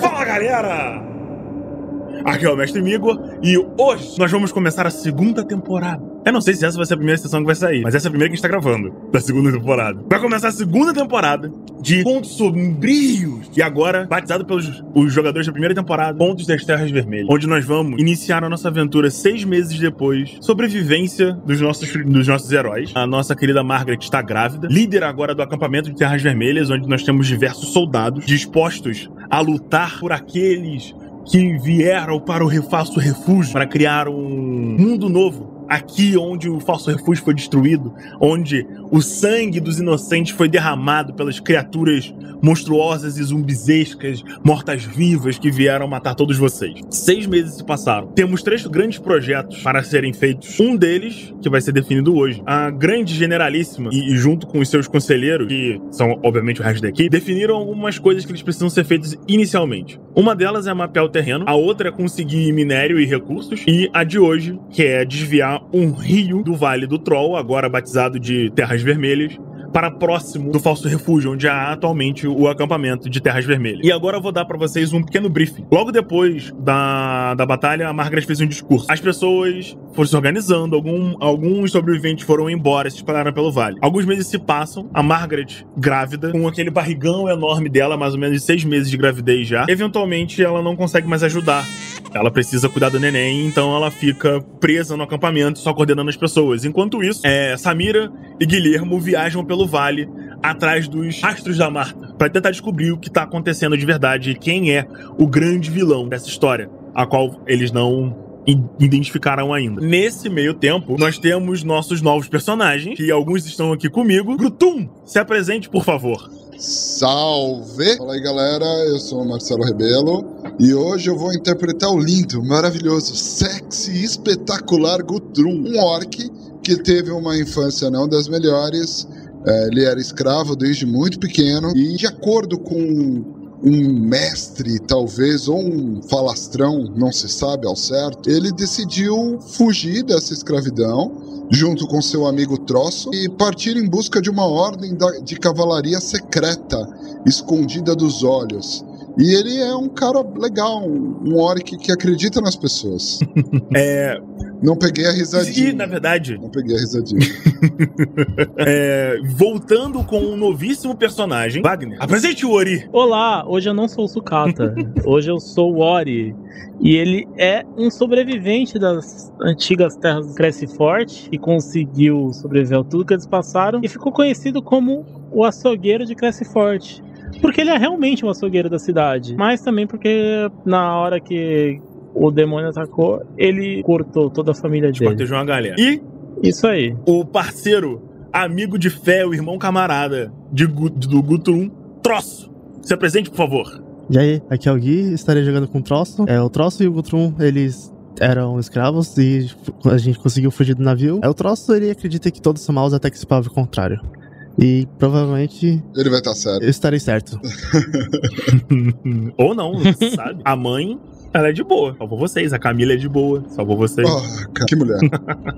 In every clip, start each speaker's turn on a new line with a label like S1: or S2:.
S1: Fala galera! Aqui é o Mestre Migor e hoje nós vamos começar a segunda temporada. Eu não sei se essa vai ser a primeira sessão que vai sair, mas essa é a primeira que a gente tá gravando, da segunda temporada. Vai começar a segunda temporada de Pontos Sombrios, e agora batizado pelos os jogadores da primeira temporada, Pontos das Terras Vermelhas, onde nós vamos iniciar a nossa aventura seis meses depois, sobrevivência dos nossos, dos nossos heróis. A nossa querida Margaret está grávida, líder agora do acampamento de Terras Vermelhas, onde nós temos diversos soldados dispostos a lutar por aqueles que vieram para o falso refúgio para criar um mundo novo. Aqui onde o falso refúgio foi destruído, onde o sangue dos inocentes foi derramado pelas criaturas monstruosas e zumbizescas, mortas-vivas que vieram matar todos vocês. Seis meses se passaram. Temos três grandes projetos para serem feitos. Um deles, que vai ser definido hoje, a grande generalíssima e, e junto com os seus conselheiros, que são obviamente o resto daqui, definiram algumas coisas que eles precisam ser feitas inicialmente. Uma delas é mapear o terreno, a outra é conseguir minério e recursos, e a de hoje, que é desviar um rio do Vale do Troll, agora batizado de Terras Vermelhas, para próximo do falso refúgio, onde há atualmente o acampamento de Terras Vermelhas. E agora eu vou dar para vocês um pequeno briefing. Logo depois da, da batalha, a Margaret fez um discurso. As pessoas foram se organizando, algum, alguns sobreviventes foram embora, se espalharam pelo vale. Alguns meses se passam, a Margaret, grávida, com aquele barrigão enorme dela, mais ou menos seis meses de gravidez já, eventualmente ela não consegue mais ajudar. Ela precisa cuidar do neném, então ela fica presa no acampamento, só coordenando as pessoas. Enquanto isso, é, Samira e Guilhermo viajam pelo vale atrás dos astros da Marta para tentar descobrir o que está acontecendo de verdade e quem é o grande vilão dessa história, a qual eles não identificaram ainda. Nesse meio tempo, nós temos nossos novos personagens, e alguns estão aqui comigo. Grutum, se apresente, por favor.
S2: Salve! Fala aí, galera. Eu sou o Marcelo Rebelo e hoje eu vou interpretar o lindo, maravilhoso, sexy e espetacular Gutrum, um orc que teve uma infância não das melhores. É, ele era escravo desde muito pequeno e, de acordo com um mestre, talvez, ou um falastrão, não se sabe ao certo, ele decidiu fugir dessa escravidão junto com seu amigo Troço e partir em busca de uma ordem de cavalaria secreta, escondida dos olhos. E ele é um cara legal, um orc que acredita nas pessoas.
S1: é,
S2: não peguei a risadinha.
S1: E, na verdade.
S2: Não peguei a risadinha.
S1: é, voltando com um novíssimo personagem, Wagner. Apresente o Ori.
S3: Olá, hoje eu não sou o Sucata. hoje eu sou o Ori. E ele é um sobrevivente das antigas terras Cresce Forte e conseguiu sobreviver a tudo que eles passaram e ficou conhecido como o açougueiro de Cresce Forte. Porque ele é realmente um açougueiro da cidade. Mas também porque na hora que, o demônio atacou, ele cortou toda a família dele.
S1: Cortejou uma galera. E
S3: isso aí.
S1: O parceiro, amigo de fé, o irmão camarada de, do Gutum, Troço. Se apresente, por favor.
S4: E aí, aqui é o Gui, estarei jogando com o Troço. É, o Troço e o Gutrum, eles eram escravos e a gente conseguiu fugir do navio. É, o Troço, ele acredita que todos são maus até que se prove o contrário. E provavelmente.
S2: Ele vai estar certo.
S4: Eu estarei certo.
S1: Hum, Ou não, sabe? A mãe ela é de boa. Salvou vocês. A Camila é de boa. Salvou vocês.
S2: Oh, que mulher.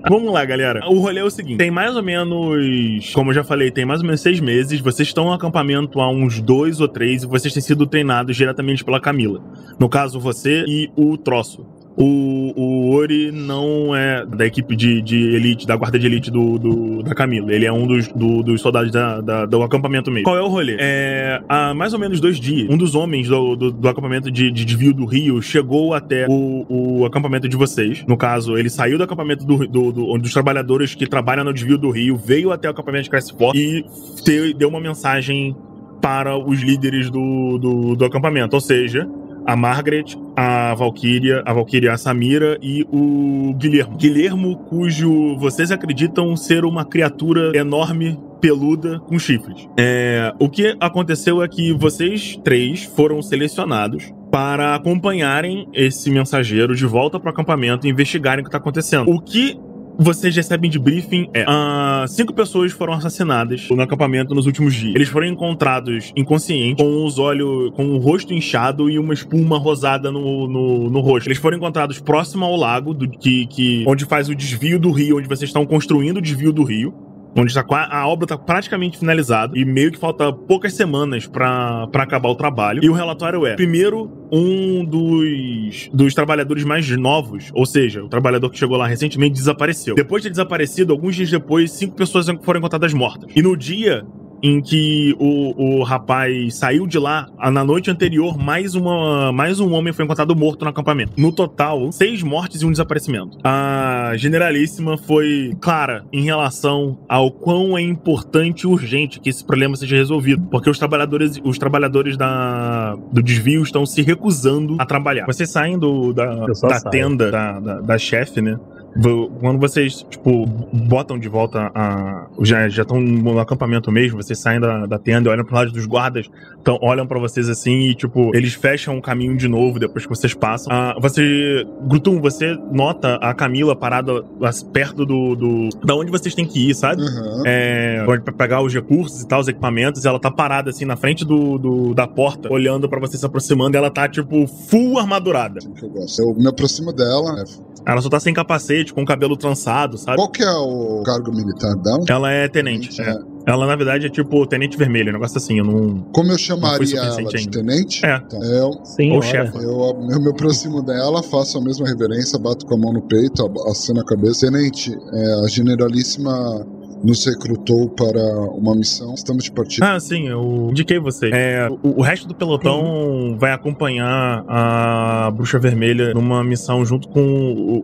S1: Vamos lá, galera. O rolê é o seguinte: tem mais ou menos. Como eu já falei, tem mais ou menos seis meses. Vocês estão no acampamento há uns dois ou três e vocês têm sido treinados diretamente pela Camila. No caso, você e o troço. O, o Ori não é da equipe de, de elite, da guarda de elite do, do da Camila. Ele é um dos, do, dos soldados da, da, do acampamento mesmo. Qual é o rolê? É, há mais ou menos dois dias, um dos homens do, do, do acampamento de, de desvio do rio chegou até o, o, acampamento de vocês. No caso, ele saiu do acampamento do, do, do dos trabalhadores que trabalham no desvio do rio, veio até o acampamento de Crestport e te, deu uma mensagem para os líderes do, do, do acampamento. Ou seja, a Margaret, a Valkyria, a Valkyria, a Samira e o Guilhermo. Guilhermo, cujo vocês acreditam ser uma criatura enorme, peluda, com chifres. É, o que aconteceu é que vocês três foram selecionados para acompanharem esse mensageiro de volta para o acampamento e investigarem o que está acontecendo. O que vocês recebem de briefing é: uh, cinco pessoas foram assassinadas no acampamento nos últimos dias. Eles foram encontrados inconscientes, com os olhos, com o rosto inchado e uma espuma rosada no, no, no rosto. Eles foram encontrados próximo ao lago, do, que, que, onde faz o desvio do rio, onde vocês estão construindo o desvio do rio. onde tá, qua- a obra tá praticamente finalizada e meio que falta poucas semanas pra pra acabar o trabalho. E o relatório é: primeiro, um dos, dos trabalhadores mais novos, ou seja, o trabalhador que chegou lá recentemente, desapareceu. Depois de ter desaparecido, alguns dias depois, cinco pessoas foram encontradas mortas. E no dia em que o, o rapaz saiu de lá, a- na noite anterior, mais, uma, mais um homem foi encontrado morto no acampamento. No total, seis mortes e um desaparecimento. A Generalíssima foi clara em relação ao quão é importante e urgente que esse problema seja resolvido, porque os trabalhadores, os trabalhadores da, do desvio estão se recusando a trabalhar. Vocês saem do, da,
S3: Eu só
S1: da
S3: saio.
S1: tenda da, da, da chefe, né? Vo- Quando vocês, tipo, botam de volta a. Já já estão no acampamento mesmo, vocês saem da, da tenda e olham pro lado dos guardas, então olham pra vocês assim e, tipo, eles fecham o caminho de novo depois que vocês passam. Ah, você. Grutum, você nota a Camila parada as- perto do, do. Da onde vocês têm que ir, sabe?
S2: Aham.
S1: É, onde pra pegar os recursos e tal, os equipamentos, e ela tá parada assim na frente do, do- da porta, olhando pra você se aproximando, e ela tá, tipo, full armadurada.
S2: Assim que eu gosto. Eu me aproximo dela. né?
S1: Ela só tá sem capacete, com o cabelo trançado, sabe?
S2: Qual que é o cargo militar dela?
S1: Ela é tenente. é.
S2: né?
S1: Ela, na verdade, é tipo tenente vermelho, um negócio assim, eu não.
S2: Como eu chamaria
S1: Não foi
S2: ela
S1: suficiente
S2: de
S1: ainda.
S2: tenente?
S1: É.
S2: Tá. Eu,
S3: Sim,
S1: Ou
S3: olha.
S1: chefe.
S2: eu, eu me aproximo dela, faço a mesma reverência, bato com a mão no peito, ab- aceno a cabeça. Tenente, é, a generalíssima nos recrutou para uma missão. Estamos de partida.
S1: Ah, sim, eu indiquei você. É, o, o resto do pelotão vai acompanhar a Bruxa Vermelha numa missão junto com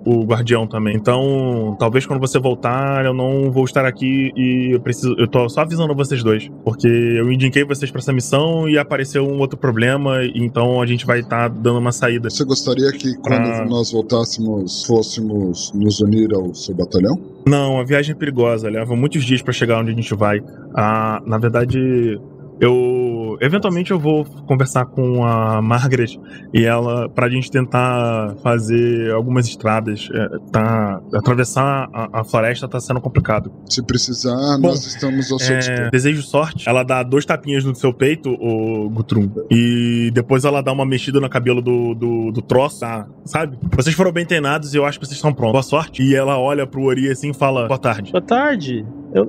S1: o, o Guardião também. Então, talvez quando você voltar, eu não vou estar aqui e eu preciso. Eu tô só avisando vocês dois. Porque eu indiquei vocês pra essa missão e apareceu um outro problema, e então a gente vai estar dando uma saída.
S2: Você gostaria que quando
S1: Ah.
S2: nós voltássemos, fôssemos nos unir ao seu batalhão?
S1: Não, a viagem é perigosa, leva muitos dias pra chegar onde a gente vai. Ah, na verdade, eu eventualmente eu vou conversar com a Margaret e ela pra gente tentar fazer algumas estradas, É, tá atravessar a, a floresta tá sendo complicado.
S2: Se precisar,
S1: Bom,
S2: nós estamos ao seu
S1: É,
S2: dispor.
S1: desejo sorte. Ela dá dois tapinhas no seu peito, o Gutrum, e depois ela dá uma mexida no cabelo do, do, do troço, tá? sabe? Vocês foram bem treinados e eu acho que vocês estão prontos. Boa sorte. E ela olha pro Ori assim e fala: "Boa tarde".
S3: Boa tarde. Eu,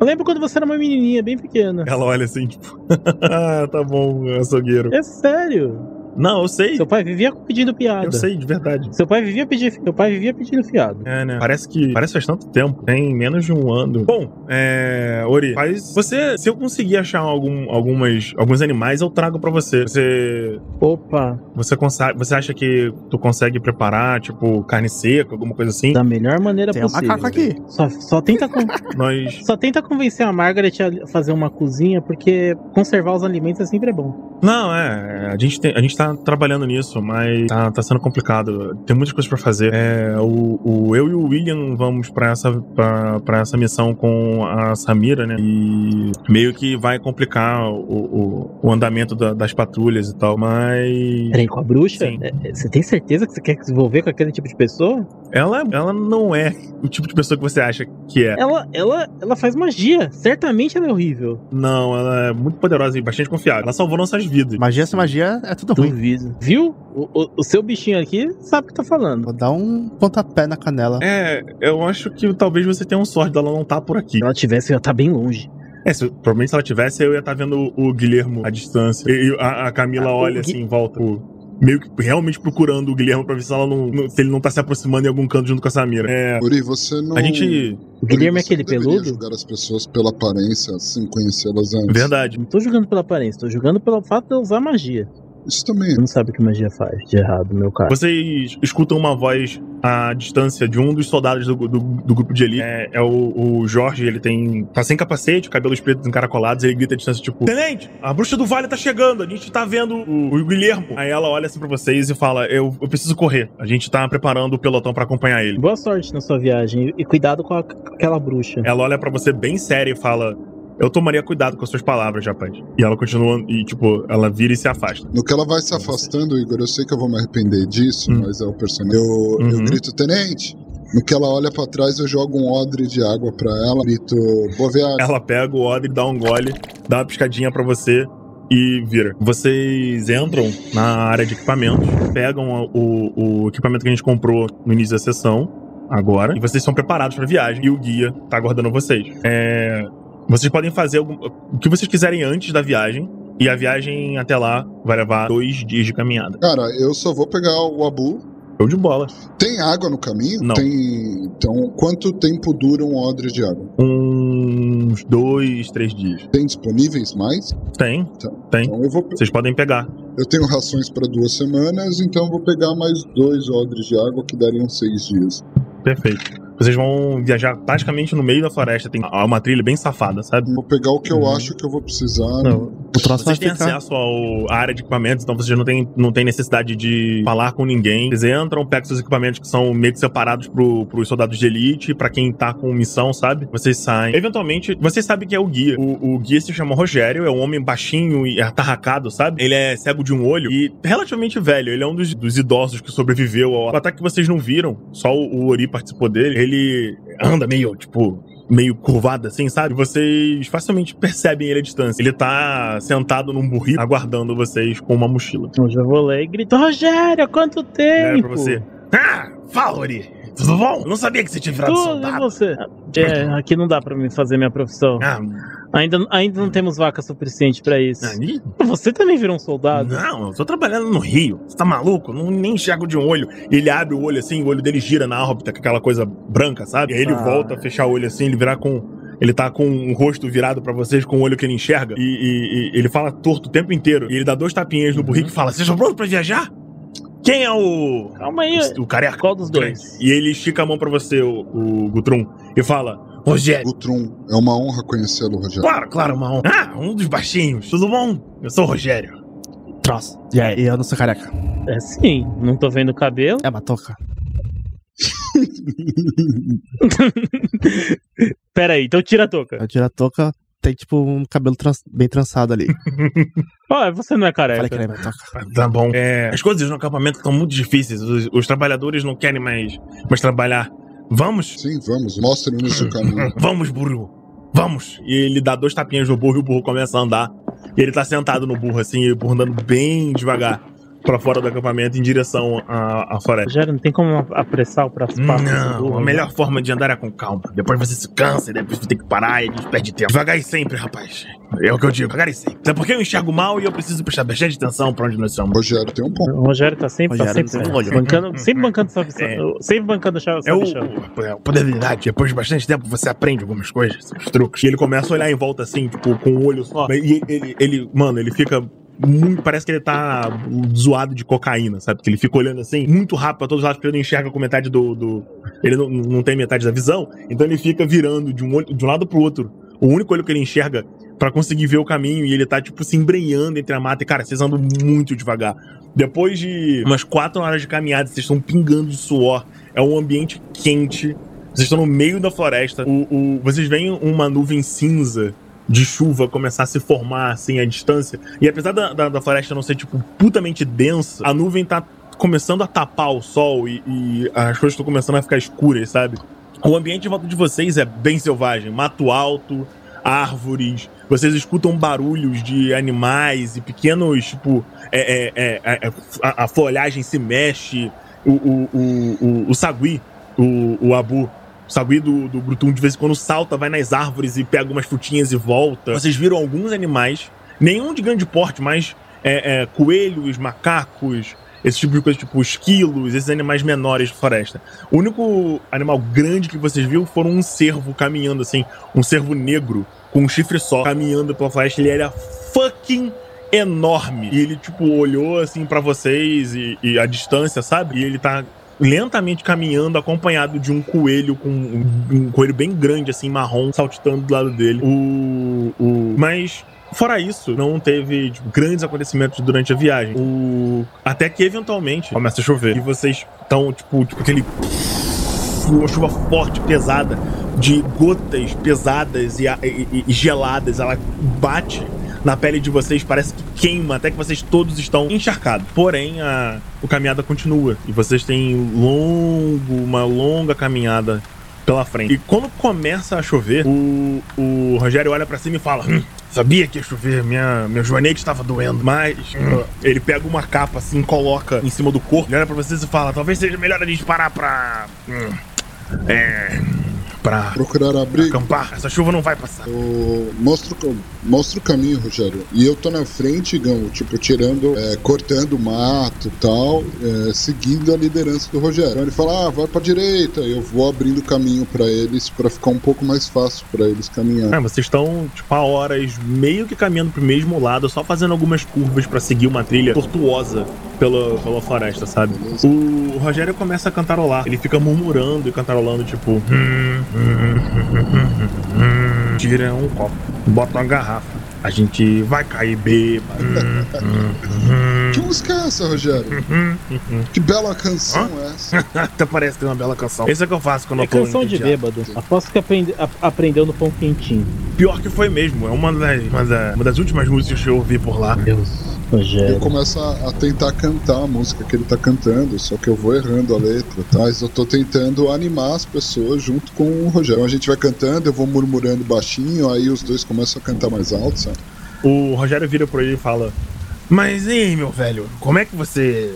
S3: eu lembro quando você era uma menininha bem pequena.
S1: Ela olha assim, tipo, ah, tá bom, açougueiro.
S3: É sério.
S1: Não, eu sei,
S3: Seu pai vivia pedindo piada.
S1: eu sei, de verdade.
S3: Seu pai vivia pedindo, meu pai vivia pedindo fiado.
S1: É, né? Parece que parece faz tanto tempo, tem menos de um ano. Bom, é. Ori, faz. Você, se eu conseguir achar algum, algumas, alguns animais, eu trago pra você. Você.
S3: Opa,
S1: Você consegue. Você acha que tu consegue preparar, tipo, carne seca, alguma coisa assim?
S3: da melhor maneira
S4: Tem um
S3: é possível.
S4: macaco aqui.
S3: Só, só tenta con-
S1: Nós.
S3: só tenta convencer a Margaret a fazer uma cozinha, porque conservar os alimentos é sempre bom.
S1: Não, é. A gente, tem, a gente tá trabalhando nisso, mas tá, tá sendo complicado. Tem muitas coisas pra fazer. É, o, o- eu e o William vamos pra essa, pra, pra essa missão com a Samira, né? E meio que vai complicar o, o, o andamento da- das patrulhas e tal, mas.
S3: Peraí, com a bruxa?
S1: Sim.
S3: É, é, Você tem certeza que você quer se envolver com aquele tipo de pessoa?
S1: Ela, ela não é o tipo de pessoa que você acha que é.
S3: Ela, ela, ela faz magia. Certamente ela é horrível.
S1: Não, ela é muito poderosa e bastante confiável. Ela salvou nossas vidas.
S4: Magia sem magia é tudo ruim.
S3: Duvido. Viu? O, o- o seu bichinho aqui sabe o que tá falando.
S4: Vou dar um pontapé na canela.
S1: É, eu acho que talvez você tenha um sorte dela não estar por aqui.
S3: Se ela tivesse, eu ia estar bem longe.
S1: É, se, provavelmente se ela tivesse, eu ia estar vendo o Guilhermo à distância. E, e a, a Camila
S3: Ah, o
S1: olha
S3: Gui-
S1: assim em volta. tipo, meio que realmente procurando o Guilhermo pra ver se, ela não, não- se ele não tá se aproximando em algum canto junto com a Samira. É,
S2: Uri, você não.
S1: a gente.
S3: O
S2: Uri,
S3: Guilherme é
S2: você
S3: aquele
S2: não deveria
S3: peludo?
S2: julgar as pessoas pela aparência sem conhecê-las antes.
S1: Verdade.
S3: Não tô julgando pela aparência, tô julgando pelo fato de eu usar magia.
S2: Isso também.
S3: Você não sabe o que magia faz de errado, meu cara.
S1: Vocês escutam uma voz à distância de um dos soldados do, do- do grupo de elite. É, é o, o Jorge, ele tem. tá sem capacete, cabelos pretos encaracolados, ele grita à distância, tipo, Tenente, a bruxa do vale tá chegando, a gente tá vendo o, o Guilhermo. Aí ela olha assim pra vocês e fala: eu, eu preciso correr. A gente tá preparando o pelotão pra acompanhar ele.
S3: Boa sorte na sua viagem e cuidado com, a- com aquela bruxa.
S1: Ela olha pra você bem séria e fala: Eu tomaria cuidado com as suas palavras, rapaz. E ela continua, e tipo, ela vira e se afasta.
S2: No que ela vai se afastando, Igor, eu sei que eu vou me arrepender disso,
S1: Hum.
S2: mas é o personagem. Eu, eu
S1: Uhum.
S2: grito, tenente! No que ela olha pra trás, eu jogo um odre de água pra ela, grito, boa viagem.
S1: Ela pega o odre, dá um gole, dá uma piscadinha pra você e vira. Vocês entram na área de equipamentos, pegam a- o, o equipamento que a gente comprou no início da sessão. agora. E vocês são preparados pra viagem. E o guia tá aguardando vocês. É, Vocês podem fazer algum- o que vocês quiserem antes da viagem. E a viagem até lá vai levar dois dias de caminhada.
S2: Cara, eu só vou pegar o Abu.
S1: Show de bola.
S2: Tem água no caminho?
S1: Não.
S2: Tem. Então, quanto tempo dura um odre de água?
S1: Uns dois, três dias.
S2: Tem disponíveis mais?
S1: Tem.
S2: Então eu vou.
S1: Vocês podem pegar.
S2: Eu tenho rações para duas semanas, então eu vou pegar mais dois odres de água que dariam seis dias.
S1: Perfeito. Vocês vão viajar praticamente no meio da floresta. Tem uma trilha bem safada, sabe?
S2: Vou pegar o que eu
S4: Uhum.
S2: acho que eu vou precisar.
S4: Não, o troço vai
S1: Vocês têm
S4: ficar.
S1: acesso ao, à área de equipamentos, então vocês não têm, não têm necessidade de falar com ninguém. Vocês entram, pegam seus equipamentos que são meio que separados pro, pros soldados de elite, pra quem tá com missão, sabe? Vocês saem. Eventualmente, vocês sabem que é o guia. O, o guia se chama Rogério, é um homem baixinho e atarracado, sabe? Ele é cego de um olho e relativamente velho. Ele é um dos, dos idosos que sobreviveu ao ataque que vocês não viram. Só o, o Ori participou dele. Ele anda meio, tipo, meio curvada, assim, sabe? Vocês facilmente percebem ele à distância. Ele tá sentado num burrito, aguardando vocês com uma mochila.
S3: Eu já vou lá e grito, Rogério, há quanto
S1: Ele olha
S3: tempo?
S1: pra você. Ah, fala, Ori! Tudo bom? Eu não sabia que você tinha virado
S3: Tudo e
S1: Tá soldado.
S3: você? É, aqui não dá pra mim fazer minha profissão.
S1: Ah,
S3: Ainda, ainda
S1: Hum.
S3: não temos vaca suficiente pra isso.
S1: ah, ih,
S3: Você também virou um soldado?
S1: não, eu tô trabalhando no Rio. Você tá maluco? Eu Não, nem enxergo de um olho. Ele abre o olho assim, o olho dele gira na órbita, com aquela coisa branca, sabe? E aí ele
S3: Ah.
S1: volta a fechar o olho assim, ele virar com. Ele tá com o rosto virado pra vocês, com o olho que ele enxerga. E, e- e ele fala torto o tempo inteiro. E ele dá dois tapinhas no burrico e fala: Vocês estão prontos pra viajar? Quem é o.
S3: Calma aí.
S1: O careca?
S3: Qual dos dois?
S1: E ele estica a mão pra você, o, o Gutrum, e fala: Rogério.
S2: Gutrum, é uma honra conhecê-lo, Rogério.
S1: Claro, claro, uma honra. Ah, um dos baixinhos. Tudo bom? Eu sou o Rogério.
S4: Troço. E aí, eu não sou careca.
S3: É sim, não tô vendo o cabelo.
S4: É uma toca.
S3: Pera aí, então tira a touca.
S4: Eu tiro a toca, tem tipo um cabelo tran- bem trançado ali.
S3: Ó, você não é
S4: Falei que
S3: careca.
S4: era minha toca.
S1: Ah, Tá bom. É, as coisas no acampamento estão muito difíceis. Os, os trabalhadores não querem mais, mais trabalhar. Vamos?
S2: Sim, vamos, mostre-nos o caminho.
S1: Vamos, burro. Vamos. E ele dá dois tapinhas no burro e o burro começa a andar. E ele tá sentado no burro, assim, e o burro andando bem devagar pra fora do acampamento em direção à, à floresta.
S3: Rogério, não tem como apressar o próximo passo. do
S1: Não,
S3: burro,
S1: a
S3: né?
S1: melhor forma de andar é com calma. Depois você se cansa, e depois você tem que parar e a gente perde tempo. Devagar e sempre, rapaz. É o que eu digo, devagar e sempre. Até porque eu enxergo mal e eu preciso prestar bastante atenção pra onde nós estamos.
S2: Rogério, tem um ponto.
S3: O Rogério tá sempre, tá
S4: Rogério,
S3: sempre,
S4: não tem olho.
S3: bancando, sempre bancando sua
S1: É.
S3: Sempre bancando o chave.
S1: É o, o- é o poder da idade. Depois de bastante tempo, você aprende algumas coisas, os truques. E ele começa a olhar em volta assim, tipo, com o olho só. E ele, ele mano, ele fica. Muito, parece que ele tá zoado de cocaína, sabe? Que ele fica olhando assim, muito rápido pra todos os lados, porque ele não enxerga com metade do. do- ele não, não tem metade da visão, então ele fica virando de um, olho, de um lado pro outro. O único olho que ele enxerga pra conseguir ver o caminho e ele tá, tipo, se embrenhando entre a mata. E, cara, vocês andam muito devagar. Depois de umas quatro horas de caminhada, vocês estão pingando de suor. É um ambiente quente. Vocês estão no meio da floresta. O, o- vocês veem uma nuvem cinza de chuva começar a se formar, assim, à distância. E apesar da, da, da floresta não ser, tipo, putamente densa, a nuvem tá começando a tapar o sol e, e as coisas estão começando a ficar escuras, sabe? O ambiente em volta de vocês é bem selvagem. Mato alto, árvores. Vocês escutam barulhos de animais e pequenos, tipo, é, é, é, é, a, a folhagem se mexe. O, o, o, o, o sagui, o, o abu, o sagui do, do Grutum, de vez em quando salta, vai nas árvores e pega umas frutinhas e volta. Vocês viram alguns animais, nenhum de grande porte, mas é, é, coelhos, macacos, esse tipo de coisa, tipo esquilos, esses animais menores de floresta. O único animal grande que vocês viram foram um cervo caminhando assim, um cervo negro com um chifre só, caminhando pela floresta. Ele era fucking enorme. E ele, tipo, olhou assim pra vocês e, e a distância, sabe? E ele tá lentamente caminhando, acompanhado de um coelho com um, um coelho bem grande, assim, marrom, saltitando do lado dele. O. o... Mas. Fora isso, não teve tipo, grandes acontecimentos durante a viagem. O... Até que eventualmente começa a chover. E vocês estão, tipo, tipo, aquele. Uma chuva forte, pesada, de gotas pesadas e, a- e- e geladas. Ela bate na pele de vocês, parece que queima, até que vocês todos estão encharcados. Porém, a, o caminhada continua. E vocês têm longo, uma longa caminhada pela frente. E quando começa a chover, o, o Rogério olha pra cima e fala. "Hum, Sabia que ia chover, minha, meu joanete estava doendo. Mas hum, ele pega uma capa assim, coloca em cima do corpo, ele olha pra vocês e fala: Talvez seja melhor a gente parar pra. hum, É. Pra
S2: Procurar abrigo.
S1: acampar. Essa chuva não vai passar.
S2: Eu mostro, o cam- mostro o caminho, Rogério. E eu tô na frente, Gão, tipo, tirando, é, cortando mato e tal, é, seguindo a liderança do Rogério. Então ele fala, ah, vai pra direita. Eu vou abrindo caminho pra eles, pra ficar um pouco mais fácil pra eles caminhar.
S1: É, vocês estão, tipo, há horas meio que caminhando pro mesmo lado, só fazendo algumas curvas pra seguir uma trilha tortuosa pela, pela floresta, sabe?
S2: Beleza?
S1: O Rogério começa a cantarolar. Ele fica murmurando e cantarolando, tipo. Tira um copo, bota uma garrafa. A gente vai cair bêbado.
S2: Que música é essa, Rogério? Que bela canção é essa?
S1: Até parece que é uma bela canção. Isso é que eu faço quando
S3: É
S1: eu tô
S3: canção de
S1: entediado.
S3: bêbado. Aposto que aprende- a- aprendeu no pão quentinho.
S1: Pior que foi mesmo. É uma das, uma da- uma das últimas músicas que eu ouvi por lá.
S3: Deus,
S2: Eu
S3: Rogério.
S2: começo a, a tentar cantar a música que ele tá cantando, só que eu vou errando a letra, tá? Mas eu tô tentando animar as pessoas junto com o Rogério. Então a gente vai cantando, eu vou murmurando baixinho, aí os dois começam a cantar mais alto, sabe?
S1: O Rogério vira pra ele e fala: Mas ei, meu velho, como é que você.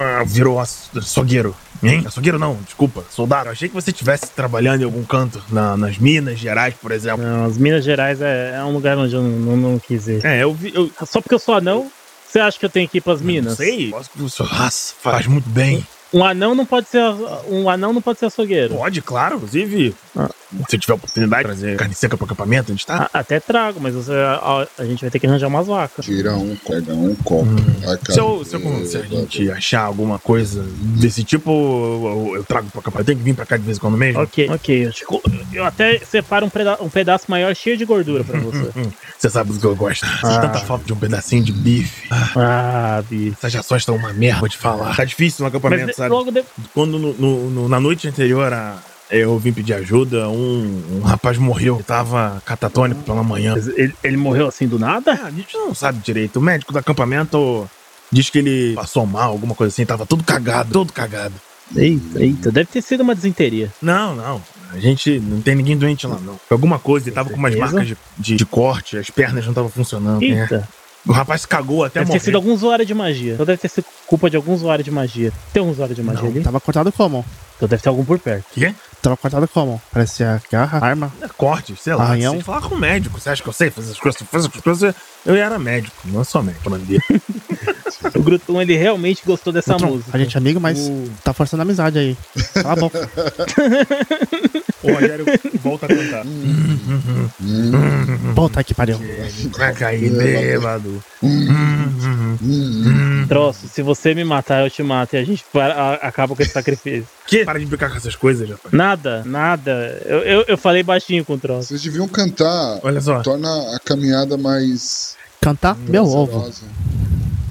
S1: ah, virou aç- açougueiro? Hein? Açougueiro não, desculpa, soldado. Achei que você estivesse trabalhando em algum canto, na- nas Minas Gerais, por exemplo.
S3: Não, as Minas Gerais é, é um lugar onde eu não, não, não quis ir.
S1: É, eu vi. Eu...
S3: Só porque eu sou anão, você acha que eu tenho que ir pras Minas?
S1: Não sei, posso que o seu raça faz muito bem.
S3: Um anão não pode ser a- um anão não pode ser açougueiro.
S1: Pode, claro, inclusive. Ah, Se tiver oportunidade de trazer carne seca pro acampamento, a gente tá.
S3: A- até trago, mas você- a, a gente vai ter que arranjar umas vacas.
S2: Tira um, pega um copo. Vai, cara.
S1: Se, eu, se, eu- se a gente achar alguma coisa desse tipo, eu, eu trago pro acampamento. Tem que vir pra cá de vez em quando mesmo.
S3: Ok, ok. Eu, te co- eu até separo um, peda- um pedaço maior cheio de gordura pra você.
S1: Você sabe do que eu gosto. Sinto Tanta falta de um pedacinho de bife.
S3: ah, bicho.
S1: Essas ações estão uma merda, vou te falar. Tá difícil no acampamento,
S3: Mas de-
S1: sabe?
S3: logo de-
S1: Quando no- no- no- na noite anterior a- eu vim pedir ajuda, um, um rapaz morreu. Ele tava catatônico pela manhã.
S3: ele, ele morreu assim do nada?
S1: Ah, a gente não sabe direito. O médico do acampamento diz que ele passou mal, alguma coisa assim. Tava todo cagado, todo cagado.
S3: Eita, eita. Deve ter sido uma desinteria.
S1: Não, não. A gente não tem ninguém doente lá, não. Alguma coisa, ele tava com umas
S3: certeza?
S1: marcas de, de- de corte, as pernas não estavam funcionando. né?
S3: Eita.
S1: O rapaz cagou até
S3: Deve
S1: morrer.
S3: ter sido algum usuário de magia. Então deve ter sido culpa de algum usuário de magia. Tem um usuário de magia
S1: Não,
S3: ali?
S4: Tava cortado como?
S3: Então deve ter algum por perto.
S4: Tava cortado como? Parece a garra, arma.
S1: É, corte, sei lá.
S4: Arranhão?
S1: Sem falar com o médico. Você acha que eu sei fazer as coisas? Fazer as coisas eu era médico, não só médico. Mandei.
S3: O Grutum, ele realmente gostou dessa
S4: Outro-
S3: música.
S4: A gente é amigo, mas
S1: O,
S4: tá forçando a amizade aí. Cala a boca.
S1: o Rogério volta a cantar.
S2: Hum,
S4: Puta que pariu.
S1: Vai cair bêbado. Hum, hum,
S2: hum,
S1: hum.
S3: Troço, se você me matar, eu te mato. E a gente para- a- acaba com esse sacrifício.
S1: Que? Para de brincar com essas coisas, rapaz.
S3: Nada, nada. Eu, eu, eu falei baixinho com o Troço.
S2: Vocês deviam cantar,
S1: Olha só,
S2: torna a caminhada mais.
S4: Cantar
S3: Uhum.
S4: meu ovo.
S2: prazerosa.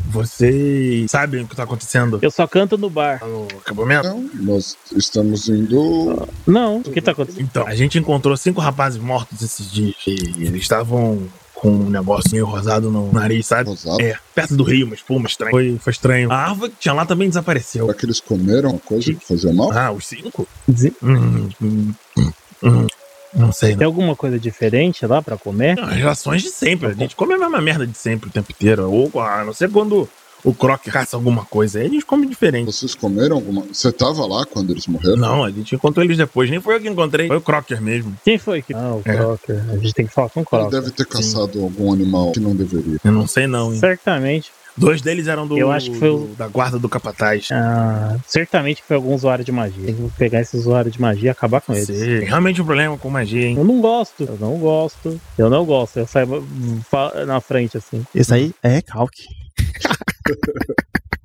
S1: vocês sabem o que tá acontecendo
S3: Eu só canto no bar.
S1: lá no acampamento?
S2: Então, nós estamos indo.
S3: Não, o que tá acontecendo?
S1: Então, a gente encontrou cinco rapazes mortos esses dias. E eles estavam com um negócio meio rosado no nariz, sabe?
S2: Rosado.
S1: É, perto do rio, mas pô, mas estranho. Foi, foi estranho. A árvore que tinha lá também desapareceu.
S2: Será que eles comeram uma coisa que fazia mal?
S1: Ah, os cinco?
S3: Dizer-
S1: Hum, hum, hum, não sei, não.
S3: Tem alguma coisa diferente lá pra comer?
S1: As relações de sempre. A gente come a mesma merda de sempre o tempo inteiro. Ou ah, a não ser quando o Croc caça alguma coisa. Aí a gente come diferente.
S2: Vocês comeram alguma. Você tava lá quando eles morreram?
S1: Não, a gente encontrou eles depois. Nem foi eu que encontrei. Foi o Crocker mesmo.
S3: Quem foi que. Ah, o
S1: É.
S3: Crocker. A gente tem que falar com o
S2: Ele
S3: Crocker.
S2: deve ter caçado algum animal que não deveria.
S1: Eu não sei não, hein.
S3: Certamente.
S1: Dois deles eram do,
S3: Eu acho que foi o-
S1: do- da guarda do capataz.
S3: Ah, certamente que foi algum usuário de magia. Tem que pegar esse usuário de magia e acabar com ele.
S1: Sei. Realmente um problema com magia, hein?
S3: Eu não gosto, eu não gosto, eu não gosto. Eu saio hum, fa- na frente assim.
S4: Isso aí é recalque.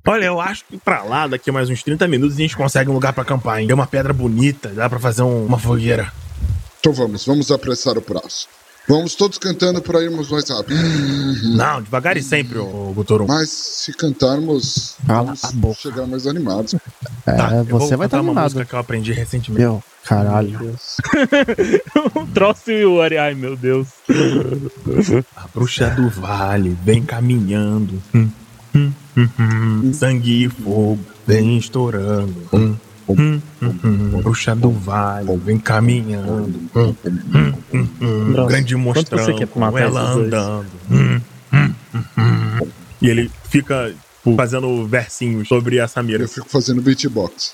S1: Olha, eu acho que pra lá, daqui a mais uns 30 minutos, a gente consegue um lugar pra acampar, hein? Tem uma pedra bonita, dá pra fazer um- uma fogueira.
S2: Então vamos, vamos apressar o prazo. Vamos todos cantando para irmos mais rápido.
S1: Não, devagar e sempre, ô, ô Gutorum.
S2: Mas se cantarmos,
S4: Cala
S2: vamos
S4: a boca.
S2: chegar mais animados.
S1: Tá,
S4: É,
S1: eu vou
S4: você
S1: cantar
S4: vai estar
S1: uma
S4: animado.
S1: música que eu aprendi recentemente.
S4: Meu, caralho.
S3: o Um troço e o Ori, ai meu Deus.
S1: A bruxa do vale vem caminhando. Hum, hum, hum, hum. Sangue e fogo vem estourando. Hum, hum, hum, hum. Bruxa do vale vem caminhando. Hum, hum, hum, hum.
S3: Nossa,
S1: Grande
S3: quanto
S1: monstrão
S3: você quer
S1: com
S3: matar
S1: ela
S3: esses dois?
S1: andando. Hum, hum, hum, hum. E ele fica tipo, fazendo versinhos sobre a Samira.
S2: Eu fico fazendo beatbox.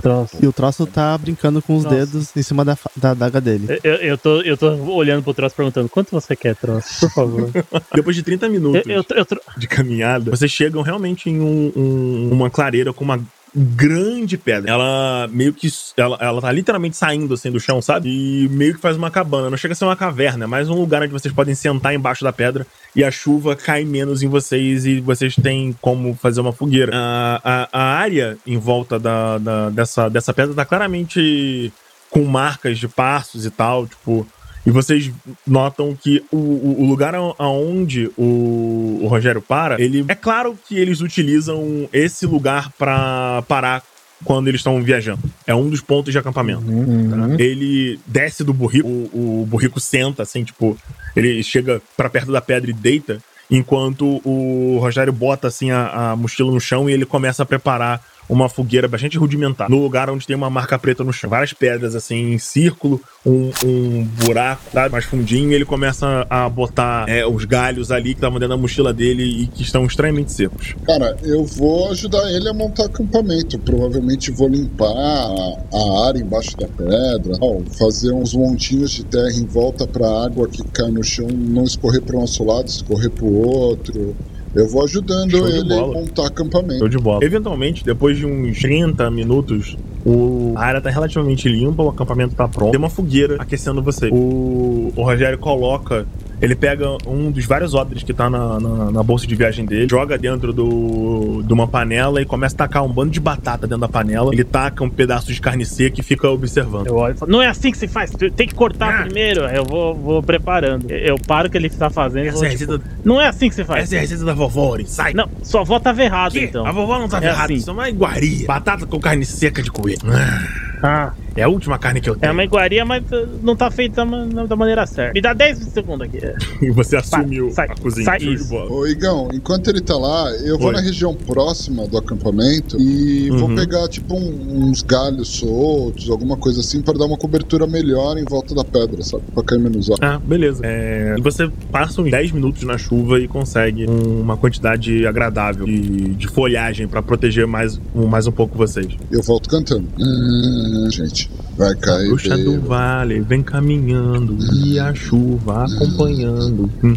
S3: Troço.
S4: E o troço tá brincando com os
S3: Nossa.
S4: dedos em cima da, fa- da adaga dele.
S3: Eu, eu- eu tô, eu tô olhando pro troço perguntando quanto você quer, troço, por favor.
S1: Depois de 30
S3: eu,
S1: minutos
S3: eu, eu, tro-
S1: de caminhada, vocês chegam realmente em um- um- uma clareira com uma grande pedra. Ela meio que. Ela, ela tá literalmente saindo assim do chão, sabe? E meio que faz uma cabana. Não chega a ser uma caverna, é mais um lugar onde vocês podem sentar embaixo da pedra e a chuva cai menos em vocês e vocês têm como fazer uma fogueira. A, a- a área em volta da, da- dessa, dessa pedra tá claramente com marcas de passos e tal, tipo. E vocês notam que o, o- o lugar a- aonde o, o Rogério para, ele. É claro que eles utilizam esse lugar pra parar quando eles estão viajando. É um dos pontos de acampamento.
S3: Uhum.
S1: Ele desce do burrico, o, o burrico senta, assim, tipo, ele chega pra perto da pedra e deita, enquanto o Rogério bota, assim, a, a mochila no chão e ele começa a preparar uma fogueira bastante rudimentar, no lugar onde tem uma marca preta no chão. Várias pedras, assim, em círculo, um, um buraco sabe, mais fundinho, e ele começa a botar é, os galhos ali que estavam dentro da mochila dele e que estão estranhamente secos.
S2: Cara, eu vou ajudar ele a montar acampamento. Provavelmente vou limpar a- a área embaixo da pedra, tal, fazer uns montinhos de terra em volta para a água que cai no chão não escorrer para o nosso lado, escorrer para o outro. Eu vou
S1: Show
S2: ajudando
S1: de
S2: ele a
S1: bola.
S2: montar acampamento.
S1: Show de bola. Eventualmente, depois de uns 30 minutos, o... a área tá relativamente limpa, o acampamento tá pronto. Tem uma fogueira aquecendo você. O, o Rogério coloca. Ele pega um dos vários odres que tá na, na, na bolsa de viagem dele, joga dentro do, de uma panela e começa a tacar um bando de batata dentro da panela. Ele taca um pedaço de carne seca e fica observando.
S3: Eu olho e falo, não é assim que se faz, tu tem que cortar
S1: Ah.
S3: primeiro. Eu vou, vou preparando. Eu eu paro o que ele tá fazendo. e vou, tipo, não é assim que se faz.
S1: é a receita da vovó, sai.
S3: Não, sua avó tava errada, então.
S1: vovó não tá
S3: É assim.
S1: é uma iguaria. Batata com carne seca de coelho. Ah,
S3: Ah,
S1: É a última carne que eu
S3: é uma iguaria, mas uh, não tá feito da, ma- da maneira certa. Me dá 10 segundos aqui.
S1: E você
S3: Sai,
S1: assumiu
S3: sai,
S1: a cozinha.
S3: sai
S1: Show de
S3: isso.
S1: bola.
S2: Ô, Igão, enquanto ele tá lá, eu vou
S1: Oi.
S2: na região próxima do acampamento e
S1: Uhum.
S2: vou pegar, tipo, um- uns galhos soltos, alguma coisa assim, para dar uma cobertura melhor em volta da pedra, sabe? Pra cair menos água.
S1: Ah, beleza. É, e você passa uns 10 minutos na chuva e consegue um- uma quantidade agradável de, de folhagem pra proteger mais um, mais um pouco vocês.
S2: Eu volto cantando. Hum, gente, vai cair.
S1: Bruxa do
S2: bêbado.
S1: vale vem caminhando e a chuva acompanhando. Hum.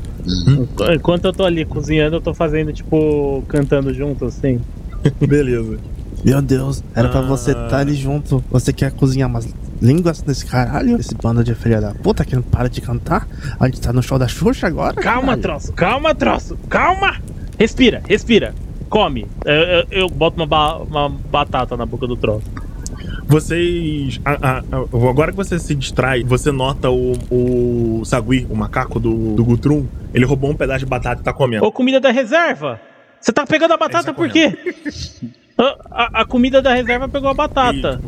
S3: Enqu- Enquanto eu tô ali cozinhando, eu tô fazendo, tipo, cantando junto, assim.
S1: Beleza.
S4: Meu Deus, era pra você
S1: Ah.
S4: estar ali junto. Você quer cozinhar umas línguas nesse caralho? Esse bando de filha da puta que não para de cantar? A gente tá no show da Xuxa agora?
S3: Calma,
S4: caralho.
S3: troço, calma, troço, calma! Respira, respira. Come. Eu, eu- eu boto uma, ba- uma batata na boca do troço.
S1: Vocês. a- a- a- agora que você se distrai, você nota o, o Sagui, o macaco do, do Gutrum, ele roubou um pedaço de batata e tá comendo.
S3: Ô, comida da reserva! Você tá pegando a batata
S1: Essa
S3: por quê? A- A, a comida da reserva pegou a batata.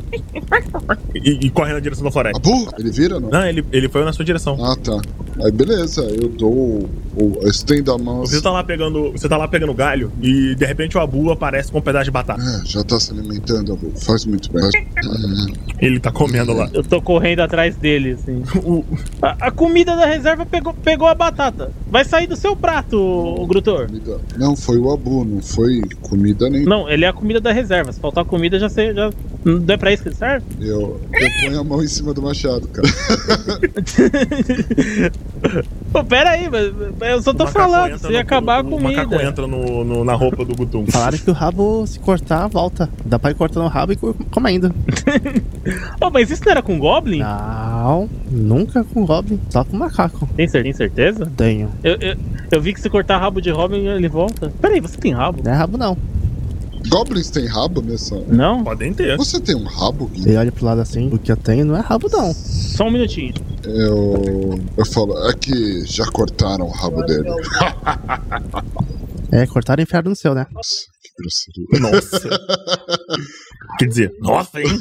S1: E, e corre na direção da floresta.
S2: Abu! Ele vira, não?
S1: Não, ele, ele foi na sua direção.
S2: Ah, tá. Aí beleza, eu dou. o- Eu estendo a mão. assim.
S1: Você tá lá pegando, você tá lá pegando galho e de repente o Abu aparece com um pedaço de batata.
S2: É, já tá se alimentando, Abu. Faz muito bem. Hum,
S1: Ele tá comendo lá.
S3: Eu tô correndo atrás dele, assim.
S1: O-
S3: A, a comida da reserva pegou, pegou a batata. Vai sair do seu prato, ô, Grutor.
S2: comida. Não, foi o Abu, não foi comida nem.
S3: Não, ele é a comida da reserva. Se faltar comida, já sei. Já... Não é pra isso que ele serve?
S2: Eu, eu ponho a mão em cima do machado, cara.
S3: Pô, pera aí, mas, mas eu só tô
S1: o macaco
S3: falando.
S1: entra
S3: Se
S1: no-
S3: acabar a
S1: o macaco
S3: comida.
S1: entra no- no- na roupa do Gutum.
S4: Falaram que o rabo, se cortar, volta. Dá pra ir cortando o rabo e co- comendo.
S3: Ô, mas isso não era com Goblin?
S4: Não, nunca com Robin, só com macaco.
S3: Tem, cer- tem certeza?
S4: Tenho.
S3: Eu, eu, eu vi que se cortar rabo de Robin, ele volta. Pera aí, você tem rabo?
S4: Não é rabo, não.
S2: Goblins tem rabo nessa.
S3: Não?
S1: Podem ter.
S2: Você tem um rabo, Gui?
S4: Ele olha pro lado assim, o que eu tenho não é rabo, não.
S3: Só um minutinho.
S2: Eu. Eu falo, é que já cortaram o rabo dele.
S4: É cortar e enfiar no seu, né?
S2: Nossa, que grosseria.
S1: Nossa. Quer dizer, nossa, hein?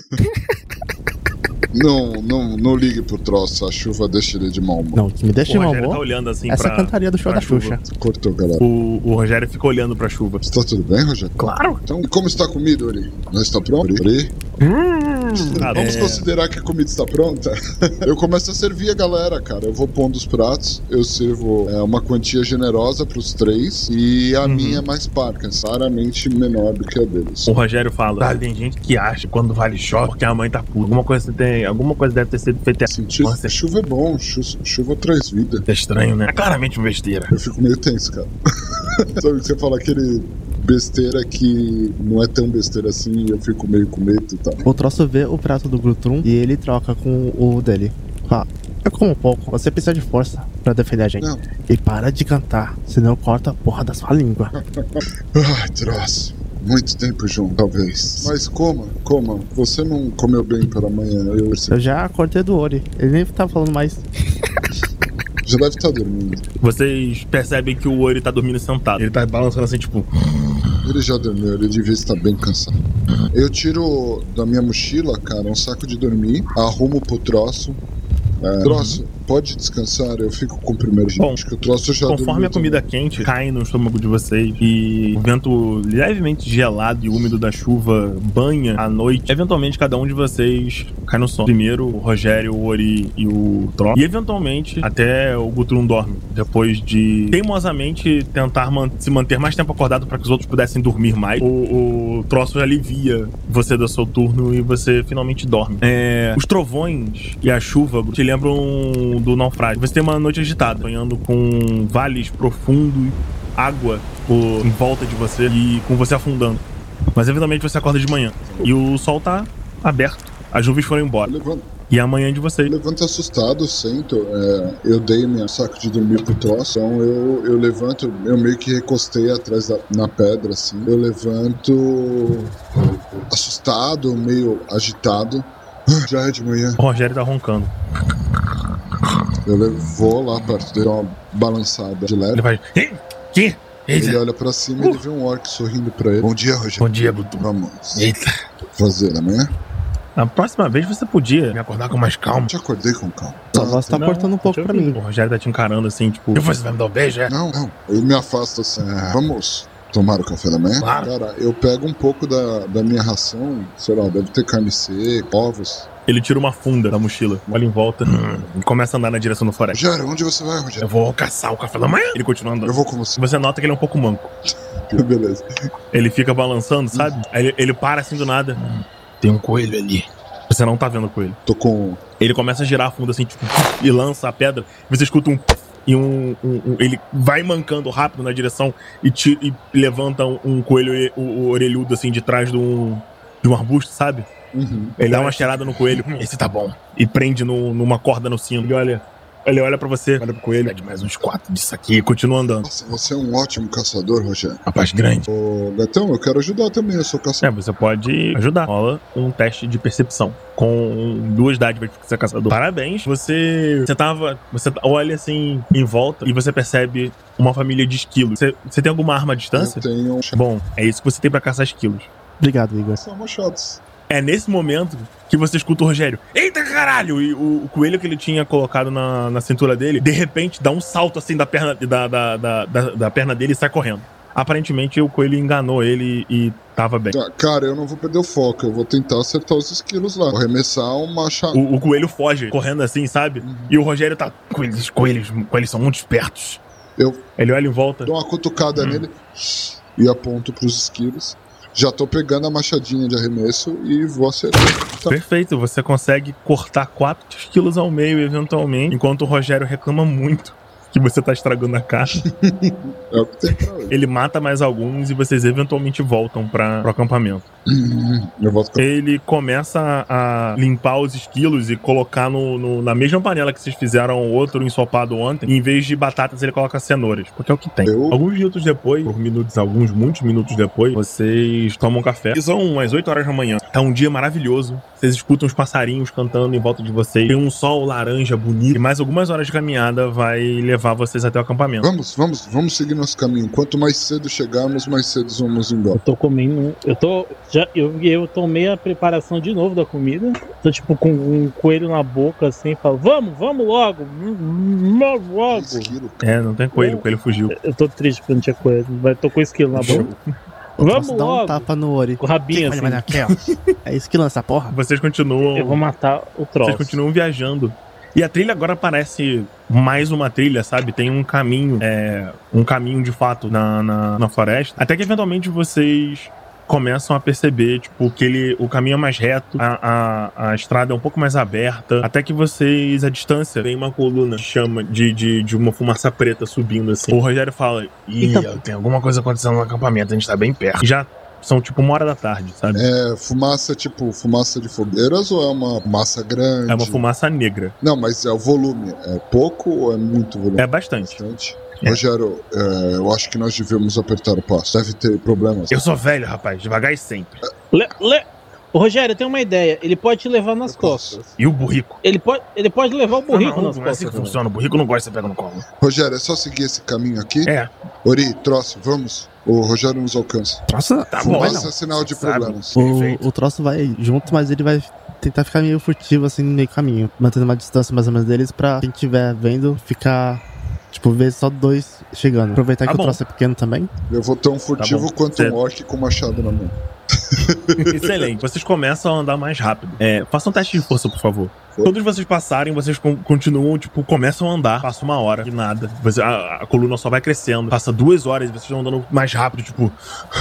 S2: Não, não, não ligue pro troço, a chuva deixa ele de mau humor.
S4: Não, o que me deixa
S1: o
S4: de mau
S1: Rogério tá
S4: humor
S1: olhando assim
S4: essa é
S1: pra.
S4: cantaria do show
S1: pra
S4: da
S1: chuva.
S4: Xuxa.
S2: Cortou, galera.
S1: O, o Rogério fica olhando pra chuva.
S2: Está tudo bem, Rogério?
S1: Claro.
S2: Então, como está a comida, Ori? Não está pronto? Ori?
S1: Ah,
S2: Vamos
S1: é.
S2: considerar que a comida está pronta? eu começo a servir a galera, cara. Eu vou pondo os pratos, eu sirvo é, uma quantia generosa para os três e a
S1: Uhum.
S2: minha é mais parca, claramente menor do que a deles.
S1: O Rogério fala, "Ah, tem gente que acha que quando vale chove porque a mãe tá puta. Alguma coisa, tem, alguma coisa deve ter sido feita.
S2: Sentir
S1: Nossa.
S2: chuva é bom, chu- chuva traz vida.
S1: É estranho, né? É claramente uma besteira.
S2: Eu fico meio tenso, cara. Sabe que você fala aquele besteira que não é tão besteira assim e eu fico meio com medo e tal.
S4: O troço vê o prato do Grutrum e ele troca com o dele. Fala, eu como um pouco, você precisa de força pra defender a gente.
S2: Não.
S4: E para de cantar, senão corta a porra da sua língua.
S2: Ai, troço. Muito tempo, João, talvez. Mas coma, coma. Você não comeu bem pela manhã, eu percebi.
S4: Eu já cortei do Ori, ele nem tá falando mais.
S2: Já deve estar dormindo.
S1: Vocês percebem que o Ori tá dormindo sentado. Ele tá balançando assim, tipo.
S2: Ele já dormiu, ele devia estar bem cansado. Eu tiro da minha mochila, cara, um saco de dormir, arrumo pro troço. É, troço, pode descansar, eu fico com o primeiro
S1: Bom,
S2: Acho que o troço já
S1: Conforme
S2: dormiu
S1: a comida quente cai no estômago de vocês e o vento levemente gelado e úmido da chuva banha à noite, eventualmente cada um de vocês cai no sono. Primeiro o Rogério, o Ori e o Tron. E eventualmente até o Gutrum dorme. Depois de teimosamente tentar man- se manter mais tempo acordado para que os outros pudessem dormir mais, o, o troço alivia você do seu turno e você finalmente dorme. É, os trovões e a chuva te lembram do naufrágio. Você tem uma noite agitada, sonhando com vales profundos, água por- em volta de você e com você afundando. Mas eventualmente você acorda de manhã e o sol tá aberto. As nuvens foram embora.
S2: Levanta,
S1: E é amanhã de vocês.
S2: levanto assustado, sento. é, eu dei meu saco de dormir pro troço, então eu, eu levanto, eu meio que recostei atrás da na pedra, assim. Eu levanto assustado, meio agitado. Ah, Já é de manhã.
S1: O Rogério tá roncando.
S2: Eu le- vou lá perto, dei uma balançada de leve.
S1: Ele faz. "Ih, Que?
S2: Ele
S1: Eita.
S2: olha pra cima e ele vê um orc sorrindo pra ele. Bom dia, Rogério.
S1: Bom dia, Guto.
S2: Vamos
S1: Eita.
S2: fazer amanhã?
S1: A próxima vez você podia me acordar com mais calma.
S2: Te acordei com calma.
S4: Sua voz tá
S3: Não,
S4: cortando um pouco
S3: deixa eu
S4: pra
S3: ver.
S4: mim.
S1: O Rogério tá te encarando assim, tipo. "Que foi? Você vai me dar um beijo, é?
S2: Não, não. Eu me afasto assim. "Ah, Vamos tomar o café da manhã?
S1: Claro.
S2: Cara, eu pego um pouco da, da minha ração, sei lá, deve ter carne seca, ovos.
S1: Ele tira uma funda da mochila, olha em volta
S4: Hum.
S1: e começa a andar na direção do floresta.
S2: Rogério, onde você vai,
S1: Eu
S2: Rogério?
S1: vou caçar o café da manhã. Ele continua
S2: Eu
S1: andando.
S2: vou com você.
S1: Você nota que ele é um pouco manco.
S2: Beleza.
S1: Ele fica balançando, sabe?
S4: Hum.
S1: Aí ele, ele para assim do nada. "Hum, Tem um coelho ali. Você não tá vendo o coelho.
S2: Tô com. um.
S1: Ele começa a girar a funda assim, tipo, e lança a pedra. Você escuta um. puff E um, um- um- Ele vai mancando rápido na direção e, tira- e levanta um, um coelho e- o, o orelhudo assim de trás de um, de um arbusto, sabe?
S2: Uhum.
S1: Ele dá uma cheirada no coelho. "Hum, Esse tá bom. E prende no- numa corda no sino. Ele olha. Ele olha pra você, olha pro coelho, de mais uns quatro disso aqui e continua andando.
S2: Nossa, você é um ótimo caçador, Rogério.
S1: Rapaz grande.
S2: Ô, Betão, eu quero ajudar também, eu sou
S1: É,
S2: caçador.
S1: você pode ajudar. Rola um teste de percepção com duas dádivas porque você é caçador. Parabéns. Você, você tava, você olha assim em volta e você percebe uma família de esquilos. Você, você tem alguma arma à distância?
S2: Eu tenho um machado.
S1: Bom, é isso que você tem pra caçar esquilos.
S4: Obrigado, Igor.
S2: São machados.
S1: É nesse momento que você escuta o Rogério. Eita caralho! E o, o coelho que ele tinha colocado na, na cintura dele, de repente dá um salto assim da perna, da, da, da, da- da perna dele e sai correndo. Aparentemente o coelho enganou ele e tava bem.
S2: Tá, Cara, eu não vou perder o foco, eu vou tentar acertar os esquilos lá. Vou arremessar um machado.
S1: O, o coelho foge, correndo assim, sabe?
S2: Uhum.
S1: E o Rogério tá. Coelhos, coelhos, coelhos são muito espertos.
S2: Eu-
S1: Ele olha em volta.
S2: Dou uma cutucada nele e aponto pros esquilos. Já tô pegando a machadinha de arremesso e vou acertar.
S1: Perfeito, você consegue cortar 4 quilos ao meio, eventualmente. Enquanto o Rogério reclama muito que você tá estragando a caixa.
S2: É o que tem pra hoje.
S1: Ele mata mais alguns e vocês eventualmente voltam pra, pro acampamento.
S2: Eu volto com
S1: Ele começa a limpar os esquilos e colocar no, no- na mesma panela que vocês fizeram o outro ensopado ontem. Em vez de batatas, ele coloca cenouras, porque é o que tem.
S2: Eu-
S1: Alguns minutos depois, por minutos, alguns muitos minutos depois, vocês tomam café. E são umas 8 horas da manhã. Tá um dia maravilhoso. Vocês escutam os passarinhos cantando em volta de vocês. Tem um sol laranja bonito. E mais algumas horas de caminhada vai levar vocês até o acampamento.
S2: Vamos, vamos, vamos seguir nosso caminho. Quanto mais cedo chegarmos, mais cedo vamos
S3: Eu
S2: embora.
S3: tô comendo. Eu tô. Já, eu, eu tomei a preparação de novo da comida. Tô tipo com um coelho na boca assim, falo, vamos, vamos logo! Hum, Vamos logo!
S2: Esquilo,
S1: É, não tem coelho, o coelho fugiu.
S3: Eu tô triste porque não tinha coelho, mas tô com esquilo na boca.
S4: O troço
S3: Vamos
S4: dá
S3: logo.
S4: um tapa no Ori.
S3: Com o rabinho assim.
S4: É isso que lança, porra.
S1: Vocês continuam.
S3: Eu vou matar o troço.
S1: Vocês continuam viajando. E a trilha agora parece mais uma trilha, sabe? Tem um caminho, é, um caminho de fato na, na, na floresta. Até que eventualmente vocês começam a perceber, tipo, que ele, o caminho é mais reto, a, a, a estrada é um pouco mais aberta, até que vocês, à distância, tem uma coluna de chama de, de, de uma fumaça preta subindo, assim. O Rogério fala, Ih,
S3: Então-
S1: tem alguma coisa acontecendo no acampamento, a gente tá bem perto. E já são, tipo, uma hora da tarde, sabe?
S2: É fumaça tipo fumaça de fogueiras ou é uma massa grande?
S1: é uma fumaça negra.
S2: Não, mas é o volume. É pouco ou é muito volume?
S1: É bastante.
S2: Bastante.
S1: É.
S2: Rogério, é, eu acho que nós devíamos apertar o passo. Deve ter problemas.
S1: Eu sou velho, rapaz, devagar e sempre.
S3: Le- le- Ô, Rogério, eu tenho uma ideia. Ele pode te levar nas costas.
S1: E o burrico?
S3: Ele pode, ele pode levar o burrico
S1: não, não,
S3: nas
S1: não é assim
S3: costas.
S1: que
S3: também.
S1: funciona. O burrico não gosta de pegar no colo.
S2: Rogério, é só seguir esse caminho aqui?
S1: É.
S2: Ori, troço, vamos. O Rogério nos alcança.
S4: Troço,
S1: Tá bom.
S2: Fumaça
S1: não.
S2: é sinal de
S1: Sabe.
S2: problemas.
S1: Perfeito.
S4: o, o troço vai junto, mas ele vai tentar ficar meio furtivo assim no meio caminho, mantendo uma distância mais ou menos deles pra quem estiver vendo ficar. Tipo, ver só dois chegando. Aproveitar
S1: Tá
S4: que
S1: bom.
S4: o troço é pequeno também.
S2: Eu vou tão furtivo
S1: Tá bom.
S2: quanto
S1: Certo.
S2: um orc com machado na mão.
S1: Excelente. Vocês começam a andar mais rápido. É, façam um teste de força, por favor.
S2: Foi.
S1: Todos vocês passarem, vocês con- continuam, tipo, começam a andar, passa uma hora de nada. Você- a, a coluna só vai crescendo. Passa duas horas e vocês estão andando mais rápido, tipo.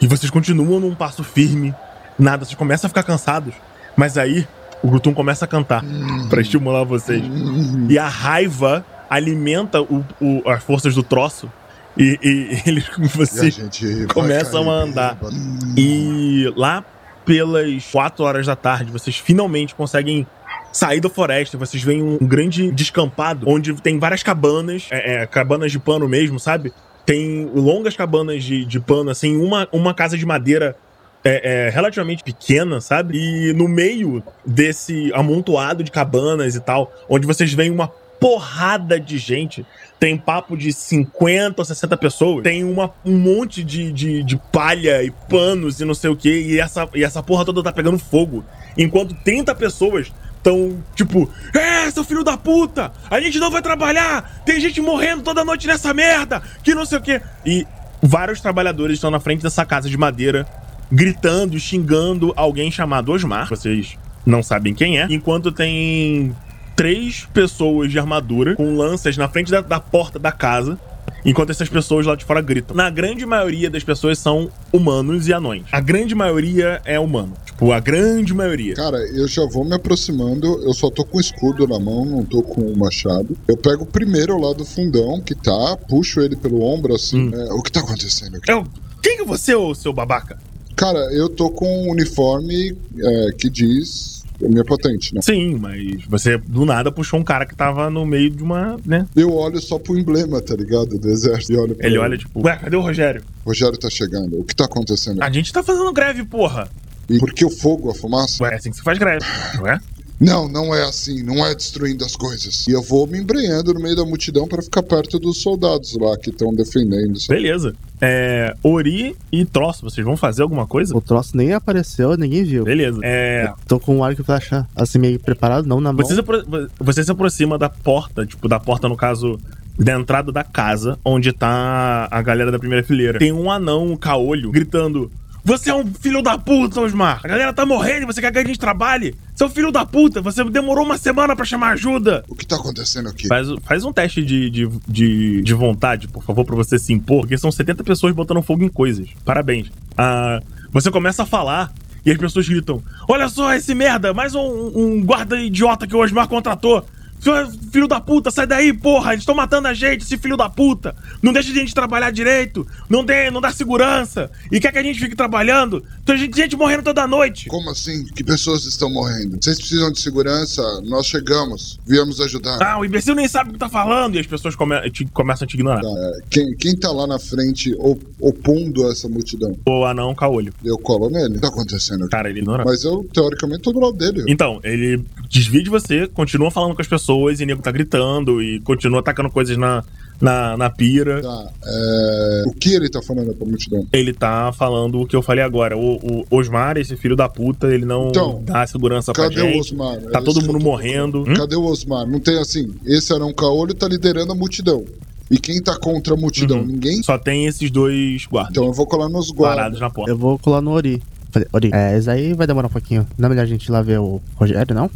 S1: E vocês continuam num passo firme. Nada, vocês começam a ficar cansados. Mas aí, o Grutum começa a cantar pra estimular vocês.
S2: Hum,
S1: E a raiva alimenta o- o- as forças do troço. E, e eles
S2: e a
S1: vocês
S2: gente vai
S1: começam
S2: cair
S1: a andar.
S2: bêbado.
S1: E lá pelas 4 horas da tarde, vocês finalmente conseguem sair da floresta. Vocês veem um grande descampado onde tem várias cabanas, é, é, cabanas de pano mesmo, sabe? Tem longas cabanas de, de pano, assim, uma, uma casa de madeira. é, é, relativamente pequena, sabe? E no meio desse amontoado de cabanas e tal, onde vocês veem uma porrada de gente, tem papo de 50 ou 60 pessoas, tem uma, um monte de, de, de palha e panos e não sei o que, e essa, e essa porra toda tá pegando fogo. Enquanto 30 pessoas estão tipo, é, seu filho da puta, a gente não vai trabalhar, tem gente morrendo toda noite nessa merda, que não sei o que. E vários trabalhadores estão na frente dessa casa de madeira, gritando, xingando alguém chamado Osmar, vocês não sabem quem é, enquanto tem três pessoas de armadura com lanças na frente da, da porta da casa, enquanto essas pessoas lá de fora gritam. Na grande maioria das pessoas são humanos e anões. A grande maioria é humano. Tipo, a grande maioria.
S2: Cara, eu já vou me aproximando, eu só tô com o escudo na mão, não tô com o machado. Eu pego o primeiro lá do fundão que tá, puxo ele pelo ombro assim.
S1: Hum.
S2: é, o que tá acontecendo aqui?
S1: Eu, quem que é você, ô seu babaca?
S2: Cara, eu tô com um uniforme é, que diz a minha patente, né?
S1: Sim, mas você do nada puxou um cara que tava no meio de uma, né?
S2: Eu olho só pro emblema, tá ligado? Do exército. E olho pra
S1: Ele olha tipo, ué, cadê o Rogério?
S2: Rogério tá chegando, o que tá acontecendo?
S1: A gente tá fazendo greve, porra.
S2: E por que o fogo, a fumaça?
S1: Ué, é assim que se faz greve, não é?
S2: Não, não é assim, não é destruindo as coisas. E eu vou me embrenhando no meio da multidão pra ficar perto dos soldados lá que estão defendendo.
S1: Beleza. É, Ori e Troço, vocês vão fazer alguma coisa?
S4: O troço nem apareceu, ninguém viu.
S1: Beleza. É,
S4: Tô com o arco e flecha assim meio preparado, não na mão.
S1: Você se, apro- você se aproxima da porta, tipo, da porta, no caso, da entrada da casa, onde tá a galera da primeira fileira. Tem um anão, um caolho, gritando: Você é um filho da puta, Osmar! A galera tá morrendo, você quer que a gente trabalhe? Seu filho da puta, você demorou uma semana pra chamar ajuda!
S2: O que tá acontecendo aqui?
S1: Faz, faz um teste de, de, de, de vontade, por favor, pra você se impor, porque são 70 pessoas botando fogo em coisas. Parabéns. Ah, você começa a falar e as pessoas gritam: Olha só esse merda, mais um, um guarda idiota que o Osmar contratou. Seu Filho da puta, sai daí, porra! Eles estão matando a gente, esse filho da puta! Não deixa a gente trabalhar direito! Não, tem, não dá segurança! E quer que a gente fique trabalhando? Tem gente, gente morrendo toda noite!
S2: Como assim? Que pessoas estão morrendo? Vocês precisam de segurança? Nós chegamos. Viemos ajudar.
S1: Ah, o imbecil nem sabe o que tá falando! E as pessoas come- te- começam a te ignorar.
S2: Quem, quem tá lá na frente op- opondo essa multidão?
S1: O anão "Ah, caolho.
S2: Eu colo nele. O que tá acontecendo aqui?
S1: Cara, ele ignora.
S2: Mas eu, teoricamente, tô do lado dele.
S1: Então, ele desvia de você, continua falando com as pessoas, e o nego tá gritando, e continua atacando coisas na, na, na pira.
S2: Tá, é... O que ele tá falando pra multidão?
S1: Ele tá falando o que eu falei agora. O, o Osmar, esse filho da puta, ele não
S2: Então,
S1: dá segurança pra
S2: Cadê o
S1: gente.
S2: Osmar? É
S1: Tá
S2: isso
S1: todo
S2: que eu
S1: mundo
S2: tô
S1: morrendo.
S2: um procurando. Cadê o Osmar? Não tem assim. Esse Arão Caolho tá liderando a multidão. E quem tá contra a multidão?
S1: Uhum.
S2: Ninguém?
S1: Só tem esses dois guardas
S2: Então eu vou colar nos guardas.
S1: parados na porta.
S4: Eu vou colar no Ori. Falei, Ori, é, isso aí vai demorar um pouquinho. Não é melhor a gente ir lá ver o Rogério, não?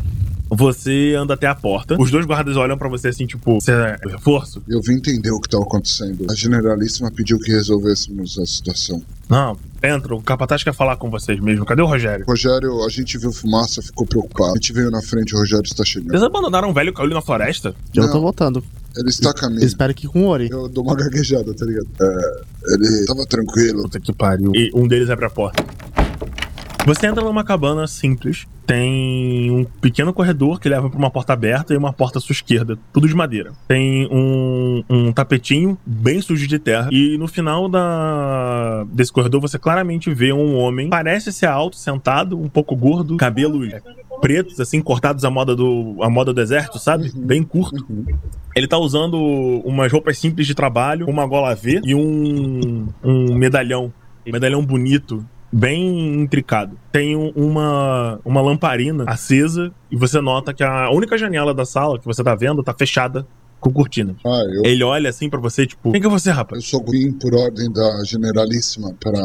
S1: Você anda até a porta. Os dois guardas olham pra você assim, tipo, você é reforço?
S2: Eu vim entender o que tava acontecendo. A generalíssima pediu que resolvêssemos a situação.
S1: Não, entra, o capataz quer falar com vocês mesmo. Cadê o Rogério?
S2: Rogério, a gente viu fumaça, ficou preocupado. A gente veio na frente, o Rogério está chegando.
S1: Vocês abandonaram um velho caolho na floresta?
S4: Eu
S2: Não.
S4: tô voltando.
S2: Ele está a caminho.
S4: Espero que com o Ori.
S2: Eu dou uma gaguejada, tá ligado? É, ele tava tranquilo.
S1: Puta que pariu. E um deles abre a porta. Você entra numa cabana simples. Tem um pequeno corredor que leva pra uma porta aberta e uma porta à sua esquerda. Tudo de madeira. Tem um, um tapetinho bem sujo de terra. E no final da, desse corredor você claramente vê um homem. Parece ser alto, sentado, um pouco gordo. Cabelos é, pretos, assim, cortados à moda do, à moda do exército, sabe? Bem curto. Ele tá usando umas roupas simples de trabalho, uma gola V e um, um medalhão. Um medalhão bonito, bem intricado. Tem um- uma, uma lamparina acesa e você nota que a única janela da sala que você tá vendo tá fechada com cortina.
S2: Ah, eu,
S1: Ele olha assim pra você, tipo, quem que é você, rapaz?
S2: eu sou ruim por ordem da generalíssima para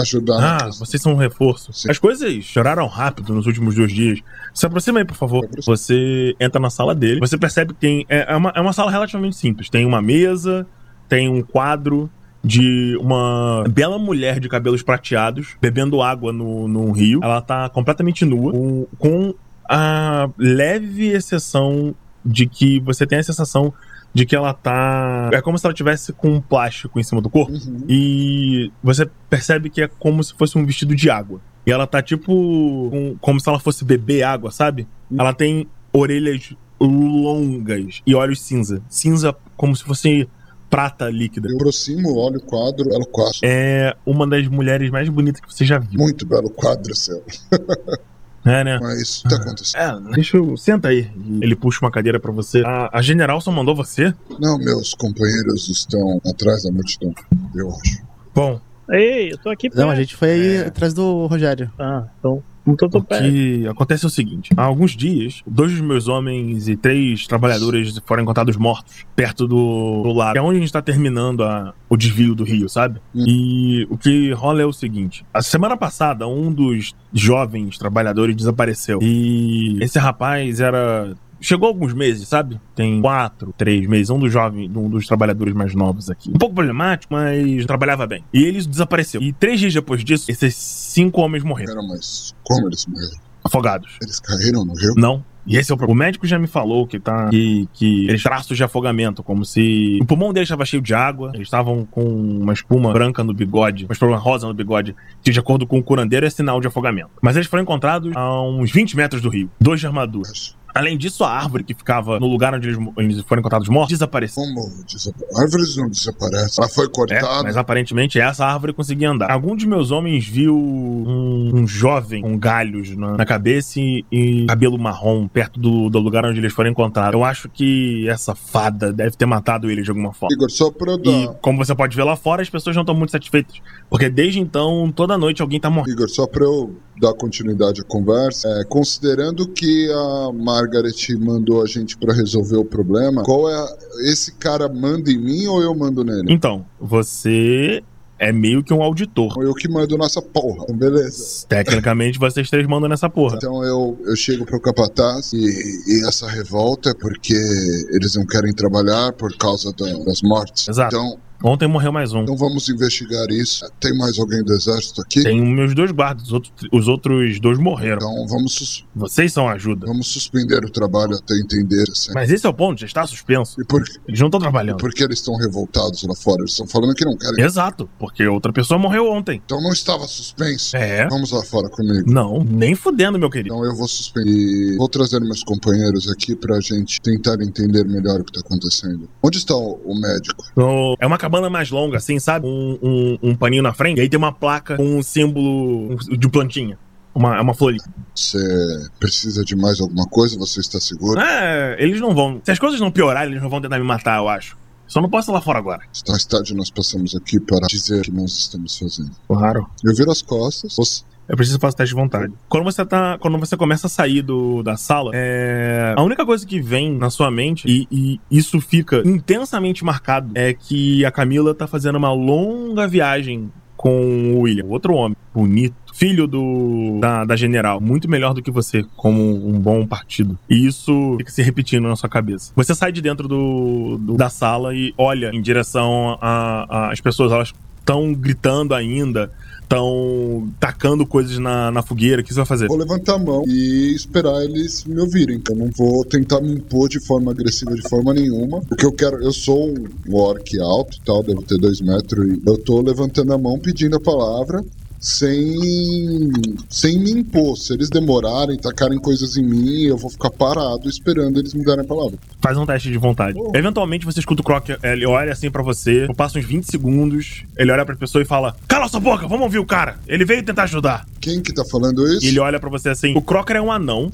S2: ajudar. né? Assim.
S1: Ah, vocês são um reforço.
S2: Sim.
S1: As coisas choraram rápido nos últimos dois dias. Se aproxima aí, por favor.
S2: Me aproximo.
S1: Você entra na sala dele. Você percebe que tem. É é uma, é uma sala relativamente simples. Tem uma mesa, tem um quadro de uma bela mulher de cabelos prateados bebendo água no, num rio. Ela tá completamente nua, com, com a leve exceção de que você tem a sensação de que ela tá. É como se ela tivesse com um plástico em cima do corpo.
S2: Uhum.
S1: E você percebe que é como se fosse um vestido de água. E ela tá tipo. com- como se ela fosse beber água, sabe? Ela tem orelhas longas e olhos cinza. Cinza como se fosse prata líquida.
S2: Eu aproximo, olho o quadro, belo quadro.
S1: É uma das mulheres mais bonitas que você já viu.
S2: Muito belo quadro, seu.
S1: É, né?
S2: Mas o que tá acontecendo?
S1: É, deixa eu. Senta aí. Ele puxa uma cadeira pra você. A, a general só mandou você?
S2: Não, meus companheiros estão atrás da multidão, eu acho.
S1: Bom,
S3: Ei, eu tô aqui pra.
S4: Não, a gente foi aí
S1: É.
S4: atrás do Rogério.
S3: Ah, então. Então tô
S1: O
S3: perto.
S1: que acontece é o seguinte: há alguns dias, dois dos meus homens e três trabalhadores foram encontrados mortos perto do, do lago. É onde a gente tá terminando a- o desvio do rio, sabe?
S2: Hum.
S1: E o que rola é o seguinte: a semana passada, um dos jovens trabalhadores desapareceu. E esse rapaz era. Chegou há alguns meses, sabe? Tem quatro, três meses. Um dos jovens, um dos trabalhadores mais novos aqui. Um pouco problemático, mas trabalhava bem. E ele desapareceu. E três dias depois disso, esses cinco homens morreram,
S2: Pera, mas como eles morreram?
S1: afogados.
S2: Eles caíram no rio?
S1: Não. E esse é o problema. O médico já me falou que tá. Que, que eles traços de afogamento, como se. O pulmão deles estava cheio de água, eles estavam com uma espuma branca no bigode, uma espuma rosa no bigode, que de acordo com o curandeiro é sinal de afogamento. Mas eles foram encontrados a uns 20 metros do rio, dois de armadura.
S2: Mas
S1: Além disso, a árvore que ficava no lugar onde eles, mo- eles foram encontrados mortos desapareceu.
S2: Como desaparecem? Árvores não desaparecem. Ela foi
S1: É,
S2: cortada.
S1: mas aparentemente essa árvore conseguia andar. Algum de meus homens viu um, um jovem com galhos na, na cabeça e, e cabelo marrom perto do, do lugar onde eles foram encontrados. Eu acho que essa fada deve ter matado eles de alguma forma.
S2: Igor, só pra eu
S1: E
S2: dar.
S1: como você pode ver lá fora, as pessoas não estão muito satisfeitas. Porque desde então, toda noite alguém tá morrendo.
S2: Igor, só pra eu dar continuidade à conversa, é, considerando que a Margaret mandou a gente pra resolver o problema, qual é. a- Esse cara manda em mim ou eu mando nele?
S1: Então, você é meio que um auditor.
S2: Eu que mando nessa porra. Então, beleza.
S1: Tecnicamente, vocês três mandam nessa porra.
S2: Então eu, eu chego pro capataz e, e essa revolta é porque eles não querem trabalhar por causa da- das mortes.
S1: Exato.
S2: Então,
S1: Ontem morreu mais um.
S2: então vamos investigar isso. Tem mais alguém do exército aqui?
S1: Tem meus dois guardas, os outros, os outros dois morreram.
S2: Então vamos, sus-
S1: Vocês são a ajuda.
S2: vamos suspender o trabalho até entender. Assim.
S1: Mas esse é o ponto, já está suspenso.
S2: E por, que-
S1: Eles não estão
S2: e
S1: trabalhando.
S2: por que eles estão revoltados lá fora? Eles estão falando que não querem.
S1: Exato, porque outra pessoa morreu ontem.
S2: Então não estava suspenso.
S1: É.
S2: Vamos lá fora comigo.
S1: Não, nem fudendo, meu querido.
S2: Então eu vou suspender. e Vou trazer meus companheiros aqui pra gente tentar entender melhor o que tá acontecendo. Onde está o, o médico?
S1: No- É uma cabana mais longa, assim, sabe? Um, um- um paninho na frente, e aí tem uma placa com um símbolo de plantinha. Uma, uma florinha.
S2: Você precisa de mais alguma coisa? Você está seguro?
S1: Ah, eles não vão. Se as coisas não piorarem, eles não vão tentar me matar, eu acho. Só não posso ir lá fora agora.
S2: Mais tarde nós passamos aqui para dizer o que nós estamos fazendo.
S1: Claro.
S2: Eu viro as costas. Você,
S1: É preciso que você faça o teste de vontade. Quando você, tá, quando você começa a sair do, da sala, é, a única coisa que vem na sua mente, e, e isso fica intensamente marcado, é que a Camila tá fazendo uma longa viagem com o William, outro homem bonito, filho do da, da general, muito melhor do que você, como um bom partido. E isso fica se repetindo na sua cabeça. Você sai de dentro do, do- da sala e olha em direção a- a- às pessoas, elas estão gritando ainda, estão tacando coisas na, na fogueira. O que você vai fazer?
S2: Vou levantar a mão e esperar eles me ouvirem. Eu não vou tentar me impor de forma agressiva de forma nenhuma. O que eu quero, eu sou um orc alto e tal, devo ter dois metros. E eu tô levantando a mão pedindo a palavra. Sem, sem me impor. Se eles demorarem, tacarem coisas em mim, eu vou ficar parado esperando eles me darem a palavra.
S1: Faz um teste de vontade. Eventualmente você escuta o Croc, ele olha assim pra você, passa uns 20 segundos, ele olha pra pessoa e fala: Cala sua boca, vamos ouvir o cara. Ele veio tentar ajudar.
S2: Quem que tá falando isso?
S1: E ele olha pra você assim. O Crocker é um anão,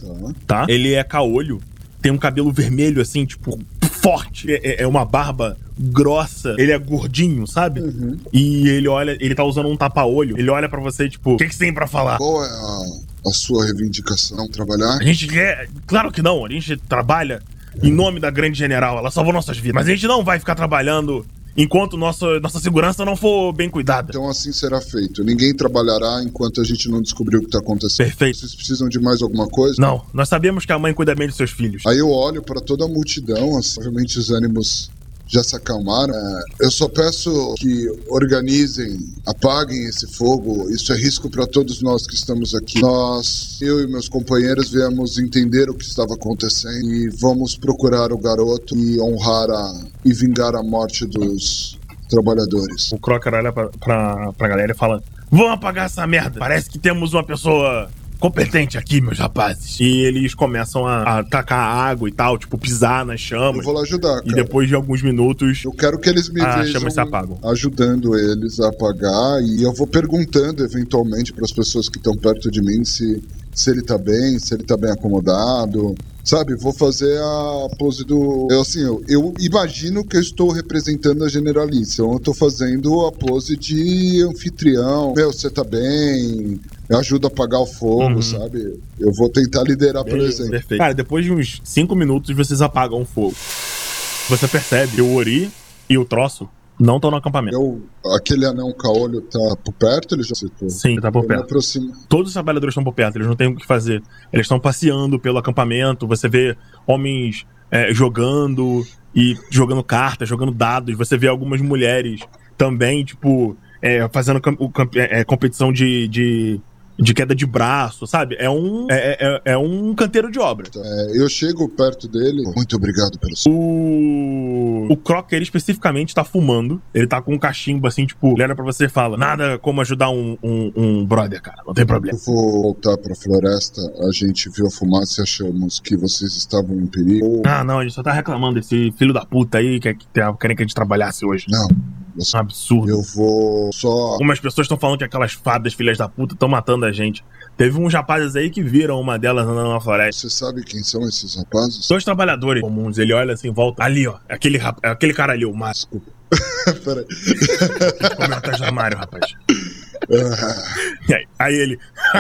S2: Tá.
S1: tá? Ele é caolho, tem um cabelo vermelho assim, tipo, forte. É, é- é uma barba grossa. Ele é gordinho, sabe?
S2: Uhum.
S1: E ele olha, ele tá usando um tapa-olho. Ele olha pra você tipo, o que, que você tem pra falar?
S2: Qual é a, a sua reivindicação? Trabalhar?
S1: A gente quer. Claro que não, a gente trabalha em nome da grande general, ela salvou nossas vidas. Mas a gente não vai ficar trabalhando enquanto nossa, nossa segurança não for bem cuidada.
S2: Então assim será feito. Ninguém trabalhará enquanto a gente não descobrir o que está acontecendo.
S1: Perfeito.
S2: Vocês precisam de mais alguma coisa?
S1: Não, nós sabemos que a mãe cuida bem dos seus filhos.
S2: Aí eu olho para toda a multidão, assim, obviamente os ânimos já se acalmaram. É, eu só peço que organizem, apaguem esse fogo. Isso é risco para todos nós que estamos aqui. Nós, eu e meus companheiros, viemos entender o que estava acontecendo e vamos procurar o garoto e honrar a, e vingar a morte dos trabalhadores.
S1: O Crocker olha pra, pra, pra galera e fala: Vão apagar essa merda! Parece que temos uma pessoa competente aqui, meus rapazes. E eles começam a, a tacar água e tal, tipo, pisar nas
S2: Eu
S1: chamas.
S2: vou lá ajudar,
S1: E
S2: cara.
S1: depois Ah, de alguns minutos,
S2: Eu quero que eles me
S1: as
S2: vejam
S1: chamas se apagam.
S2: ajudando eles a apagar e eu vou perguntando eventualmente para as pessoas que estão perto de mim se, se ele tá bem, se ele tá bem acomodado. Sabe, vou fazer a pose do. Eu, assim, eu, eu imagino que eu estou representando a generalice. Então eu tô fazendo a pose de anfitrião. Meu, você tá bem? Me ajuda a apagar o fogo,
S1: Uhum.
S2: sabe? Eu vou tentar liderar pelo exemplo.
S1: Perfeito. Cara, depois de uns 5 minutos, vocês apagam o fogo. Você percebe, o Ori e o Troço não estão no acampamento.
S2: Eu, aquele anão caolho tá por perto, ele já citou.
S1: Sim, ele tá por
S2: Eu me
S1: perto.
S2: aproximo.
S1: Todos os trabalhadores estão por perto, eles não têm o que fazer. Eles estão passeando pelo acampamento, você vê homens é, jogando e jogando cartas, jogando dados, você vê algumas mulheres também, tipo, é, fazendo cam- o camp- é, é, competição de, de, de queda de braço, sabe? É um, é, é- é um canteiro de obra.
S2: Eu chego perto dele. Muito obrigado pelo seu.
S1: O. O Crocker ele especificamente tá fumando. Ele tá com um cachimbo assim, tipo, ele olha pra você e fala: Nada como ajudar um, um, um brother, cara. Não tem problema.
S2: Eu vou voltar pra floresta. A gente viu a fumaça e achamos que vocês estavam em perigo.
S1: Ah, não, a gente só tá reclamando desse filho da puta aí que que tá querendo que a gente trabalhasse hoje.
S2: Não,
S1: Isso é um absurdo.
S2: eu vou só.
S1: Algumas pessoas estão falando que aquelas fadas filhas da puta estão matando a gente. Teve uns rapazes aí que viram uma delas andando na floresta.
S2: Você sabe quem são esses rapazes?
S1: Dois trabalhadores comuns, ele olha assim, volta. Ali, ó. é Aquele, rap- é aquele cara ali, o Márcio.
S2: Desculpa. Peraí.
S1: Como é atrás do armário, rapaz.
S2: Ah,
S1: E aí, aí ele.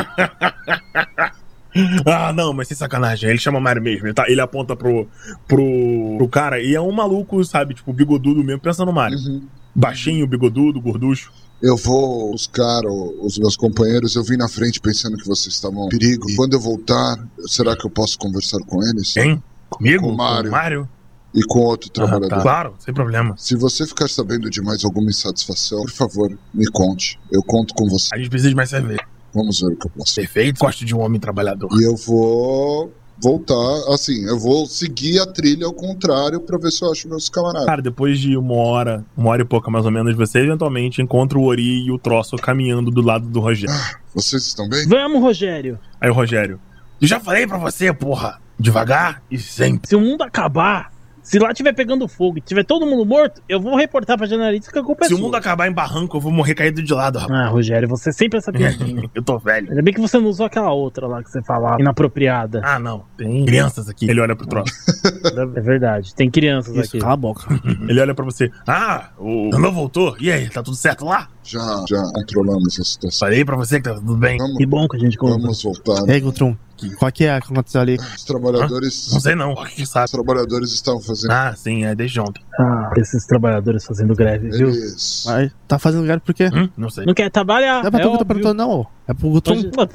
S1: ah, não, mas sem sacanagem. Ele chama Mario mesmo. Ele, tá- ele aponta pro, pro, pro cara e é um maluco, sabe? Tipo, bigodudo mesmo. Pensa no Mario.
S2: uhum.
S1: Baixinho, bigodudo, gorducho.
S2: Eu vou buscar o- os meus companheiros. Eu vim na frente pensando que vocês estavam em perigo. E quando eu voltar, será que eu posso conversar com eles?
S1: Hein? Comigo?
S2: Com o Mario. E com outro
S1: Ah,
S2: trabalhador?
S1: tá. Claro, sem problema.
S2: Se você ficar sabendo de mais alguma insatisfação, por favor, me conte. Eu conto com você.
S1: A gente precisa de mais cerveja.
S2: Vamos ver o que eu posso.
S1: Perfeito. Gosto de um homem trabalhador.
S2: E eu vou voltar, assim, eu vou seguir a trilha ao contrário pra ver se eu acho meus camaradas.
S1: Cara, depois de uma hora, uma hora e pouca mais ou menos, você eventualmente encontra o Ori e o Troço caminhando do lado do Rogério.
S2: Vocês estão bem?
S3: Vamos, Rogério.
S1: Aí o Rogério. Eu já falei pra você, porra. Devagar e sempre.
S3: Se o mundo acabar, Se lá tiver pegando fogo e tiver todo mundo morto, eu vou reportar pra jornalista que a culpa é
S1: Se o
S3: sua.
S1: mundo acabar em barranco, eu vou morrer caído de lado, rapaz.
S3: Ah, Rogério, você sempre é essa piadinha.
S1: Eu tô velho.
S3: Ainda bem que você não usou aquela outra lá que você falava, inapropriada.
S1: Ah, não. Tem crianças aqui. Ele olha pro troço.
S3: É verdade, tem crianças
S4: Isso,
S3: aqui.
S4: cala a boca.
S1: Ele olha pra você. Ah, o Dandan voltou. E aí, tá tudo certo lá?
S2: Já, já controlamos a situação.
S1: Falei pra você que tá tudo bem.
S2: Vamos,
S3: Que bom que a gente conta.
S2: vamos voltar. né?
S4: E aí, Gutrum? Qual que é que aconteceu ali?
S2: Os trabalhadores,
S1: Não sei não, o que que
S2: os
S1: sabe?
S2: trabalhadores estavam fazendo.
S1: Ah, sim, é desde ontem.
S3: Ah, esses trabalhadores fazendo greve, Ah, viu?
S2: Eles.
S4: Mas tá fazendo lugar por quê?
S1: Hum, não sei.
S3: Não quer trabalhar.
S4: Não é pra
S3: é
S4: tu que eu tô
S3: óbvio.
S4: perguntando, não. É pro Gutrum.
S3: Hoje- Pô,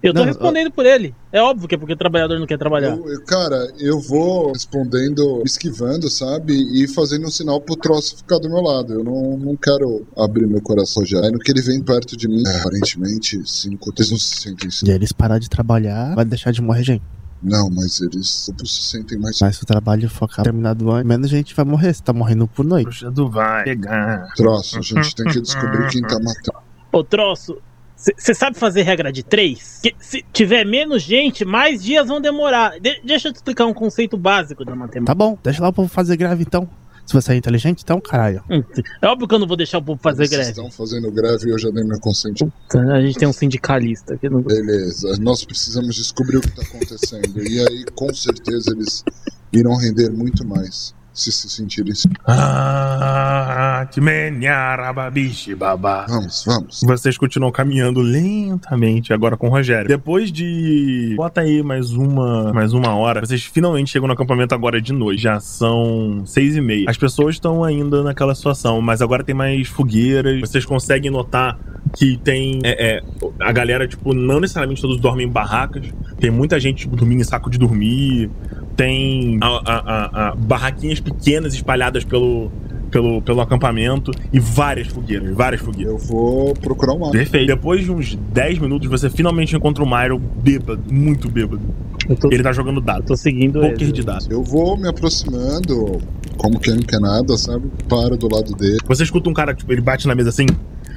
S3: Eu tô
S4: Não,
S3: respondendo por ele. É óbvio que é porque o trabalhador não quer trabalhar.
S2: Eu- eu- cara, eu vou respondendo, esquivando, sabe? E fazendo um sinal pro troço ficar do meu lado. Eu não, não quero abrir meu coração já. Aí no que ele vem perto de mim, é, aparentemente, cinco. Eles não se sentem
S4: E eles parar de trabalhar, vai deixar de morrer gente.
S2: Não, mas eles tipo, se sentem mais.
S4: Mas se o trabalho focar terminado antes, menos gente vai morrer. Você tá morrendo por noite.
S1: Bruxa do vai pegar.
S2: Troço, a gente tem que descobrir quem tá matando.
S3: Ô, troço, você sabe fazer regra de três? Que se tiver menos gente, mais dias vão demorar. De- deixa eu te explicar um conceito básico da matemática.
S4: Tá bom, deixa lá o povo fazer greve então. Se você é inteligente, então, caralho.
S3: Hum, É óbvio que eu não vou deixar o povo fazer
S2: Eles
S3: greve.
S2: estão fazendo greve e eu já dei meu consentimento.
S3: Tá, A gente tem um sindicalista que não.
S2: Beleza, nós precisamos descobrir o que tá acontecendo. e aí, com certeza, eles irão render muito mais se se sentirem. assim.
S1: Ah, tmeniarababishi babá.
S2: Vamos, vamos.
S1: Vocês continuam caminhando lentamente agora com o Rogério. Depois de. Bota aí mais uma, mais uma hora. Vocês finalmente chegam no acampamento agora de noite. Já são seis e meia. As pessoas estão ainda naquela situação, mas agora tem mais fogueiras. Vocês conseguem notar que tem. é, é, a galera, tipo, não necessariamente todos dormem em barracas. Tem muita gente tipo, dormindo em saco de dormir. Tem a- a- a- a- barraquinhas pequenas espalhadas pelo, pelo, pelo acampamento. E várias fogueiras, várias fogueiras.
S2: Eu vou procurar um mapa.
S1: Perfeito. Depois de uns 10 minutos, você finalmente encontra o Myron bêbado, muito bêbado.
S3: Eu tô,
S1: Ele tá jogando
S3: eu
S1: dado.
S3: tô seguindo
S1: Poker
S3: ele.
S1: de dado.
S2: Eu vou me aproximando, como quem não quer nada, sabe? Paro do lado dele.
S1: Você escuta um cara, tipo, ele bate na mesa assim: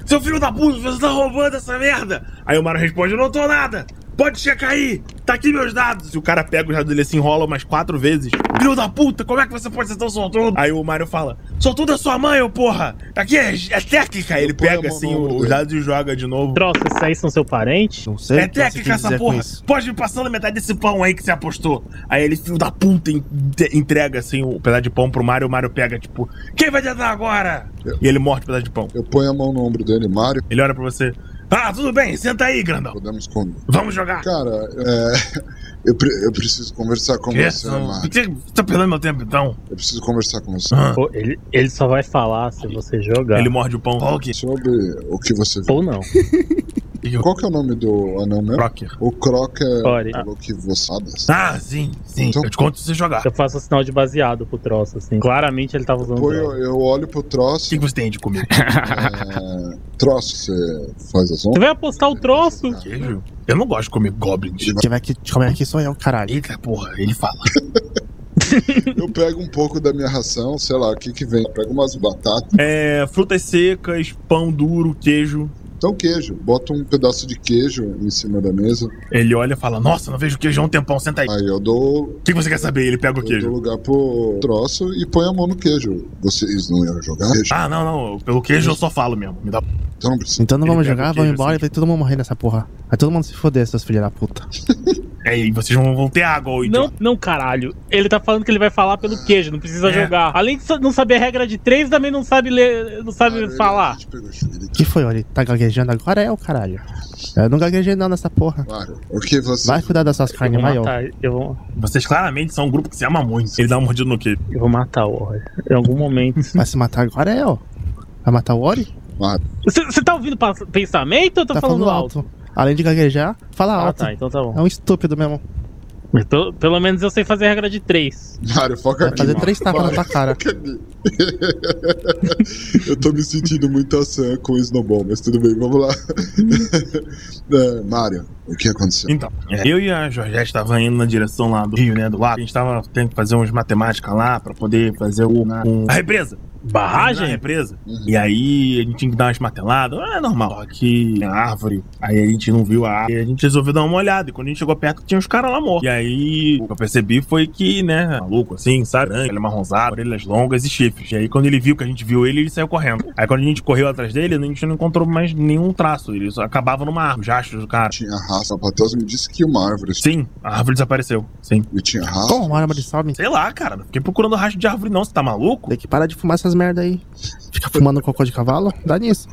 S1: Seu filho da puta, você tá roubando essa merda! Aí o Mario responde: Eu não tô nada! Pode checar aí! Tá aqui meus dados! E o cara pega os dados dele assim, enrola umas quatro vezes. Filho da puta, como é que você pode ser tão sortudo? Aí o Mario fala: Sortudo é sua mãe, ô porra! Aqui é, é técnica! Ele
S2: ponho a
S1: pega
S2: mão
S1: assim
S2: no ombro
S1: os
S2: dele.
S1: dados e joga de novo.
S3: Troço, esses aí são seu parente?
S4: Não sei.
S1: é
S4: o que você
S1: técnica
S4: quis
S1: essa
S4: dizer com
S1: porra.
S4: isso.
S1: Pode me passando metade desse pão aí que você apostou. Aí ele, filho da puta, en- te- entrega assim o pedaço de pão pro Mario. O Mario pega, tipo, quem vai tentar agora? E ele morde o pedaço de pão.
S2: Eu ponho a mão no ombro dele, Mário.
S1: Ele olha pra você. Ah, tudo bem, senta aí, grandão.
S2: Podemos comer.
S1: Vamos jogar.
S2: Cara, é, eu, pre- eu preciso conversar com
S1: Que?
S2: você,
S1: Por
S2: Mário.
S1: que você tá perdendo meu tempo então?
S2: Eu preciso conversar com você.
S1: Ah.
S3: Pô, ele, ele só vai falar se você jogar.
S1: Ele morde o pão.
S2: é?
S1: Rock.
S2: Sobre o que você viu.
S3: Ou não.
S2: Qual que é o nome do anão mesmo?
S1: Rocker.
S2: O é Crocker
S3: Sorry.
S2: falou que você.
S1: Ah, sim, sim.
S2: Então-
S1: Eu te conto se você jogar.
S3: Eu faço sinal de baseado pro troço, assim. Claramente ele tava usando.
S2: Pô,
S3: droga.
S2: eu, eu olho pro
S1: O
S2: troço.
S1: que que você tem de comer?
S2: é, troço, você faz as
S3: Você
S2: ondas?
S3: vai apostar o troço?
S1: Queijo? Eu não gosto de comer goblins.
S4: Quem vai que comer aqui sou eu, caralho.
S1: Eita porra, ele fala.
S2: Eu pego um pouco da minha ração, sei lá, o que que vem? Eu pego umas batatas.
S1: É, frutas secas, pão duro, queijo.
S2: Então, queijo. Bota um pedaço de queijo em cima da mesa.
S1: Ele olha e fala: Nossa, não vejo queijo há um tempão, senta aí.
S2: Aí eu dou
S1: O que você quer saber? Ele pega o
S2: Eu dou
S1: queijo.
S2: lugar pro troço e põe a mão no queijo. Vocês não iam jogar? Queijo?
S1: Ah, não, não. Pelo queijo eu só falo mesmo. Me dá...
S2: Então não precisa.
S4: Então não
S1: Ele
S4: vamos
S1: pega
S4: jogar,
S1: o queijo,
S4: vamos embora
S1: assim,
S4: e vai todo mundo morrer nessa porra. Vai todo mundo se foder, seus filhos da puta.
S1: É, e vocês vão vão ter água, ô
S3: Não,
S1: idiota.
S3: não, caralho. Ele tá falando que ele vai falar pelo queijo, não precisa
S1: É.
S3: jogar. Além de sa- não saber a regra de três, também não sabe ler, não sabe
S2: Cara, A
S3: falar.
S2: gente pegou o joelho.
S4: que foi, Oli? Tá gaguejando agora? É o caralho. Eu não gaguejei não nessa porra.
S2: Claro. O que você.
S4: Vai cuidar das suas carnes,
S3: vou
S4: vai, ó.
S3: matar, eu vou,
S1: Vocês claramente são um grupo que se ama muito. Ele dá uma mordida no queijo.
S3: eu vou matar o Orre. Em algum momento.
S4: Vai se matar agora, é, ó. Vai matar o Ori?
S3: Você tá ouvindo pas- pensamento ou eu tô
S4: Tá
S3: falando, alto?
S4: Além de gaguejar, fala
S3: Ah,
S4: alto.
S3: tá, então tá bom.
S4: É um estúpido mesmo.
S3: Mas pelo- pelo menos eu sei fazer a regra de três.
S2: Mário, foca
S4: Vai
S2: aqui.
S4: fazer
S2: Mário.
S4: três tapas na
S2: Mário,
S4: tua cara.
S2: foca aqui. Eu tô me sentindo muito ação com o Snowball, mas tudo bem, vamos lá. é, Mário, o que aconteceu?
S1: Então, é, eu e a Jorgette estavam indo na direção lá do Rio, né? Do lago. A gente tava tendo que fazer umas matemáticas lá pra poder fazer o, na- um- a represa. na
S3: Barragem?
S1: represa.
S2: Uhum.
S1: E aí a gente tinha que dar umas marteladas. Ah, é normal. Aqui tem a árvore. Aí a gente não viu a árvore. E a gente resolveu dar uma olhada. E quando a gente chegou perto, tinha uns caras lá mortos. E aí o que eu percebi foi que, né, maluco assim, sabe? Ele marronzado, orelhas longas e chifres. E aí quando ele viu que a gente viu ele, ele saiu correndo. Aí quando a gente correu atrás dele, a gente não encontrou mais nenhum traço. Ele só acabava numa árvore, os rastros do cara.
S2: Tinha rastro. Pateus me disse que uma árvore.
S1: Sim, a árvore desapareceu. Sim.
S2: E tinha rastro.
S4: Com uma arma de salme.
S1: Sei lá, cara. Não fiquei procurando rastro de árvore, não. Você tá maluco?
S4: Tem que parar de fumar essas merda aí. Fica fumando cocô de cavalo? Dá nisso.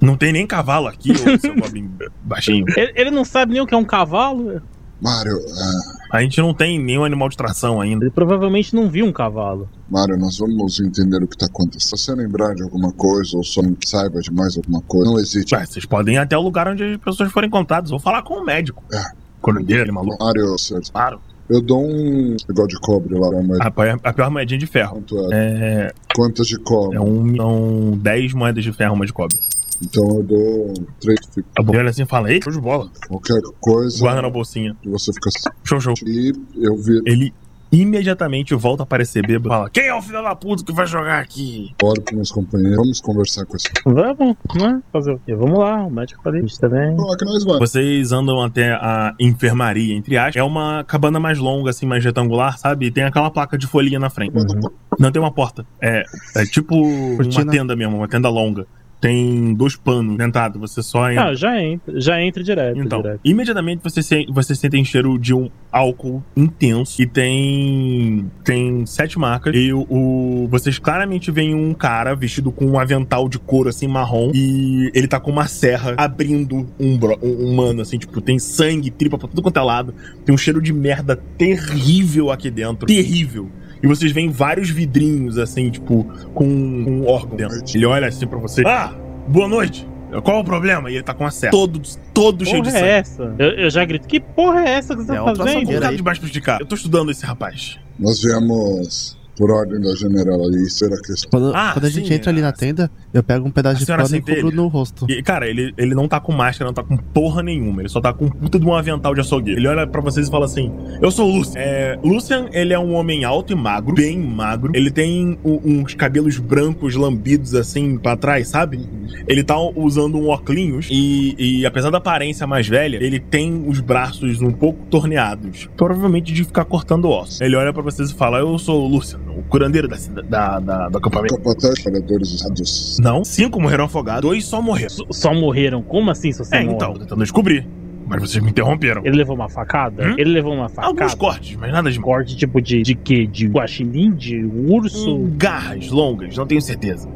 S1: Não tem nem cavalo aqui, ô seu Robin baixinho.
S3: Ele, ele não sabe nem o que é um cavalo?
S2: Mário, é,
S1: A gente não tem nenhum animal de tração ainda.
S3: Ele provavelmente não viu um cavalo.
S2: Mário, nós vamos entender o que tá acontecendo. Se você lembrar de alguma coisa ou só não saiba de mais alguma coisa, não hesite.
S1: Ué, vocês podem ir até o lugar onde as pessoas forem encontradas. Vou falar com o médico.
S2: É.
S1: Coronel, maluco.
S2: Mário, certo.
S1: Claro.
S2: Eu dou um negócio de cobre lá pra Mário.
S1: A, pi- a pior moedinha de ferro.
S2: Quanto é?
S1: É,
S2: Quantas de cobre?
S1: é um, são 10 moedas de ferro, uma de cobre.
S2: Então eu dou três. fica-
S1: Tá bom. Ele olha assim e fala, ei, show de bola.
S2: Qualquer coisa,
S1: Guarda na bolsinha.
S2: você fica
S1: Show, show.
S2: E eu vi
S1: Ele imediatamente volta a aparecer bêbado. Fala, quem é o filho da puta que vai jogar aqui?
S2: fora com meus companheiros. Vamos conversar com
S1: É.
S2: esse.
S3: Vamos, né? Fazer o quê? Vamos lá, o médico falou isso também.
S2: Como é que nós vamos?
S1: Vocês andam até a enfermaria, entre aspas. É uma cabana mais longa, assim, mais retangular, sabe? E tem aquela placa de folhinha na frente. Não tem uma porta. É, é tipo uma
S4: Cortina.
S1: tenda mesmo, uma tenda longa. Tem dois panos dentados, você só entra.
S3: Ah, já entra, já entra direto.
S1: então,
S3: direto.
S1: imediatamente você, se, você sentem cheiro de um álcool intenso e tem tem sete marcas e o, o- vocês claramente veem um cara vestido com um avental de couro assim marrom e ele tá com uma serra abrindo um, bro, um, um mano assim, tipo, tem sangue, tripa pra tudo quanto é lado. Tem um cheiro de merda terrível aqui dentro. Terrível. E vocês veem vários vidrinhos, assim, tipo, com, com órgão dentro. Ele olha assim pra você. Ah, boa noite. Qual o problema? E ele tá com a serra. Todo, todo cheio de
S3: Porra
S1: sangue.
S3: é essa? Eu, eu já grito, que porra é essa que você
S4: É
S3: tá
S1: Como
S4: outra
S1: o
S3: fazendo?
S4: açougueira.
S1: cara de baixo prejudicar? Eu tô estudando esse rapaz.
S2: Nós viemos por ordem da general ali. Será que isso
S4: Quando,
S1: Ah,
S4: quando a gente
S1: sim, é.
S4: entra ali na tenda, eu pego um
S1: A
S4: pedaço de
S1: senhora
S4: pano e
S1: sente
S4: cubro
S1: ele?
S4: no rosto.
S1: E, cara, ele, ele não tá com máscara, não tá com porra nenhuma. Ele só tá com um puta de um avental de açougueiro. Ele olha pra vocês e fala assim: Eu sou o Lucian. É, Lucian, ele é um homem alto e magro, bem magro. Ele tem u- uns cabelos brancos lambidos assim pra trás, sabe? Ele tá usando um óculos e, e, apesar da aparência mais velha, ele tem os braços um pouco torneados. Provavelmente de ficar cortando ossos. Ele olha pra vocês e fala: Eu sou o Lucian, o curandeiro da, cida- da, da, do acampamento.
S2: capataz trabalhadores usados?
S1: Não. Cinco morreram afogados, dois só morreram.
S3: S- Só morreram? Como assim, se você
S1: É,
S3: morre?
S1: então, tô tentando descobrir. Mas vocês me interromperam.
S3: Ele levou uma facada?
S1: Hum?
S3: Ele levou uma facada?
S1: Alguns cortes, mas nada de
S3: Corte tipo de, de quê? De guaxinim? De urso?
S1: Hum, Garras longas, não tenho certeza.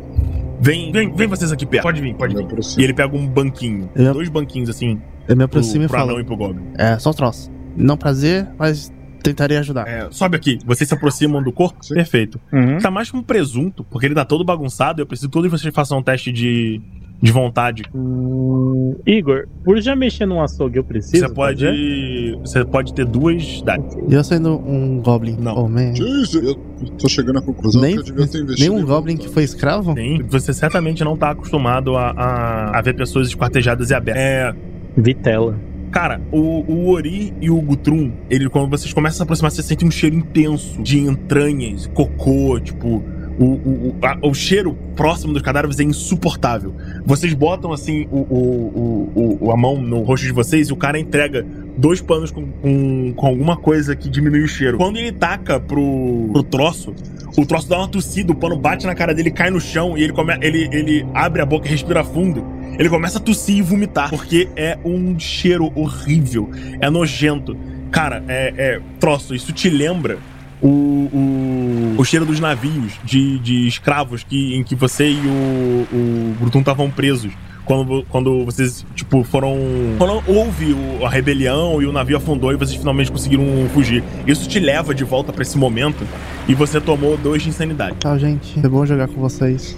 S1: Vem, vem, vem vocês aqui perto. Pode vir, pode
S2: Me
S1: vir. E
S2: aproximo.
S1: ele pega um banquinho,
S4: Eu-
S1: dois banquinhos assim,
S4: Eu me
S1: pro,
S4: aproximo e
S1: pro anão
S4: falo.
S1: e pro goblin.
S4: É, só um troço. Não prazer, mas tentarei ajudar.
S1: É, sobe aqui, vocês se aproximam do corpo?
S2: Sim.
S1: Perfeito.
S3: Uhum.
S1: Tá mais como presunto, porque ele tá todo bagunçado. Eu preciso que todos vocês façam um teste de, de vontade.
S3: Hum, Igor, por já mexer num açougue, eu preciso.
S1: você pode.
S3: fazer?
S1: Você pode ter duas dados.
S4: E eu sendo um goblin.
S1: Não.
S4: homem-
S2: Jesus, eu tô chegando à conclusão
S4: Nem-
S2: que eu devia ter investido.
S4: Nenhum
S2: em
S4: goblin que
S2: voltar.
S4: foi escravo?
S1: Sim, você certamente não tá acostumado a, a, a ver pessoas esquartejadas e abertas. É,
S3: Vitela.
S1: Cara, o, o Ori e o Gutrum, ele, quando vocês começam a se aproximar, você sente um cheiro intenso de entranhas, cocô, tipo. O, o, o, a- o cheiro próximo dos cadáveres é insuportável. Vocês botam assim o, o, o, o- a mão no rosto de vocês e o cara entrega dois panos com, com, com alguma coisa que diminui o cheiro. Quando ele taca pro, pro troço, o troço dá uma tossida, o pano bate na cara dele, cai no chão e ele, come, ele, ele abre a boca e respira fundo. Ele começa a tossir e vomitar, porque é um cheiro horrível, é nojento. Cara, é, é troço, isso te lembra o, o, o cheiro dos navios de, de escravos que, em que você e o, o Brutum estavam presos. Quando, vo- quando vocês, tipo, foram. Quando houve o- a rebelião e o navio afundou e vocês finalmente conseguiram fugir. Isso te leva de volta pra esse momento e você tomou dois de insanidade.
S4: Tchau, gente. É bom jogar com vocês.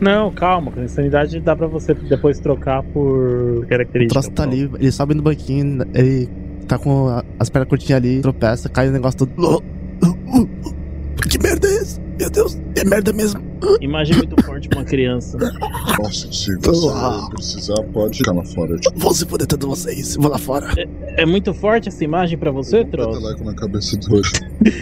S3: Não, calma, com a insanidade dá pra você depois trocar por
S4: O
S3: característica.
S4: troço tá ali, ele sobe no banquinho, ele tá com a- as pernas curtinhas ali, tropeça, cai o negócio todo. Que merda é essa? Meu Deus, é merda mesmo.
S3: Imagem muito forte pra uma criança.
S2: Nossa, se você precisar, pode ficar lá fora. Eu te
S4: Vou se poder tanto vocês. Vou lá fora.
S3: É muito forte essa imagem pra você, Troll?
S2: um peteleco na cabeça do roxo.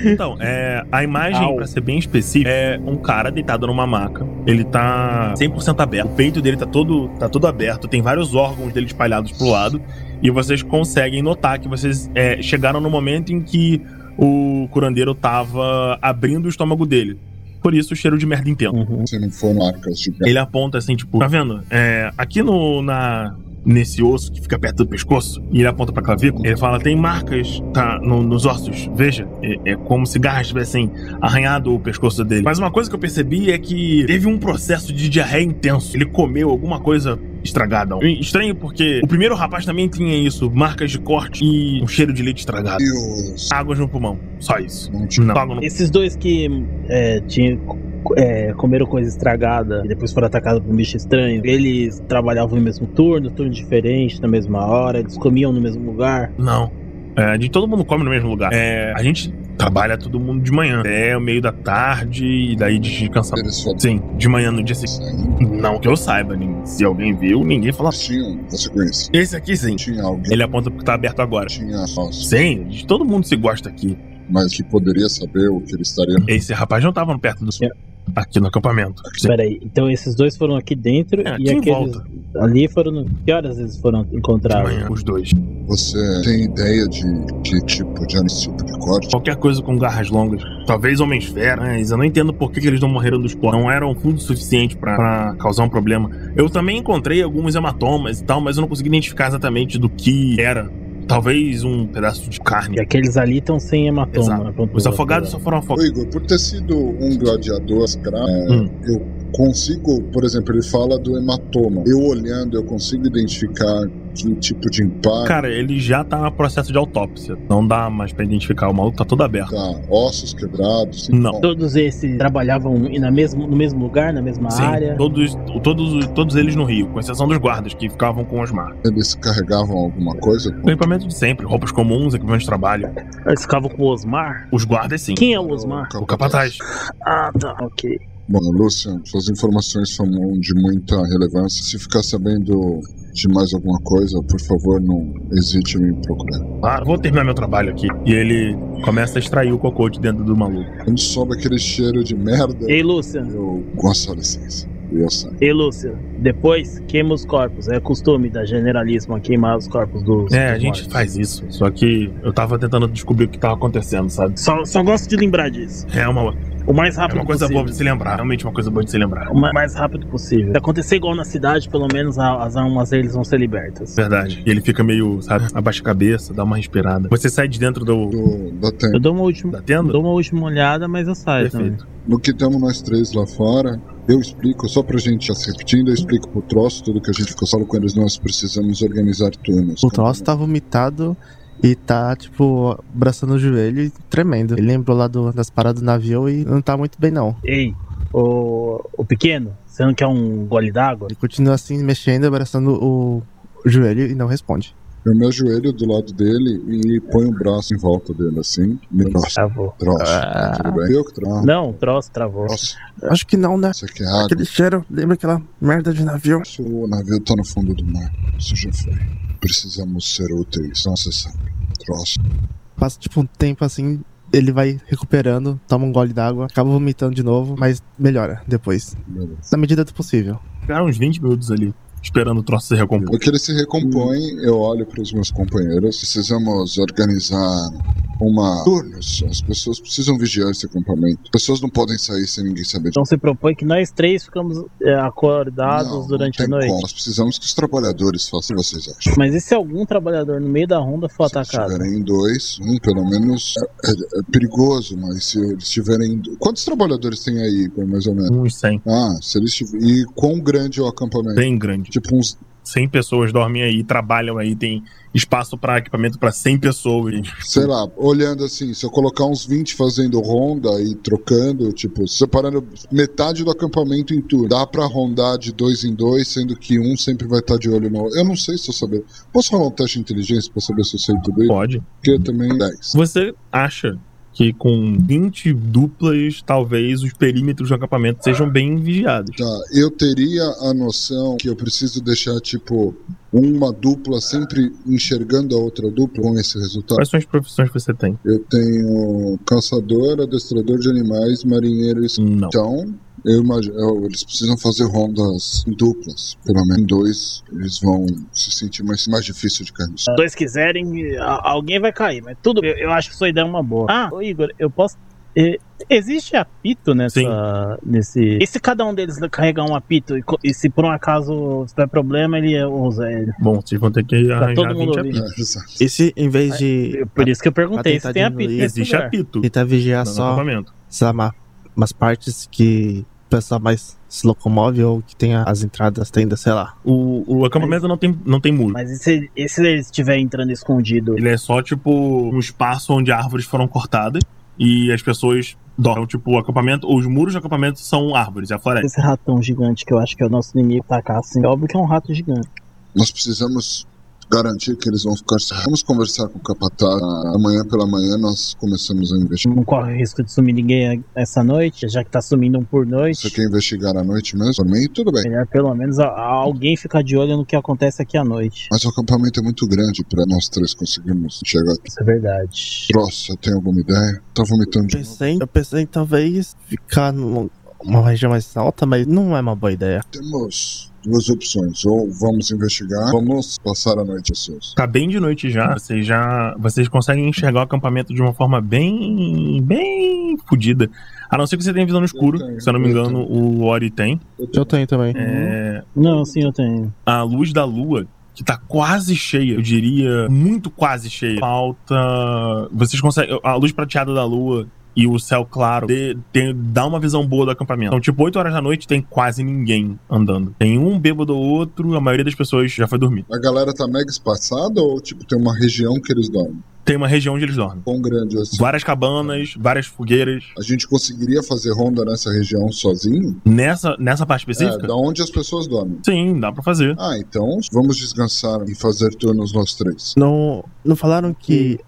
S1: Então, é, a imagem,
S3: Au.
S1: pra ser bem específica, é um cara deitado numa maca. Ele tá 100% aberto. O peito dele tá todo, tá todo aberto. Tem vários órgãos dele espalhados pro lado. E vocês conseguem notar que vocês é, chegaram no momento em que o curandeiro tava abrindo o estômago dele. Por isso, o cheiro de merda intenso.
S3: Uhum.
S2: Se não for marcas de
S1: Ele aponta assim, tipo, tá vendo? É, aqui no. Na, nesse osso que fica perto do pescoço, e ele aponta pra clavícula, ele fala: tem marcas tá, no- nos ossos. Veja, é, é como se garras tivessem arranhado o pescoço dele. Mas uma coisa que eu percebi é que teve um processo de diarreia intenso. Ele comeu alguma coisa. Estragada. E Estranho porque o primeiro rapaz também tinha isso: marcas de corte e um cheiro de leite estragado.
S2: E os.
S1: Águas no pulmão. Só isso.
S2: Não te
S1: Não. Água no
S3: Esses dois que é, tinha- é, comeram coisa estragada e depois foram atacados por um bicho estranho, eles trabalhavam no mesmo turno, turno diferente, na mesma hora, eles comiam no mesmo lugar.
S1: Não. É, de todo mundo come no mesmo lugar. É, a gente trabalha todo mundo de manhã. É o meio da tarde e daí descansa.
S2: eles foram
S1: Sim, de manhã no dia seguinte.
S2: saindo.
S1: Não que eu saiba, nin- se alguém viu, ninguém fala.
S2: Tinha, você conhecia.
S1: Esse aqui sim.
S2: Tinha alguém.
S1: Ele aponta porque tá aberto agora.
S2: Tinha nós,
S1: Sim, de todo mundo se gosta aqui.
S2: mas que poderia saber o que ele estaria.
S1: Esse rapaz não tava perto
S3: É.
S1: do. Aqui no acampamento. Sim.
S3: Peraí, então esses dois foram aqui dentro
S1: É, aqui
S3: e
S1: em
S3: aqueles
S1: volta,
S3: ali foram. no- Que horas eles foram
S1: de
S3: encontrados?
S1: manhã, os dois.
S2: Você tem ideia de que tipo de anistípio de corte?
S1: Qualquer coisa com garras longas. Talvez homens feras. Eu não entendo por que, que eles não morreram dos porcos. Não eram fundo suficiente pra- pra causar um problema. Eu também encontrei alguns hematomas e tal, mas eu não consegui identificar exatamente do que era. Talvez um pedaço de carne.
S3: E aqueles ali estão sem hematoma. né,
S1: Exato.
S3: apontou
S1: Os afogados
S3: o
S1: só foram
S2: Ô,
S1: afogados.
S2: Igor, por ter sido um gladiador escravo, é,
S1: Hum.
S2: eu consigo, por exemplo, ele fala do hematoma. Eu olhando, eu consigo identificar que tipo de impacto.
S1: Cara, ele já tá no processo de autópsia. Não dá mais pra identificar. O maluco tá todo aberto.
S2: Tá, ossos quebrados.
S1: Não.
S2: bom,
S3: Todos esses trabalhavam e na mesmo, no mesmo lugar, na mesma
S1: Sim,
S3: área.
S1: todos, todos, todos eles no Rio, com exceção dos guardas que ficavam com os marcas.
S2: Eles carregavam alguma coisa?
S1: O equipamento de sempre, roupas comuns, equipamento de trabalho.
S3: Eles ficavam com o Osmar.
S1: Os guardas, sim.
S3: Quem é o Osmar?
S1: O capataz.
S3: Ah, tá. Ok.
S2: Bom, Lúcia, suas informações são de muita relevância. Se ficar sabendo de mais alguma coisa, por favor, não hesite em me procurar.
S1: Claro, vou terminar meu trabalho aqui. E ele começa a extrair o cocô de dentro do maluco.
S2: Quando sobe aquele cheiro de merda,
S3: Ei, Lúcia.
S2: eu gosto da licença. E eu saio.
S3: Ei, Lúcia. Depois, queima os corpos. É costume da Generalíssima queimar os corpos dos.
S1: É, a
S3: dos
S1: gente
S3: mortos.
S1: faz isso. Só que eu tava tentando descobrir o que tava acontecendo, sabe?
S3: Só, só gosto de lembrar disso.
S1: É uma,
S3: O mais
S1: é
S3: rápido
S1: uma coisa
S3: possível.
S1: boa de se lembrar. Realmente uma coisa boa de se lembrar.
S3: O ma- mais rápido possível. Se acontecer igual na cidade, pelo menos a- as almas deles vão ser libertas.
S1: Verdade. E ele fica meio, sabe, abaixa a cabeça, dá uma respirada. Você sai de dentro do.
S2: Do, da tenda.
S3: Eu dou uma última,
S1: da tenda?
S3: dou uma última olhada, mas eu saio também.
S1: Perfeito.
S2: No que estamos nós três lá fora, eu explico, só pra gente já se repetindo, eu explico pro troço tudo que a gente ficou falando com eles, nós precisamos organizar turnos.
S4: O troço tá vomitado e tá, tipo, abraçando o joelho e tremendo. Ele lembrou lá do- das paradas do navio e não tá muito bem, não.
S3: Ei, o, o pequeno, você não quer um gole d'água?
S4: Ele continua assim, mexendo, abraçando o joelho e não responde.
S2: Eu me ajoelho do lado dele e ponho o braço em volta dele assim. Me troço,
S3: Travou.
S2: troço. tá
S4: Ah.
S2: Tudo bem? Eu que troço.
S3: Não, troço, travou.
S2: Troço.
S4: Acho que não, né?
S2: Isso aqui é água.
S4: Aquele cheiro, lembra aquela merda de navio?
S2: Isso, O navio tá no fundo do mar. Isso já foi. Precisamos ser úteis. Não se sabe. Troço.
S4: Passa, tipo, um tempo assim, ele vai recuperando, toma um gole d'água, acaba vomitando de novo, mas melhora depois.
S2: Beleza.
S4: Na medida do possível.
S1: Ficaram uns 20 minutos ali, esperando o troço se recompor.
S2: No que ele se recompõe, eu olho para os meus companheiros. Precisamos organizar uma turnos. As pessoas precisam vigiar esse acampamento. As pessoas não podem sair sem ninguém saber.
S3: Então se propõe que nós três ficamos é, acordados
S2: Não,
S3: durante
S2: não tem
S3: a noite.
S2: como. Nós precisamos que os trabalhadores façam o que vocês acham.
S3: Mas e se algum trabalhador no meio da ronda for Tá atacado?
S2: Se tiverem dois, um pelo menos é, é- é perigoso, mas se eles tiverem. do- Quantos trabalhadores tem aí, mais ou menos?
S1: Uns 100.
S2: Ah, se eles tiverem. E quão grande é o acampamento?
S1: Bem grande.
S2: Tipo uns
S1: 100 pessoas dormem aí, trabalham aí, tem espaço pra equipamento pra 100 pessoas.
S2: Sei lá, olhando assim, se eu colocar uns 20 fazendo ronda e trocando, tipo, separando metade do acampamento em turno, dá pra rondar de dois em dois, sendo que um sempre vai estar de olho no outro. Eu não sei se eu saber. Posso rolar um teste de inteligência pra saber se eu sei tudo isso?
S1: Pode.
S2: Porque também 10.
S1: Você acha que com 20 duplas, talvez os perímetros do acampamento sejam bem vigiados.
S2: Tá, eu teria a noção que eu preciso deixar, tipo, uma dupla sempre enxergando a outra dupla com esse resultado.
S1: Quais são as profissões que você tem?
S2: Eu tenho caçador, adestrador de animais, marinheiro e
S1: Não.
S2: Então, eu imagino, eu- eles precisam fazer rondas em duplas. Pelo menos dois, eles vão se sentir mais, mais difícil de cair.
S3: Se dois quiserem, a- alguém vai cair, mas tudo bem. Eu, eu acho que sua ideia é uma boa. Ah, ô Igor, eu posso. eh, Existe apito
S1: Sim.
S3: nessa, nesse. E se cada um deles carregar um apito e, co- e se por um acaso tiver problema, ele usa ele?
S1: Bom, vocês vão ter que arranjar
S3: Tá todo mundo
S1: 20
S3: ouvindo.
S1: apitos.
S2: É, exato.
S5: E se, em vez de
S3: Eu- Por isso que eu perguntei
S5: pra
S3: se tem
S5: tentar
S3: apito.
S5: diminuir,
S3: nesse
S1: Existe
S3: lugar.
S1: apito
S5: tentar vigiar
S1: no
S5: só
S1: acampamento.
S5: sei lá, uma- umas partes que o pessoal mais se locomove ou que tem as entradas, tenda, sei lá.
S1: O, o acampamento não tem, não tem muro.
S3: Mas e se, e se ele estiver entrando escondido?
S1: Ele é só, tipo, um espaço onde árvores foram cortadas e as pessoas dormem. Então, tipo, o acampamento, os muros do acampamento são árvores, é a floresta.
S3: Esse ratão gigante que eu acho que é o nosso inimigo tacar assim. É óbvio que é um rato gigante.
S2: Nós precisamos garantir que eles vão ficar. Vamos conversar com o Capataz. Amanhã pela manhã nós começamos a investigar.
S3: Não corre risco de sumir ninguém essa noite, já que tá sumindo um por noite.
S2: Você quer investigar à noite mesmo? Também tudo bem.
S3: Melhor É, né? pelo menos a- a alguém ficar de olho no que acontece aqui à noite.
S2: Mas o acampamento é muito grande para nós três conseguirmos chegar
S3: Isso é verdade.
S2: Troço, eu tenho alguma ideia? Tá vomitando de novo.
S5: Pensei, eu pensei em talvez ficar numa região mais alta, mas não é uma boa ideia.
S2: Temos duas opções. Ou vamos investigar, vamos passar a noite seus.
S1: Tá bem de noite já. Vocês já. Vocês conseguem enxergar o acampamento de uma forma bem. bem fodida. A não ser que você tenha visão no escuro.
S2: Eu tenho,
S1: se eu não me
S2: eu
S1: engano, o Ori tem.
S5: Eu tenho também.
S1: É,
S3: Não, sim, eu tenho.
S1: a luz da lua, que tá quase cheia, eu diria, muito quase cheia. Falta. Vocês conseguem. A luz prateada da lua. E o céu claro dê- tem- dá uma visão boa do acampamento. Então, tipo, 8 horas da noite tem quase ninguém andando. Tem um bêbado ou outro, a maioria das pessoas já foi dormir.
S2: A galera tá mega espaçada ou, tipo, tem uma região que eles dormem?
S1: Tem uma região onde eles dormem.
S2: Quão grande é assim?
S1: Várias cabanas, várias fogueiras.
S2: A gente conseguiria fazer ronda nessa região sozinho?
S1: Nessa, nessa parte específica?
S2: É, um- da onde as pessoas dormem.
S1: Sim, dá pra fazer.
S2: Ah, então vamos descansar e fazer turnos nós três.
S5: Não, não falaram que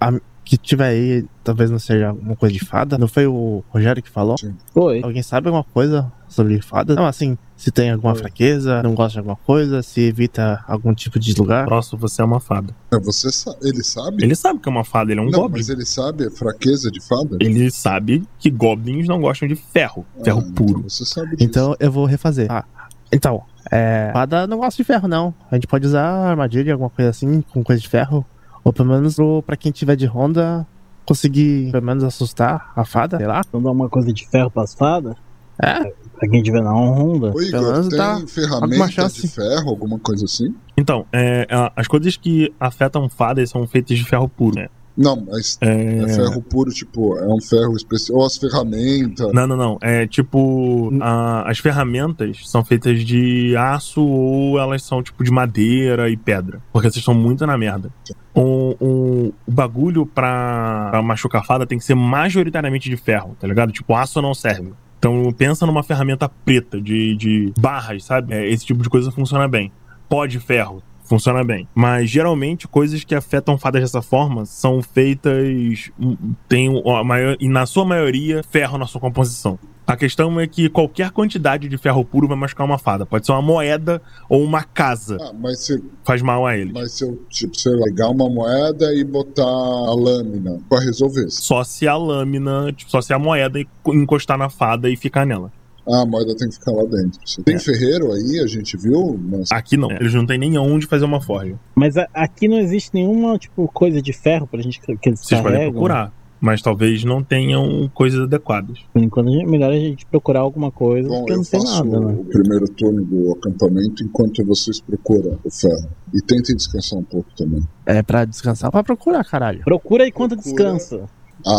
S5: a- que tiver aí, talvez não seja alguma coisa de fada? Não foi o Rogério que falou?
S3: Oi.
S5: Alguém sabe alguma coisa sobre fada? Não, assim, se tem alguma fraqueza, não gosta de alguma coisa, se evita algum tipo de lugar.
S1: Próximo, você é uma fada.
S2: É, você sabe. Ele sabe?
S1: Ele sabe que é uma fada, ele é um
S2: Não,
S1: goblin.
S2: mas ele sabe a fraqueza de fada?
S1: Ele sabe que goblins não gostam de ferro, ferro
S2: Ah, então
S1: puro.
S2: Você sabe disso.
S5: Então eu vou refazer. Ah, então, é, fada não gosta de ferro, não. A gente pode usar armadilha, alguma coisa assim, com coisa de ferro. Ou pelo menos pro- pra quem tiver de ronda, conseguir pelo menos assustar a fada, sei lá.
S3: Então dá uma coisa de ferro pras fadas?
S5: É.
S3: Pra quem tiver na honra.
S2: Ô,
S5: pelo
S2: Igor,
S5: menos
S2: tem
S5: dá alguma
S2: ferramenta
S5: chance.
S2: de ferro, alguma coisa assim?
S1: Então, é, a- as coisas que afetam fadas são feitas de ferro puro. né?
S2: Não, mas
S1: É,
S2: É ferro puro, tipo, é um ferro especial. Ou as ferramentas.
S1: Não, não, não. É tipo. a- as ferramentas são feitas de aço ou elas são tipo de madeira e pedra. Porque vocês estão muito na merda. Um, um- o bagulho pra, pra machucar fada tem que ser majoritariamente de ferro, tá ligado? Tipo, aço não serve. Então pensa numa ferramenta preta de, de barras, sabe? É, esse tipo de coisa funciona bem. Pó de ferro. Funciona bem. Mas geralmente coisas que afetam fadas dessa forma são feitas. hum, Tem, a maior, e na sua maioria, ferro na sua composição. A questão é que qualquer quantidade de ferro puro vai machucar uma fada. Pode ser uma moeda ou uma casa.
S2: Ah, mas se,
S1: Faz mal a ele.
S2: mas se eu, tipo, sei lá, pegar uma moeda e botar a lâmina pra resolver isso.
S1: Só se a lâmina, tipo, só se a moeda encostar na fada e ficar nela.
S2: Ah, a moeda tem que ficar lá dentro. Você
S3: É.
S2: Tem ferreiro aí, a gente viu? Mas
S1: Aqui não. Eles não têm nem onde fazer uma forja.
S3: Mas a- aqui não existe nenhuma, tipo, coisa de ferro pra gente que que eles
S1: Vocês podem
S3: carregam.
S1: procurar. Mas talvez não tenham coisas adequadas.
S3: Por enquanto, a gente- melhor a gente procurar alguma coisa,
S2: bom,
S3: porque
S2: eu
S3: não tem
S2: faço um-
S3: nada, né?
S2: o primeiro turno do acampamento enquanto vocês procuram o ferro. E tentem descansar um pouco também.
S5: É pra descansar, pra procurar, caralho.
S3: Procura enquanto
S2: Procura.
S3: descansa.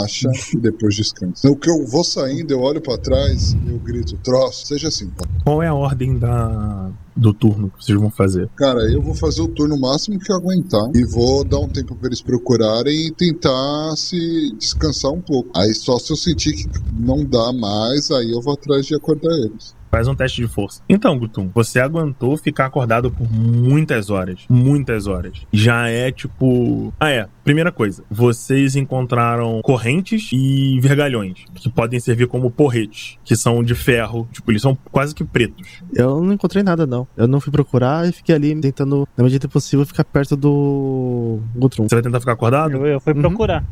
S2: Acha e depois descansa. No que eu vou saindo, eu olho pra trás, eu grito, troço, seja assim, pô.
S1: Qual é a ordem da... do turno que vocês vão fazer?
S2: Cara, eu vou fazer o turno máximo que eu aguentar e vou dar um tempo pra eles procurarem e tentar se descansar um pouco. Aí só se eu sentir que não dá mais, aí eu vou atrás de acordar eles.
S1: Faz um teste de força. Então, Gutum, você aguentou ficar acordado por muitas horas. Muitas horas. Já é tipo. Ah, é. Primeira coisa, vocês encontraram correntes e vergalhões, que podem servir como porretes, que são de ferro. Tipo, eles são quase que pretos.
S4: Eu não encontrei nada, não. Eu não fui procurar e fiquei ali tentando, na medida possível, ficar perto do Gutrum.
S1: Você vai tentar ficar acordado?
S3: Eu, eu fui
S4: Uhum.
S3: procurar.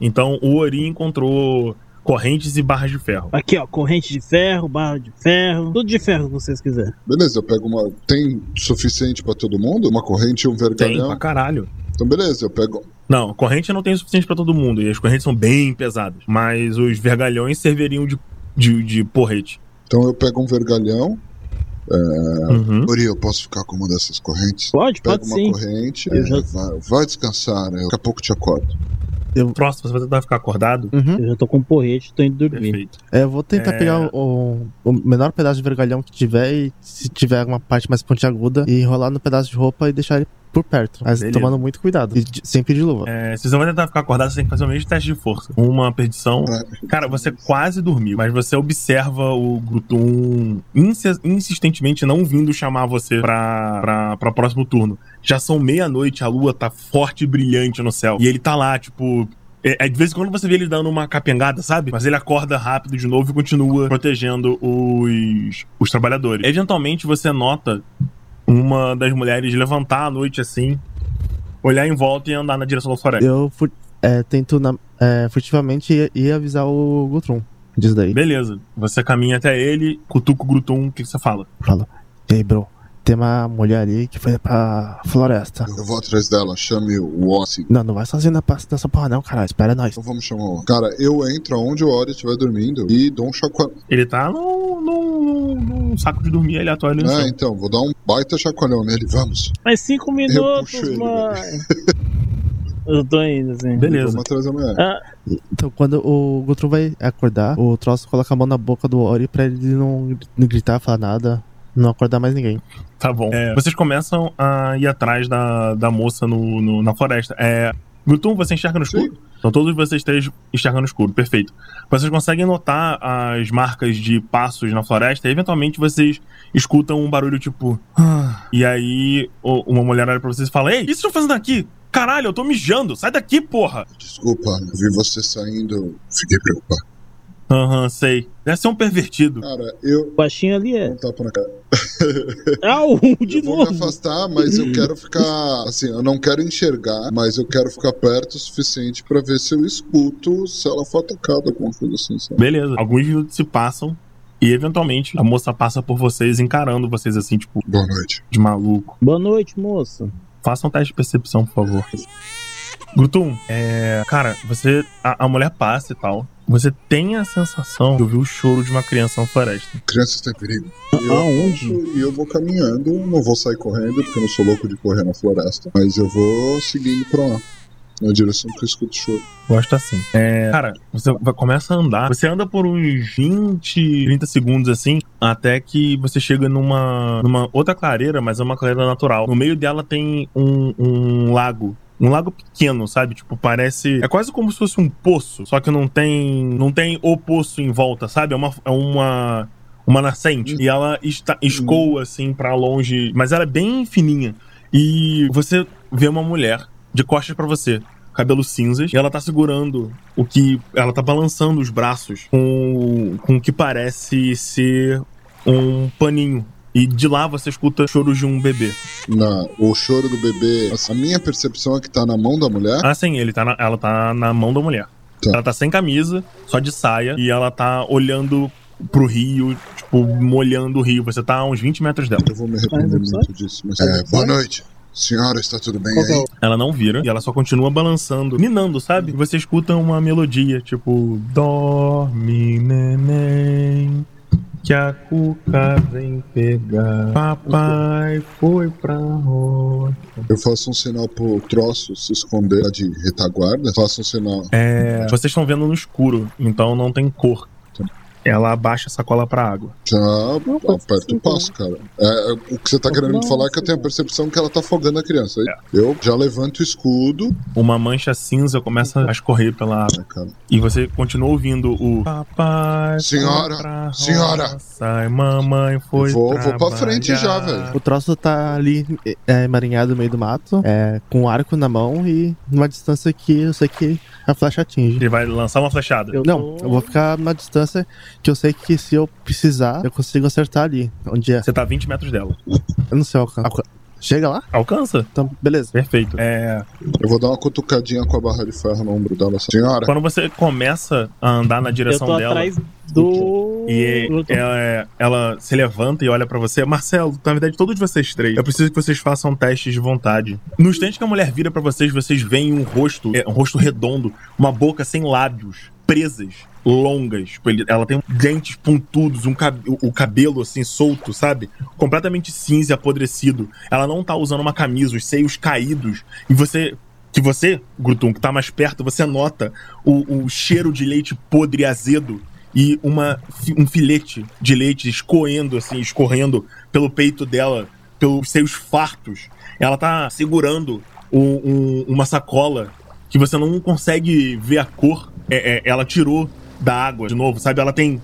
S1: Então, o Ori encontrou correntes e barras de ferro.
S3: Aqui, ó, corrente de ferro, barra de ferro, tudo de ferro que vocês quiserem.
S2: Beleza, eu pego uma. Tem suficiente pra todo mundo? Uma corrente e um
S1: Tem
S2: vergalhão?
S1: pra caralho.
S2: Então, beleza, eu pego.
S1: Não, corrente não tem o suficiente pra todo mundo, e as correntes são bem pesadas. Mas os vergalhões serviriam de, de, de porrete.
S2: Então, eu pego um vergalhão.
S1: Uhum.
S2: Ori, eu posso ficar com uma dessas correntes?
S3: Pode,
S2: Pego
S3: pode
S2: uma
S3: sim.
S2: corrente.
S3: Eu já-
S2: é, vai, vai descansar, né? eu daqui a pouco te acordo.
S1: Próximo, você vai tentar ficar acordado?
S4: Uhum.
S3: Eu já tô com um porrete, tô indo dormir.
S1: Perfeito.
S4: É, eu vou tentar
S1: É.
S4: pegar o, o menor pedaço de vergalhão que tiver e se tiver alguma parte mais pontiaguda e enrolar no pedaço de roupa e deixar ele por perto. Mas
S1: Beleza.
S4: tomando muito cuidado. E de- sempre de luva.
S1: É, se você vai tentar ficar acordado, você tem que fazer o mesmo teste de força. Uma perdição. Cara, você quase dormiu, mas você observa o Grutum insi- insistentemente não vindo chamar você pra, pra, pra próximo turno. Já são meia-noite, a lua tá forte e brilhante no céu. E ele tá lá, tipo. É, é de vez em quando você vê ele dando uma capengada, sabe? Mas ele acorda rápido de novo e continua protegendo os, os trabalhadores. Eventualmente você nota uma das mulheres levantar à noite assim, olhar em volta e andar na direção da floresta.
S4: Eu fu- é, tento na- é, furtivamente ir, ir avisar o Gutrum disso daí.
S1: Beleza, você caminha até ele, cutuca o Grutum, o que que você fala?
S4: E aí, bro, tem uma mulher ali que foi pra floresta.
S2: Eu vou atrás dela, chame o Ossi.
S4: Não, não vai sozinho na pa- nessa porra não, caralho. Espera nós.
S2: Então vamos chamar o Ossi. Cara, eu entro aonde o Ori estiver dormindo e dou um chacoalhão.
S1: Ele tá num, num, num saco de dormir aleatório ali no
S2: É,
S1: chão.
S2: então, vou dar um baita chacoalhão nele. Vamos.
S3: Mais cinco minutos,
S2: puxo ele, né?
S3: mais. Eu tô indo, assim.
S1: Beleza.
S2: Vamos atrás da mulher.
S4: Então, quando o Gutrum vai acordar, o troço coloca a mão na boca do Ori pra ele não gr- não gritar, falar nada, não acordar mais ninguém.
S1: Tá bom. É, vocês começam a ir atrás da, da moça no, no- na floresta. É, Grutum, você enxerga no escuro? Então todos vocês três enxergam no escuro, perfeito. Vocês conseguem notar as marcas de passos na floresta e eventualmente vocês escutam um barulho tipo. "Ah". E aí o- uma mulher olha pra vocês e fala: Ei, o que vocês estão fazendo aqui? Caralho, eu tô mijando, sai daqui, porra!
S2: Desculpa, eu vi você saindo. Fiquei preocupado.
S1: Aham, sei. Deve ser um pervertido.
S2: Cara, eu.
S3: O baixinho ali é.
S2: Um tapa na cara.
S3: Au! De
S2: eu vou me
S3: novo!
S2: afastar, mas eu quero ficar. Assim, eu não quero enxergar, mas eu quero ficar perto o suficiente pra ver se eu escuto se ela for atacada, alguma coisa assim, sabe?
S1: Beleza. Alguns minutos se passam e, eventualmente, a moça passa por vocês, encarando vocês assim, tipo,
S2: Boa noite.
S1: de maluco.
S3: Boa noite, moço.
S1: Faça um teste de percepção, por favor. Grutum, é. Cara, você. A, a mulher passa e tal. Você tem a sensação de ouvir o choro de uma criança na floresta.
S2: Crianças têm perigo.
S3: Ah, Aonde?
S2: E eu vou caminhando, não vou sair correndo, porque eu não sou louco de correr na floresta. Mas eu vou seguindo pra lá. Na direção que eu escuto choro.
S1: Gosto assim. É. Cara, você vai- começa a andar. Você anda por uns 20, 30 segundos assim, até que você chega numa, numa outra clareira, mas é uma clareira natural. No meio dela tem um, um lago. Um lago pequeno, sabe? Tipo, parece. É quase como se fosse um poço. Só que não tem. Não tem o poço em volta, sabe? É uma. É uma uma nascente. E ela está, escoa, assim, pra longe. Mas ela é bem fininha. E você vê uma mulher de costas pra você cabelos cinzas, e ela tá segurando o que. Ela tá balançando os braços com, com o que parece ser um paninho. E de lá você escuta choros de um bebê.
S2: Na, o choro do bebê. assim, a minha percepção é que tá na mão da mulher.
S1: Ah, sim, ele tá na- ela tá na mão da mulher.
S2: Tá.
S1: Ela tá sem camisa, só de saia, e ela tá olhando pro rio, tipo, molhando o rio. Você tá a uns 20 metros dela.
S2: Eu vou me arrepender
S3: Mas,
S2: muito disso. Mas... É, boa noite. Senhora, está tudo bem
S3: é
S2: aí?
S1: Ela não vira, e ela só continua balançando, ninando, sabe? E você escuta uma melodia, tipo... Dorme, neném, que a cuca vem pegar. Papai foi pra roça.
S2: Eu faço um sinal pro troço se esconder lá de retaguarda. Faço um sinal.
S1: É, vocês estão vendo no escuro, então não tem cor. Ela abaixa a sacola pra água.
S2: Tá, aperta o
S3: sentido.
S2: passo, cara. É, o que você tá querendo me falar é que eu tenho a percepção que ela tá afogando a criança. aí. Eu já levanto o escudo.
S1: Uma mancha cinza começa a escorrer pela água.
S2: É, cara.
S1: E você continua ouvindo o Papai. foi
S2: Senhora,
S1: pra
S2: senhora.
S1: roça e mamãe foi.
S2: Vou- vou pra
S1: trabalhar.
S2: frente já, velho.
S4: O troço tá ali é, emaranhado no meio do mato, é, com um arco na mão e numa distância que eu sei que a flecha atinge.
S1: Ele vai lançar uma flechada.
S3: Eu
S4: Não,
S3: tô-
S4: eu vou ficar numa distância que eu sei que se eu precisar, eu consigo acertar ali. Onde é?
S1: Você tá a 20 metros dela.
S4: Eu não sei alcançar. Ah, Chega lá?
S1: Alcança?
S4: Então, beleza.
S1: Perfeito. É,
S2: Eu vou dar uma cutucadinha com a barra de ferro no ombro dela. assim, Senhora,
S1: quando você começa a andar na
S3: Eu
S1: direção
S3: tô
S1: dela.
S3: atrás do.
S1: E
S3: do-
S1: ela, é- ela se levanta e olha pra você. Marcelo, na verdade, todos vocês três, eu preciso que vocês façam testes de vontade. No instante que a mulher vira pra vocês, vocês veem um rosto, é, um rosto redondo, uma boca sem lábios, presas, longas. Tipo, ele- Ela tem dentes pontudos, um cab- o o cabelo assim solto, sabe? Completamente cinza, e apodrecido. Ela não tá usando uma camisa, os seios caídos. E você. Que você, Grutum, que tá mais perto, você nota o- o cheiro de leite podre e azedo e uma, fi- um filete de leite escorrendo, assim, escorrendo pelo peito dela, pelos seios fartos. Ela tá segurando um- um- uma sacola que você não consegue ver a cor. É- é, ela tirou da água de novo, sabe? Ela tem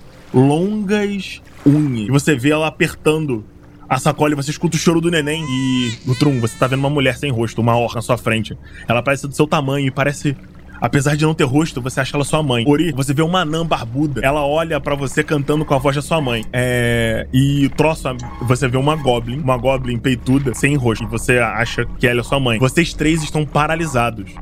S1: longas unhas. E você vê ela apertando a sacola e você escuta o choro do neném. E, Gutrum, você tá vendo uma mulher sem rosto, uma orca na sua frente. Ela parece do seu tamanho e parece Apesar de não ter rosto, você acha ela sua mãe. Ori, você vê uma anã barbuda. Ela olha pra você cantando com a voz da sua mãe. É. E o troço, você vê uma goblin, uma goblin peituda, sem rosto. E você acha que ela é sua mãe. Vocês três estão paralisados.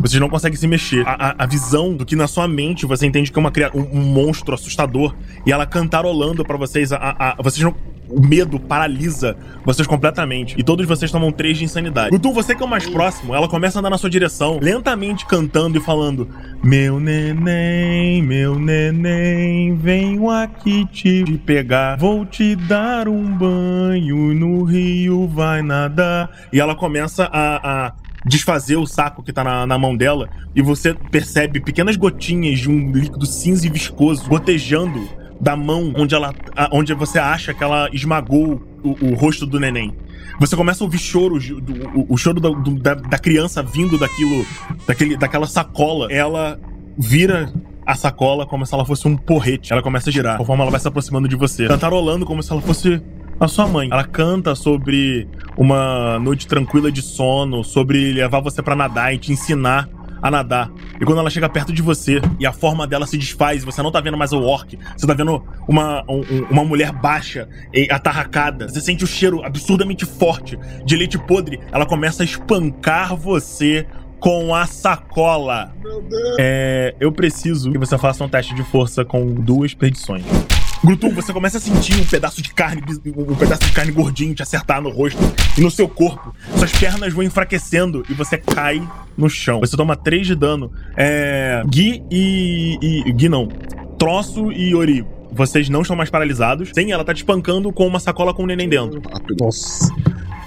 S1: Vocês não conseguem se mexer. A, a- a visão do que na sua mente você entende que é uma cria- um, um monstro assustador. E ela cantarolando pra vocês. A, a- a- vocês não. O medo paralisa vocês completamente. E todos vocês tomam três de insanidade. Gutu, você que é o mais próximo, ela começa a andar na sua direção, lentamente cantando e falando: Meu neném, meu neném, venho aqui te pegar. Vou te dar um banho no rio, vai nadar. E ela começa a. a desfazer o saco que tá na, na mão dela e você percebe pequenas gotinhas de um líquido cinza e viscoso gotejando da mão onde ela a- onde você acha que ela esmagou o, o rosto do neném. Você começa a ouvir choro, ju- do- o, o choro da, do- da, da criança vindo daquilo, daquele, daquela sacola. Ela vira a sacola como se ela fosse um porrete. Ela começa a girar, conforme ela vai se aproximando de você, cantarolando como se ela fosse a sua mãe. Ela canta sobre uma noite tranquila de sono, sobre levar você pra nadar e te ensinar a nadar. E quando ela chega perto de você e a forma dela se desfaz, você não tá vendo mais o orc, você tá vendo uma, um- um- uma mulher baixa e atarracada. Você sente o cheiro absurdamente forte de leite podre. Ela começa a espancar você com a sacola. É, eu preciso que você faça um teste de força com duas perdições. Grutum, você começa a sentir um pedaço de carne, bis- um pedaço de carne gordinho te acertar no rosto e no seu corpo. Suas pernas vão enfraquecendo e você cai no chão. Você toma 3 de dano. É. Gui e. e Gui não. Troço e Ori. Vocês não estão mais paralisados. Sim, ela tá te espancando com uma sacola com o neném dentro.
S2: rápido.
S3: Nossa.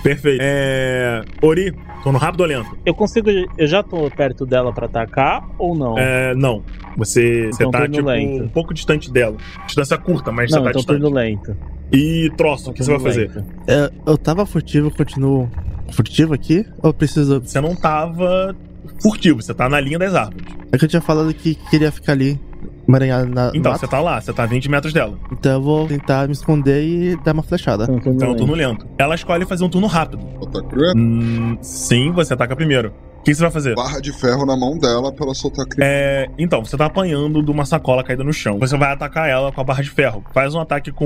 S1: Perfeito. É. Ori, tô no rápido ou lento?
S3: Eu consigo. Eu já tô perto dela pra atacar ou não?
S1: É, não. Você, você
S3: Então,
S1: tá,
S3: turno
S1: tipo,
S3: lento.
S1: um pouco distante dela. Distância curta, mas
S3: não,
S1: você tá
S3: então tô
S1: distante.
S3: indo lento.
S1: E troço, o que você vai fazer?
S4: É, eu tava furtivo, eu continuo furtivo aqui? Ou eu preciso.
S1: Você não tava furtivo, você tá na linha das árvores.
S4: É que eu tinha falado que queria ficar ali, emaranhado na. no
S1: Então,
S4: mato.
S1: você tá lá, você tá a 20 metros dela.
S4: Então eu vou tentar me esconder e dar uma flechada.
S3: Então, tô indo
S1: Então é um
S3: lento.
S1: turno lento. Ela escolhe fazer um turno rápido.
S2: Tá cruel.
S1: Hum, sim, você ataca primeiro. O que você vai fazer?
S2: Barra de ferro na mão dela pra ela soltar a criança.
S1: É, então, você tá apanhando de uma sacola caída no chão. Você vai atacar ela com a barra de ferro. Faz um ataque com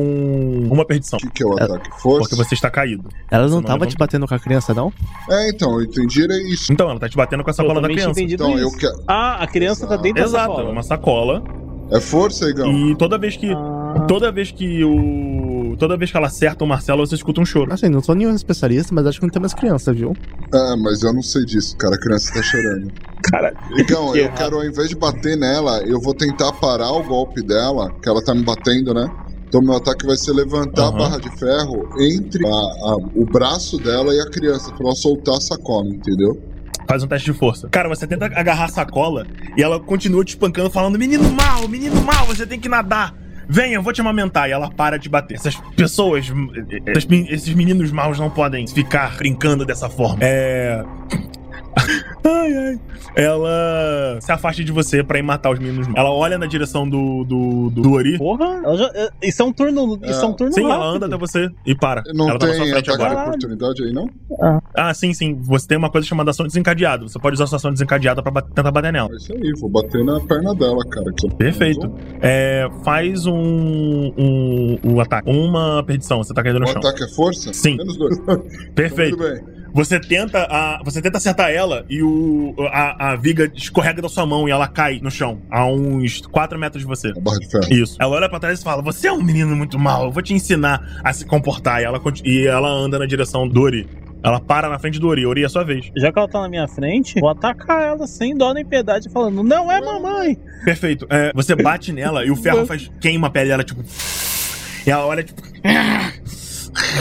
S1: uma perdição.
S2: O que, que é o ataque? Força?
S1: Porque você está caído.
S4: Ela
S1: Você
S4: não
S1: não
S4: tava te
S1: levantou?
S4: batendo com a criança, não?
S2: É, então, eu entendi, era isso.
S1: Então, ela tá te batendo com a sacola da
S3: Totalmente
S1: criança.
S3: entendido
S2: Então, eu
S3: isso.
S2: quero.
S3: Ah, a criança tá dentro da
S1: Exato, é
S3: sacola.
S1: uma sacola.
S2: É força, Igão?
S4: Então.
S1: E toda vez que.
S3: Ah,
S1: Toda vez que o. Toda vez que ela acerta o Marcelo, você escuta um choro.
S4: Assim, não sou nenhum especialista, mas acho que não tem mais criança, viu?
S2: É, mas eu não sei disso, cara. A criança tá chorando.
S3: Caralho.
S2: Igão,
S3: Que
S2: eu
S3: errado.
S2: quero, ao invés de bater nela, eu vou tentar parar o golpe dela, que ela tá me batendo, né? Então meu ataque vai ser levantar
S1: Aham.
S2: a barra de ferro entre a- a- o braço dela e a criança, pra ela soltar a sacola, entendeu?
S1: Faz um teste de força. Cara, você tenta agarrar a sacola e ela continua te espancando, falando: Menino mal, menino mal, você tem que nadar. Vem, eu vou te amamentar. E ela para de bater. Essas pessoas, essas men- esses meninos maus não podem ficar brincando dessa forma. É. Ai, ai. Ela se afasta de você pra ir matar os meninos. maus. Ela olha na direção do, do, do, do Ori.
S3: Porra! Ela já- é- isso é um turno. Isso é um turno
S1: Sim, ela
S3: rápido.
S1: anda até você e para.
S2: Não
S1: ela tá na sua
S2: tem
S1: frente
S2: ataque
S1: agora.
S2: de oportunidade aí, não?
S1: Ah, sim, sim. Você tem uma coisa chamada ação desencadeada. Você pode usar sua ação desencadeada pra bat- tentar bater nela.
S2: É isso aí, vou bater na perna dela, cara. que eu-
S1: Perfeito. É, faz um, um, um ataque. Uma perdição. Você tá caindo
S2: O
S1: no chão.
S2: ataque é força?
S1: Sim.
S2: Menos dois.
S1: Perfeito.
S2: Então, tudo bem.
S1: Você tenta, a, você tenta acertar ela e o, a, a viga escorrega da sua mão e ela cai no chão, a uns 4 metros de você.
S2: A barra de ferro.
S1: Isso. Ela olha pra trás e fala: Você é um menino muito mal, eu vou te ensinar a se comportar. E ela, conti- e ela anda na direção do Ori. Ela para na frente do Ori. Ori é a sua vez.
S3: Já que ela tá na minha frente, vou atacar ela sem dó nem piedade, falando: Não é mamãe!
S1: Perfeito. É, você bate nela e o ferro faz queima a pele dela, tipo. E ela olha, tipo. "Ah,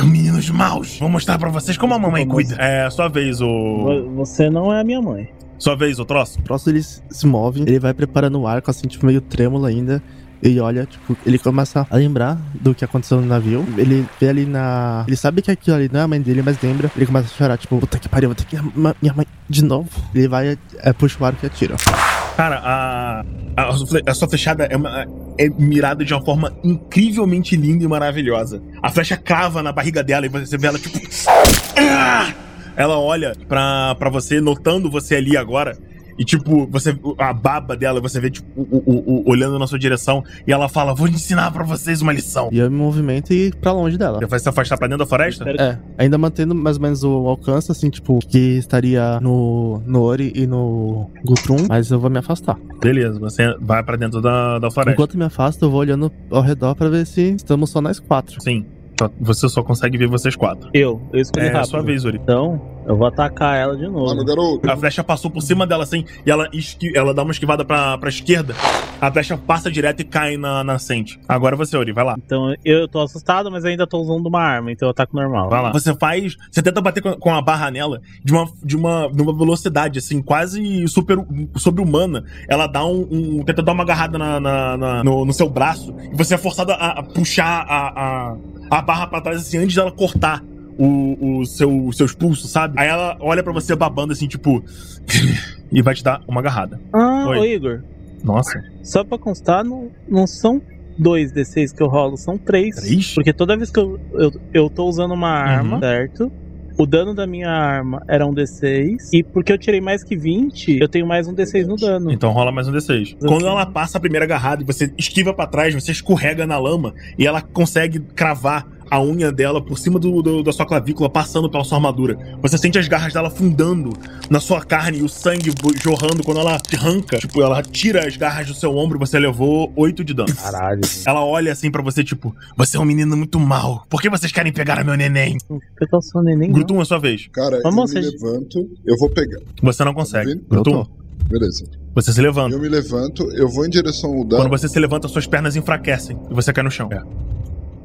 S1: Meninos maus, vou mostrar pra vocês como a mamãe cuida. É, sua vez, o.
S3: Vo- Você não é a minha mãe.
S1: Sua vez, o troço.
S4: O troço ele s- se move, ele vai preparando o arco, assim, tipo, meio trêmulo ainda. Ele olha, tipo, ele começa a lembrar do que aconteceu no navio. Ele vê ali na. Ele sabe que aquilo ali não é a mãe dele, mas lembra. Ele começa a chorar, tipo, puta que pariu, vou ter que ir ma- minha mãe de novo. Ele vai, é, puxa o arco e atira.
S1: Cara, a, a, a sua fle- a sua flechada é, uma- é mirada de uma forma incrivelmente linda e maravilhosa. A flecha crava na barriga dela e você vê ela tipo. Ah! Ela olha pra, pra você, notando você ali agora. E tipo, você a baba dela, você vê tipo, o- o- o- olhando na sua direção. E ela fala: Vou ensinar pra vocês uma lição.
S4: E eu me movimento e ir pra longe dela.
S1: Você vai se afastar pra dentro da floresta?
S3: Espero
S4: É, ainda mantendo mais ou menos o alcance, assim, tipo, que estaria no, no Ori e no Guthrum, mas eu vou me afastar.
S1: Beleza, você vai pra dentro da, da floresta.
S4: Enquanto me afasto, eu vou olhando ao redor pra ver se estamos só nós quatro.
S1: Sim, só- você só consegue ver vocês quatro.
S3: que eu, eu escolhi
S1: É a
S3: rápido.
S1: sua vez, Uri.
S3: Então, eu vou atacar ela de
S2: Ah, meu
S3: novo.
S2: garoto.
S1: A flecha passou por cima dela assim e ela, esqui- ela dá uma esquivada pra, pra esquerda. A flecha passa direto e cai na na nascente. Agora você, Ori, vai lá.
S3: Então, eu tô assustado, mas ainda tô usando uma arma, então eu ataco normal.
S1: Vai lá. Você faz. Você tenta bater com com a barra nela de uma, de uma, de uma velocidade, assim, quase super sobre-humana. Ela dá um, um- Tenta dar uma agarrada na, na- na- no, no seu braço. E você é forçado a, a puxar a, a, a barra pra trás, assim, antes dela cortar. O, o seu, os seus pulsos, sabe? Aí ela olha pra você babando assim, tipo. e vai te dar uma agarrada.
S3: Ah,
S1: Oi.
S3: ô Igor,
S1: Nossa.
S3: só pra constar, não, não são dois D6 que eu rolo, são três.
S1: Três? Uhum.
S3: Porque toda vez que eu, eu, eu tô usando uma arma, certo? O dano da minha arma era um D6. E porque eu tirei mais que 20, eu tenho mais um D6 no dano.
S1: Então rola mais um D6. Quando ela passa a primeira agarrada e você esquiva pra trás, você escorrega na lama e ela consegue cravar a unha dela por cima do, do- da sua clavícula, passando pela sua armadura. Você sente as garras dela fundando na sua carne e o sangue bo- jorrando quando ela te arranca. Tipo, ela tira as garras do seu ombro, você levou 8 de dano.
S3: Caralho.
S1: Ela olha assim pra você, tipo, você é um menino muito mal. Por que vocês querem pegar a meu neném?
S3: Eu tô só neném. não.
S1: Grutum, é sua vez.
S2: Cara, eu
S3: Vamos,
S2: me
S3: vocês-
S2: levanto, eu vou pegar.
S1: Você não consegue.
S4: Eu
S1: Grutum,
S2: Beleza.
S1: você se levanta.
S2: Eu me levanto, eu vou em direção ao
S1: Quando
S2: dano.
S1: você se levanta, suas pernas enfraquecem e você cai no chão.
S2: É.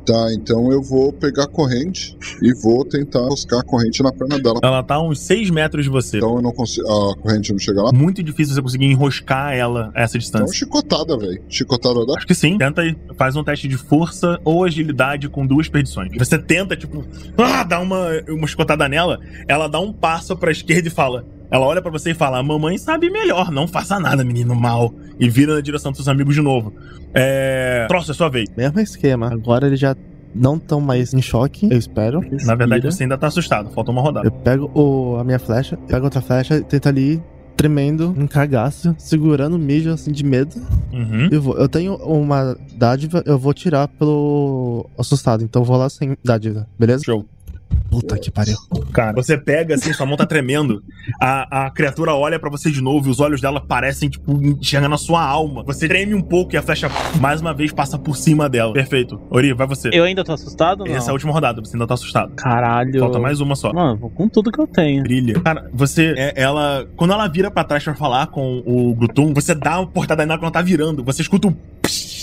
S2: Tá, então eu vou pegar a corrente e vou tentar buscar a corrente na perna dela.
S1: Ela tá a uns 6 metros de você.
S2: Então eu não consigo. A corrente não chega lá.
S1: Muito difícil você conseguir enroscar ela a essa
S2: Então
S1: distância.
S2: chicotada, velho. Chicotada dá.
S1: Acho que sim. Tenta aí. Faz um teste de força ou agilidade com duas perdições. Você tenta, tipo, ah, dar uma, uma escotada nela, ela dá um passo pra esquerda e fala. Ela olha pra você e fala: Mamãe sabe melhor, não faça nada, menino mal. E vira na direção dos seus amigos de novo. É. Troça, é sua vez.
S4: Mesmo esquema. Agora eles já não estão mais em choque, eu espero.
S1: Na verdade,
S4: Respira.
S1: você ainda tá assustado. Falta uma rodada.
S4: Eu pego o- a minha flecha, eu pego outra flecha, tento ali, tremendo, um cagaço, segurando o mijo, assim, de medo.
S1: Uhum.
S4: Eu, vou, eu tenho uma dádiva, eu vou tirar pelo assustado, então eu vou lá sem dádiva, beleza?
S1: Show.
S4: Puta que pariu.
S1: Cara, você pega assim, sua mão tá tremendo. A, a criatura olha pra você de novo e os olhos dela parecem, tipo, enxergando na sua alma. Você treme um pouco e a flecha mais uma vez passa por cima dela. Perfeito. Ori, vai você.
S3: Eu ainda tô assustado? Não.
S1: Essa é a última rodada, você ainda tá assustado.
S3: Caralho.
S1: Falta mais um. uma só.
S3: Mano, vou com tudo que eu tenho.
S1: Brilha. Cara, você. é- ela. Quando ela vira pra trás pra falar com o Grutum, você dá uma portada nela quando ela tá virando. Você escuta um. psh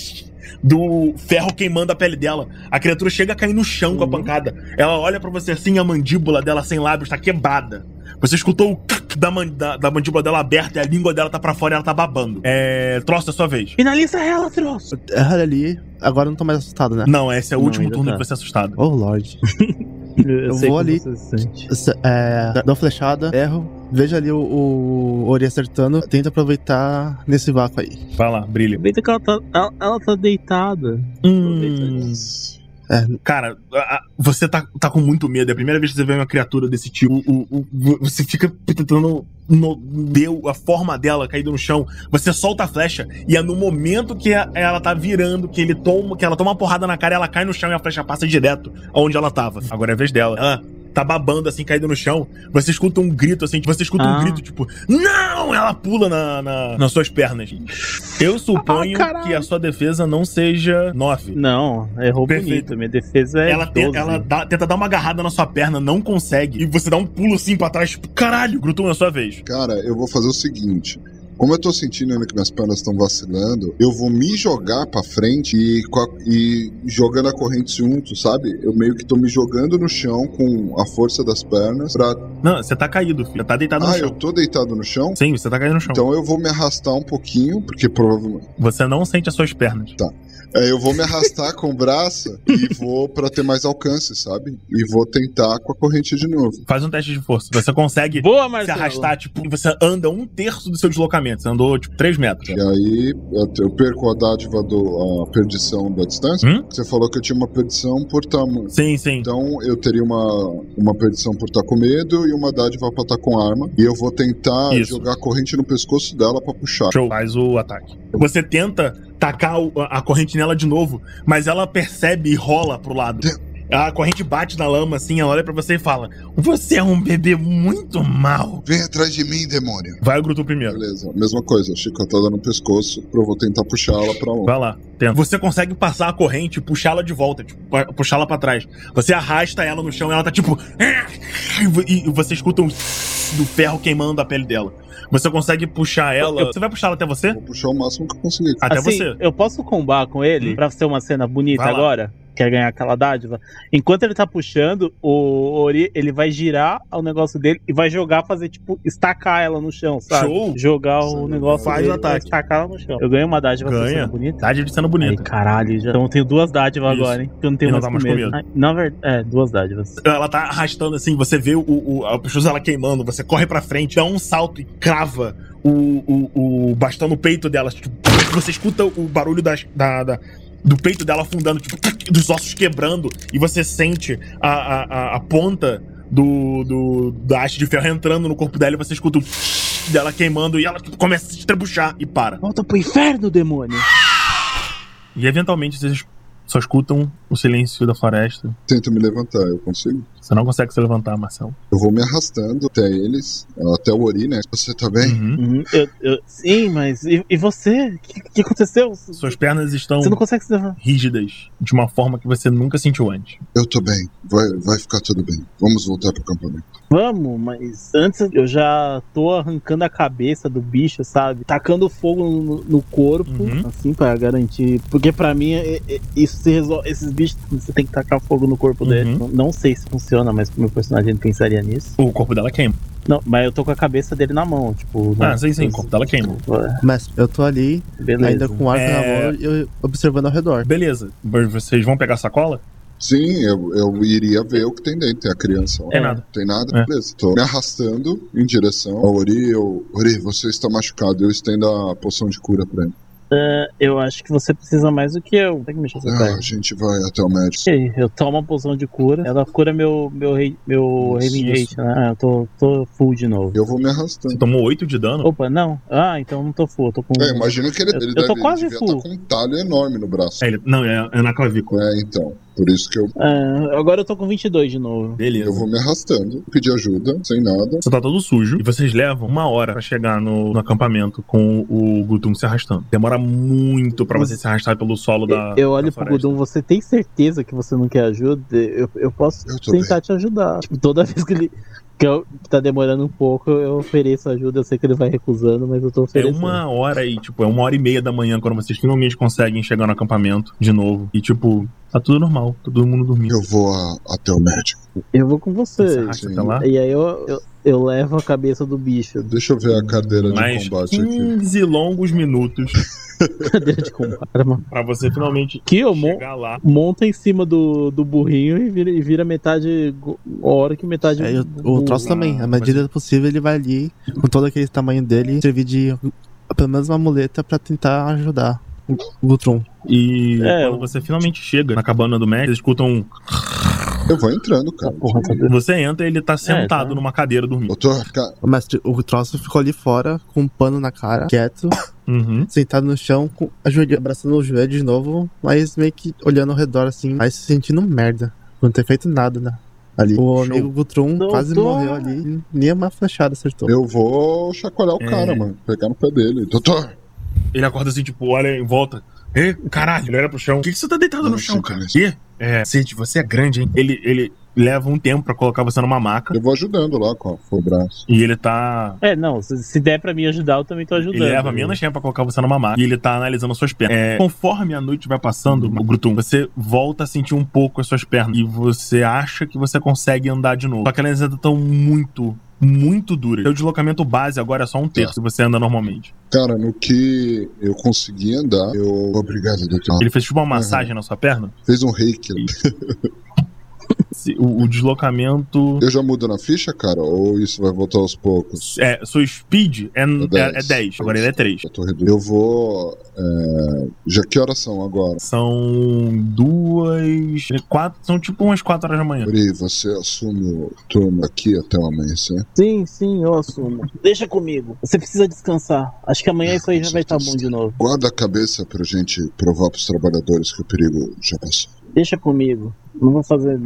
S1: Do ferro queimando a pele dela. A criatura chega a cair no chão
S3: Uhum.
S1: com a pancada. Ela olha pra você assim, a mandíbula dela sem lábios tá quebrada. Você escutou o. clic da, man- da- da mandíbula dela aberta e a língua dela tá pra fora e ela tá babando. É. Troço é sua vez.
S3: Finaliza ela, troço.
S4: Olha ali. Agora eu não tô mais assustado, né?
S1: Não, esse é o
S3: Não,
S1: último
S3: ainda
S1: turno
S3: tá.
S1: que você é assustado.
S4: Oh, Lorde.
S3: Eu,
S4: sei como
S3: Você se sente.
S4: Se- É, dá uma flechada, erro. Veja ali o, o Ori acertando. Tenta aproveitar nesse vácuo aí.
S1: Vai lá, brilha.
S3: Aproveita que ela tá, ela, ela tá deitada.
S1: Hum. Cara, a- a- você tá, tá com muito medo. É a primeira vez que você vê uma criatura desse tipo. O- o- o- você fica tentando. No, deu a forma dela caída no chão. Você solta a flecha e é no momento que a- ela tá virando, que ele toma, que ela toma uma porrada na cara, ela cai no chão e a flecha passa direto aonde ela tava. Agora é a vez dela. Ela tá babando assim, caída no chão. Você escuta um grito assim, você escuta
S3: Ah.
S1: um grito tipo, não! Ela pula na, na- nas suas pernas. Eu suponho
S3: Ah, caralho.
S1: que a sua defesa não seja 9.
S3: Não, errou
S1: Perfeito.
S3: bonito. Minha defesa é.
S1: Ela, te-
S3: 12.
S1: ela dá- tenta dar uma agarrada na sua perna, não consegue. E você dá um pulo assim pra trás, tipo, caralho, Grutum, é a sua vez.
S2: Cara, eu vou fazer o seguinte. Como eu tô sentindo ainda que minhas pernas estão vacilando, eu vou me jogar pra frente e, com a- e jogando a corrente junto, sabe? Eu meio que tô me jogando no chão com a força das pernas pra.
S1: Não, você tá caído, filho. Tá deitado
S2: ah,
S1: no
S2: eu
S1: chão.
S2: tô deitado no chão?
S1: Sim, você tá caído no chão.
S2: Então eu vou me arrastar um pouquinho, porque provavelmente.
S1: Você não sente as suas pernas.
S2: É, eu vou me arrastar com o braço e vou pra ter mais alcance, sabe? E vou tentar com a corrente de novo.
S1: Faz um teste de força. Você consegue
S3: Boa,
S1: se
S3: Marcelo.
S1: arrastar, tipo, e você anda um terço do seu deslocamento. Você andou, tipo, 3 metros.
S2: E aí eu- eu perco a dádiva do a perdição da distância.
S1: Hum?
S2: Você falou que eu tinha uma perdição por tamanho.
S1: Sim, sim.
S2: Então eu teria uma, uma perdição por estar com medo e uma dádiva pra estar com arma. E eu vou tentar
S1: Isso.
S2: jogar a corrente no pescoço dela pra puxar.
S1: Show. Faz o ataque. Você tenta tacar o- a a corrente nela de novo, mas ela percebe e rola pro lado. A corrente bate na lama assim, ela olha pra você e fala: Você é um bebê muito mau.
S2: Vem atrás de mim, demônio.
S1: Vai o Grutum primeiro.
S2: Beleza, mesma coisa, chicotada no pescoço, eu vou tentar puxá-la pra longe.
S1: Vai lá, tenta. Você consegue passar a corrente e puxá-la de volta, tipo, pa- puxá-la pra trás. Você arrasta ela no chão e ela tá tipo. "Ah!" E vo- E você escuta um do ferro queimando a pele dela. Você consegue puxar ela. Você vai puxar ela até você?
S2: Vou puxar o máximo que eu conseguir.
S1: Até
S3: Assim,
S1: você.
S3: Eu posso combar com ele
S1: Hum.
S3: pra ser uma cena bonita
S1: Vai lá.
S3: agora? Quer ganhar aquela dádiva? Enquanto ele tá puxando, o Ori ele vai girar o negócio dele e vai jogar, fazer tipo, estacar ela no chão, sabe?
S1: Show.
S3: Jogar
S2: Isso,
S3: o negócio
S1: faz o
S3: dele,
S1: ataque.
S3: vai estacar ela no chão. Eu ganho uma dádiva pra
S1: Ganha.
S3: ser bonita.
S1: Tá de cena
S3: Ai,
S1: bonita.
S3: caralho, já. Então eu tenho duas dádivas
S1: Isso.
S3: agora, hein? Porque eu não tenho
S1: E não
S3: mais,
S1: tá
S3: com
S1: mais com
S3: medo. Ai, na verdade, é, duas dádivas.
S1: Ela tá arrastando assim, você vê o, o, a pessoa ela queimando, você corre pra frente, dá um salto e crava o, o, o bastão no peito dela. tipo, você escuta o barulho das, da, da- do peito dela afundando, tipo, dos ossos quebrando, e você sente a, a, a, a ponta do, do, da haste de ferro entrando no corpo dela e você escuta o dela queimando e ela tipo, começa a se estrebuchar e para.
S3: Volta pro inferno, demônio!
S1: E eventualmente vocês só escutam o silêncio da floresta.
S2: Tento me levantar, eu consigo.
S1: Você não consegue se levantar, Marcelo.
S2: Eu vou me arrastando até eles, até o Ori, né? Você tá bem?
S1: Uhum.
S3: Uhum, eu- eu- sim, mas. E, e você? O que, que aconteceu? Você
S1: Suas pernas estão
S3: não consegue se levantar.
S1: rígidas de uma forma que você nunca sentiu antes.
S2: Eu tô bem, vai, vai ficar tudo bem. Vamos voltar pro acampamento.
S3: Vamos, mas antes eu já tô arrancando a cabeça do bicho, sabe? Tacando fogo no, no corpo,
S1: Uhum.
S3: assim, pra garantir. Porque pra mim, é- é- isso se resolve. Esses bichos, você tem que tacar fogo no corpo
S1: Uhum.
S3: dele. Não, não sei se funciona, mas pro meu personagem pensaria nisso.
S1: O corpo dela queima.
S3: Não, mas eu tô com a cabeça dele na mão, tipo. né?
S1: Ah, sim, sim, o corpo dela queima.
S4: Mestre, eu tô ali,
S3: Beleza.
S4: ainda com o arco
S1: É.
S4: na mão e eu- observando ao redor.
S1: Beleza, mas vocês vão pegar a sacola?
S2: Sim, eu, eu iria ver o que tem dentro, tem a criança lá.
S1: É nada.
S2: Tem nada?
S1: É.
S2: Beleza. Tô me arrastando em direção ao Ori. Eu, Ori, você está machucado. Eu estendo a poção de cura pra ele.
S3: Ah, Eu acho que você precisa mais do que eu. Tem que mexer essa
S2: Ah,
S3: perna.
S2: a gente vai até o médico.
S3: Ok, Eu tomo uma poção de cura, ela cura meu meu rei- meu
S2: Isso,
S3: healing
S2: isso.
S3: rate, né? Ah, eu tô, tô full de novo.
S2: Eu vou me arrastando.
S1: Você tomou 8 de dano?
S3: Opa, não. Ah, então eu não tô full, eu tô com
S2: É, imagino que ele,
S3: Eu-
S2: ele
S3: eu tô
S2: deve
S3: quase
S2: devia
S3: full.
S2: estar com um talho enorme no braço.
S1: É, ele- não, é, é na clavícula.
S2: É, então. Por isso que eu,
S3: Ah, agora eu tô com 22 de novo.
S1: Beleza.
S2: eu vou me arrastando, pedir ajuda, sem nada.
S1: Você tá todo sujo e vocês levam uma hora pra chegar no, no acampamento com o Gutum se arrastando. Demora muito pra você se arrastar pelo solo da.
S3: eu olho
S1: da
S3: pro
S1: floresta.
S3: Gudum, você tem certeza que você não quer ajuda? Eu, eu posso
S2: Eu tô
S3: tentar te ajudar. Tipo, toda vez que ele que eu, que tá demorando um pouco, eu ofereço ajuda, eu sei que ele vai recusando, mas eu tô
S1: É
S3: oferecendo.
S1: uma hora e, tipo, é uma hora e meia da manhã quando vocês finalmente conseguem chegar no acampamento de novo. E, tipo, tá tudo normal, todo mundo dormindo.
S2: Eu vou a- até o médico.
S3: Eu vou com
S1: Você se
S3: você.
S1: arrasta
S2: sim.
S1: até lá.
S3: E aí eu, eu, Eu levo a cabeça do bicho.
S2: Deixa eu ver a cadeira de
S1: Mais
S2: um combate aqui.
S1: 15 longos minutos
S3: Cadeira de combate, mano.
S1: pra você finalmente
S3: Que eu mon-
S1: chegar lá.
S3: monta em cima do, do burrinho e vira, e vira metade go- hora que metade.
S4: É, e o, o
S3: burro.
S4: troço também,
S1: Ah,
S4: à medida possível, ele vai ali, com todo aquele tamanho dele, servir de pelo menos uma muleta pra tentar ajudar o o Gutrum.
S1: E
S3: É,
S1: quando
S3: eu-
S1: você finalmente chega na cabana do mestre, vocês escutam um.
S2: Eu vou entrando, cara.
S3: Porra, tá doido.
S1: Você entra e ele tá sentado
S3: tá.
S1: numa cadeira dormindo.
S2: Doutor, ca-
S4: O mestre, o troço ficou ali fora, com um pano na cara, quieto,
S1: Uhum.
S4: sentado no chão, com a joelha, abraçando o joelho de novo, mas meio que olhando ao redor assim, mas se sentindo merda, por não ter feito nada, né? Ali. O
S1: Show.
S4: amigo Gutrum
S3: Doutor!
S4: quase morreu ali, nem uma flechada acertou.
S2: eu vou chacoalhar o
S1: É.
S2: cara, mano. Pegar no pé dele. Doutor!
S1: Ele acorda assim, tipo, olha em volta. Ê, caralho, ele olha pro chão. Por que, que você tá deitado no
S2: Não,
S1: chão,
S2: sim,
S1: cara?
S2: cara.
S1: Ih, É, Cid, você é grande, hein? Ele, ele leva um tempo pra colocar você numa maca.
S2: Eu vou ajudando lá com com o braço.
S1: E ele tá.
S3: É, não, se, se der pra me ajudar, eu também tô ajudando.
S1: Ele leva né? menos tempo pra colocar você numa maca. E ele tá analisando suas pernas. É, conforme a noite vai passando, o Grutum, você volta a sentir um pouco as suas pernas. E você acha que você consegue andar de novo. Só que elas ainda estão muito, muito duras. Seu deslocamento base agora é só um terço. Se você anda normalmente.
S2: Cara, no que eu consegui andar, eu. Obrigado, doutor.
S1: Ele fez tipo uma massagem na sua perna.
S2: Fez um reiki.
S1: Se- O, o deslocamento.
S2: Eu já mudo na ficha, cara? Ou isso vai voltar aos poucos?
S1: É, sua speed é, é, é 10. Agora ele é 3.
S2: Eu, tô redu- eu vou. é, Já que horas são agora?
S1: São duas. Quatro, são tipo umas quatro horas da manhã.
S2: Ori, você assume o turno aqui até o amanhecer?
S3: Sim, sim, eu assumo. Deixa comigo. Você precisa descansar. Acho que amanhã isso aí já vai estar bom de novo.
S2: Guarda a cabeça pra gente provar pros trabalhadores que o perigo já passou.
S3: Deixa comigo. Não vou fazer.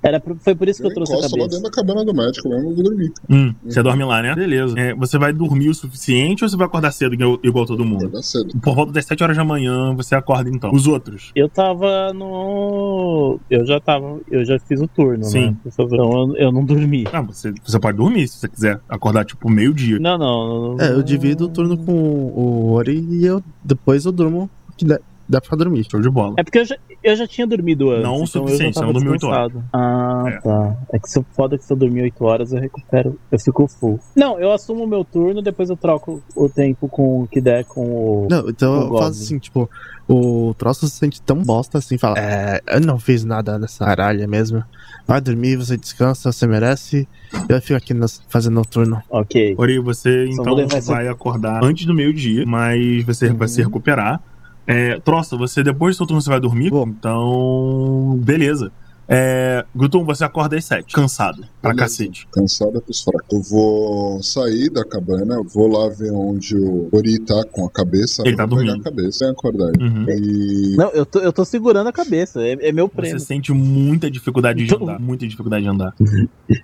S3: Era por- Foi por isso que eu, trouxe a
S2: encosto lá
S3: cabeça.
S2: dentro da cabana do médico, mesmo eu vou dormir.
S3: Uhum.
S1: Hum, você dorme lá, né? Beleza. É, você vai dormir o suficiente ou você vai acordar cedo igual, igual todo
S3: Hum.
S1: mundo?
S2: Acordar cedo.
S1: Por volta das 7 horas da manhã, você acorda então. Os outros.
S3: Eu tava no. Eu já tava. Eu já fiz o turno,
S1: Sim.
S3: né? Então eu, eu não dormi.
S1: Ah, você, você pode dormir se você quiser. Acordar tipo meio-dia.
S3: Não, não.
S4: É, eu divido o turno com o Ori e eu depois eu durmo, que dá, dá pra dormir.
S1: Show de bola.
S3: É porque eu já, eu já tinha dormido antes.
S1: Não o
S3: então
S1: suficiente,
S3: eu
S1: você não
S3: já tava
S1: dormiu oito
S3: descansado. Ah,
S1: É.
S3: tá. É que se eu foda que se eu dormir 8 horas, eu recupero. Eu fico full. Não, eu assumo o meu turno, depois eu troco o tempo com o que der com o.
S4: Não, então
S3: Eu
S4: eu
S3: gosto.
S4: faço assim, tipo, o troço se sente tão bosta assim, fala, é, eu não fiz nada nessa caralha mesmo. Vai dormir, você descansa, você merece. Eu fico aqui nas- fazendo o turno.
S3: Ok.
S1: Ori, você
S3: É. Só
S1: então
S3: vou levar Uhum. esse-
S1: vai acordar antes do meio-dia, mas você vai se recuperar. É, troça, você depois do seu turno você vai dormir,
S4: Vou.
S1: então. Beleza. É, Gutum, você acorda às 7, cansado, pra
S2: Beleza.
S1: cacete.
S2: Cansada é pros fracos. Eu vou sair da cabana, vou lá ver onde o Ori tá com a cabeça.
S1: Ele tá
S2: Eu vou pegar
S1: dormindo.
S2: a cabeça e acordar
S1: Uhum.
S2: ele. E
S3: Não, eu tô, eu tô segurando a cabeça. É, é meu
S1: Você
S3: prêmio.
S1: sente muita dificuldade de
S3: Então-
S1: andar, muita dificuldade de andar.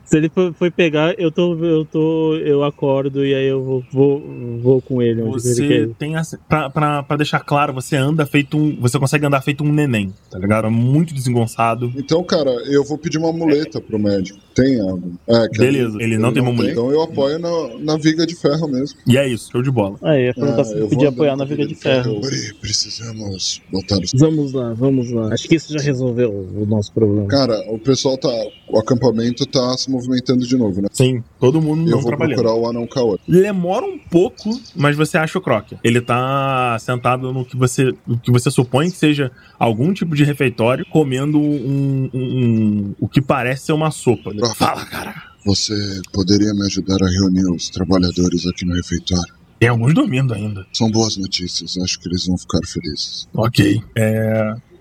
S3: Se ele for, for pegar, eu tô. Eu tô. Eu acordo e aí eu vou, vou, vou com ele
S2: um
S3: onde ele
S1: Você
S2: é
S3: quer.
S1: tem essa. Pra, pra, pra deixar claro, você anda feito um. Você consegue andar feito um neném, tá ligado? É Muito desengonçado.
S2: Então, cara, eu vou pedir uma muleta pro médico. Tem algo? É, que
S1: Beleza, ele não tem uma mulher.
S2: Então eu apoio na, na viga de ferro mesmo. É,
S1: E é isso, show de bola.
S3: Aí, eu ia perguntar se
S2: Ah, eu
S3: ele
S2: vou
S3: podia
S2: andando
S3: apoiar na viga de ferro.
S2: Ori, precisamos botar os.
S3: Vamos lá, vamos lá. Acho que isso já resolveu o nosso problema.
S2: Cara, o pessoal tá. O acampamento tá se movimentando de novo, né?
S1: Sim, todo mundo
S2: Eu
S1: não
S2: vou
S1: trabalhando.
S2: procurar o anão Kaori.
S1: Demora um pouco, mas você acha o Crocker. Ele tá sentado no que você, no que você supõe que seja algum tipo de refeitório, comendo um, um- um- o que parece ser uma sopa. né? Ele
S2: Ah.
S1: Fala, cara.
S2: Você poderia me ajudar a reunir os trabalhadores aqui no refeitório?
S1: Tem alguns dormindo ainda.
S2: São boas notícias, acho que eles vão ficar felizes.
S1: Ok.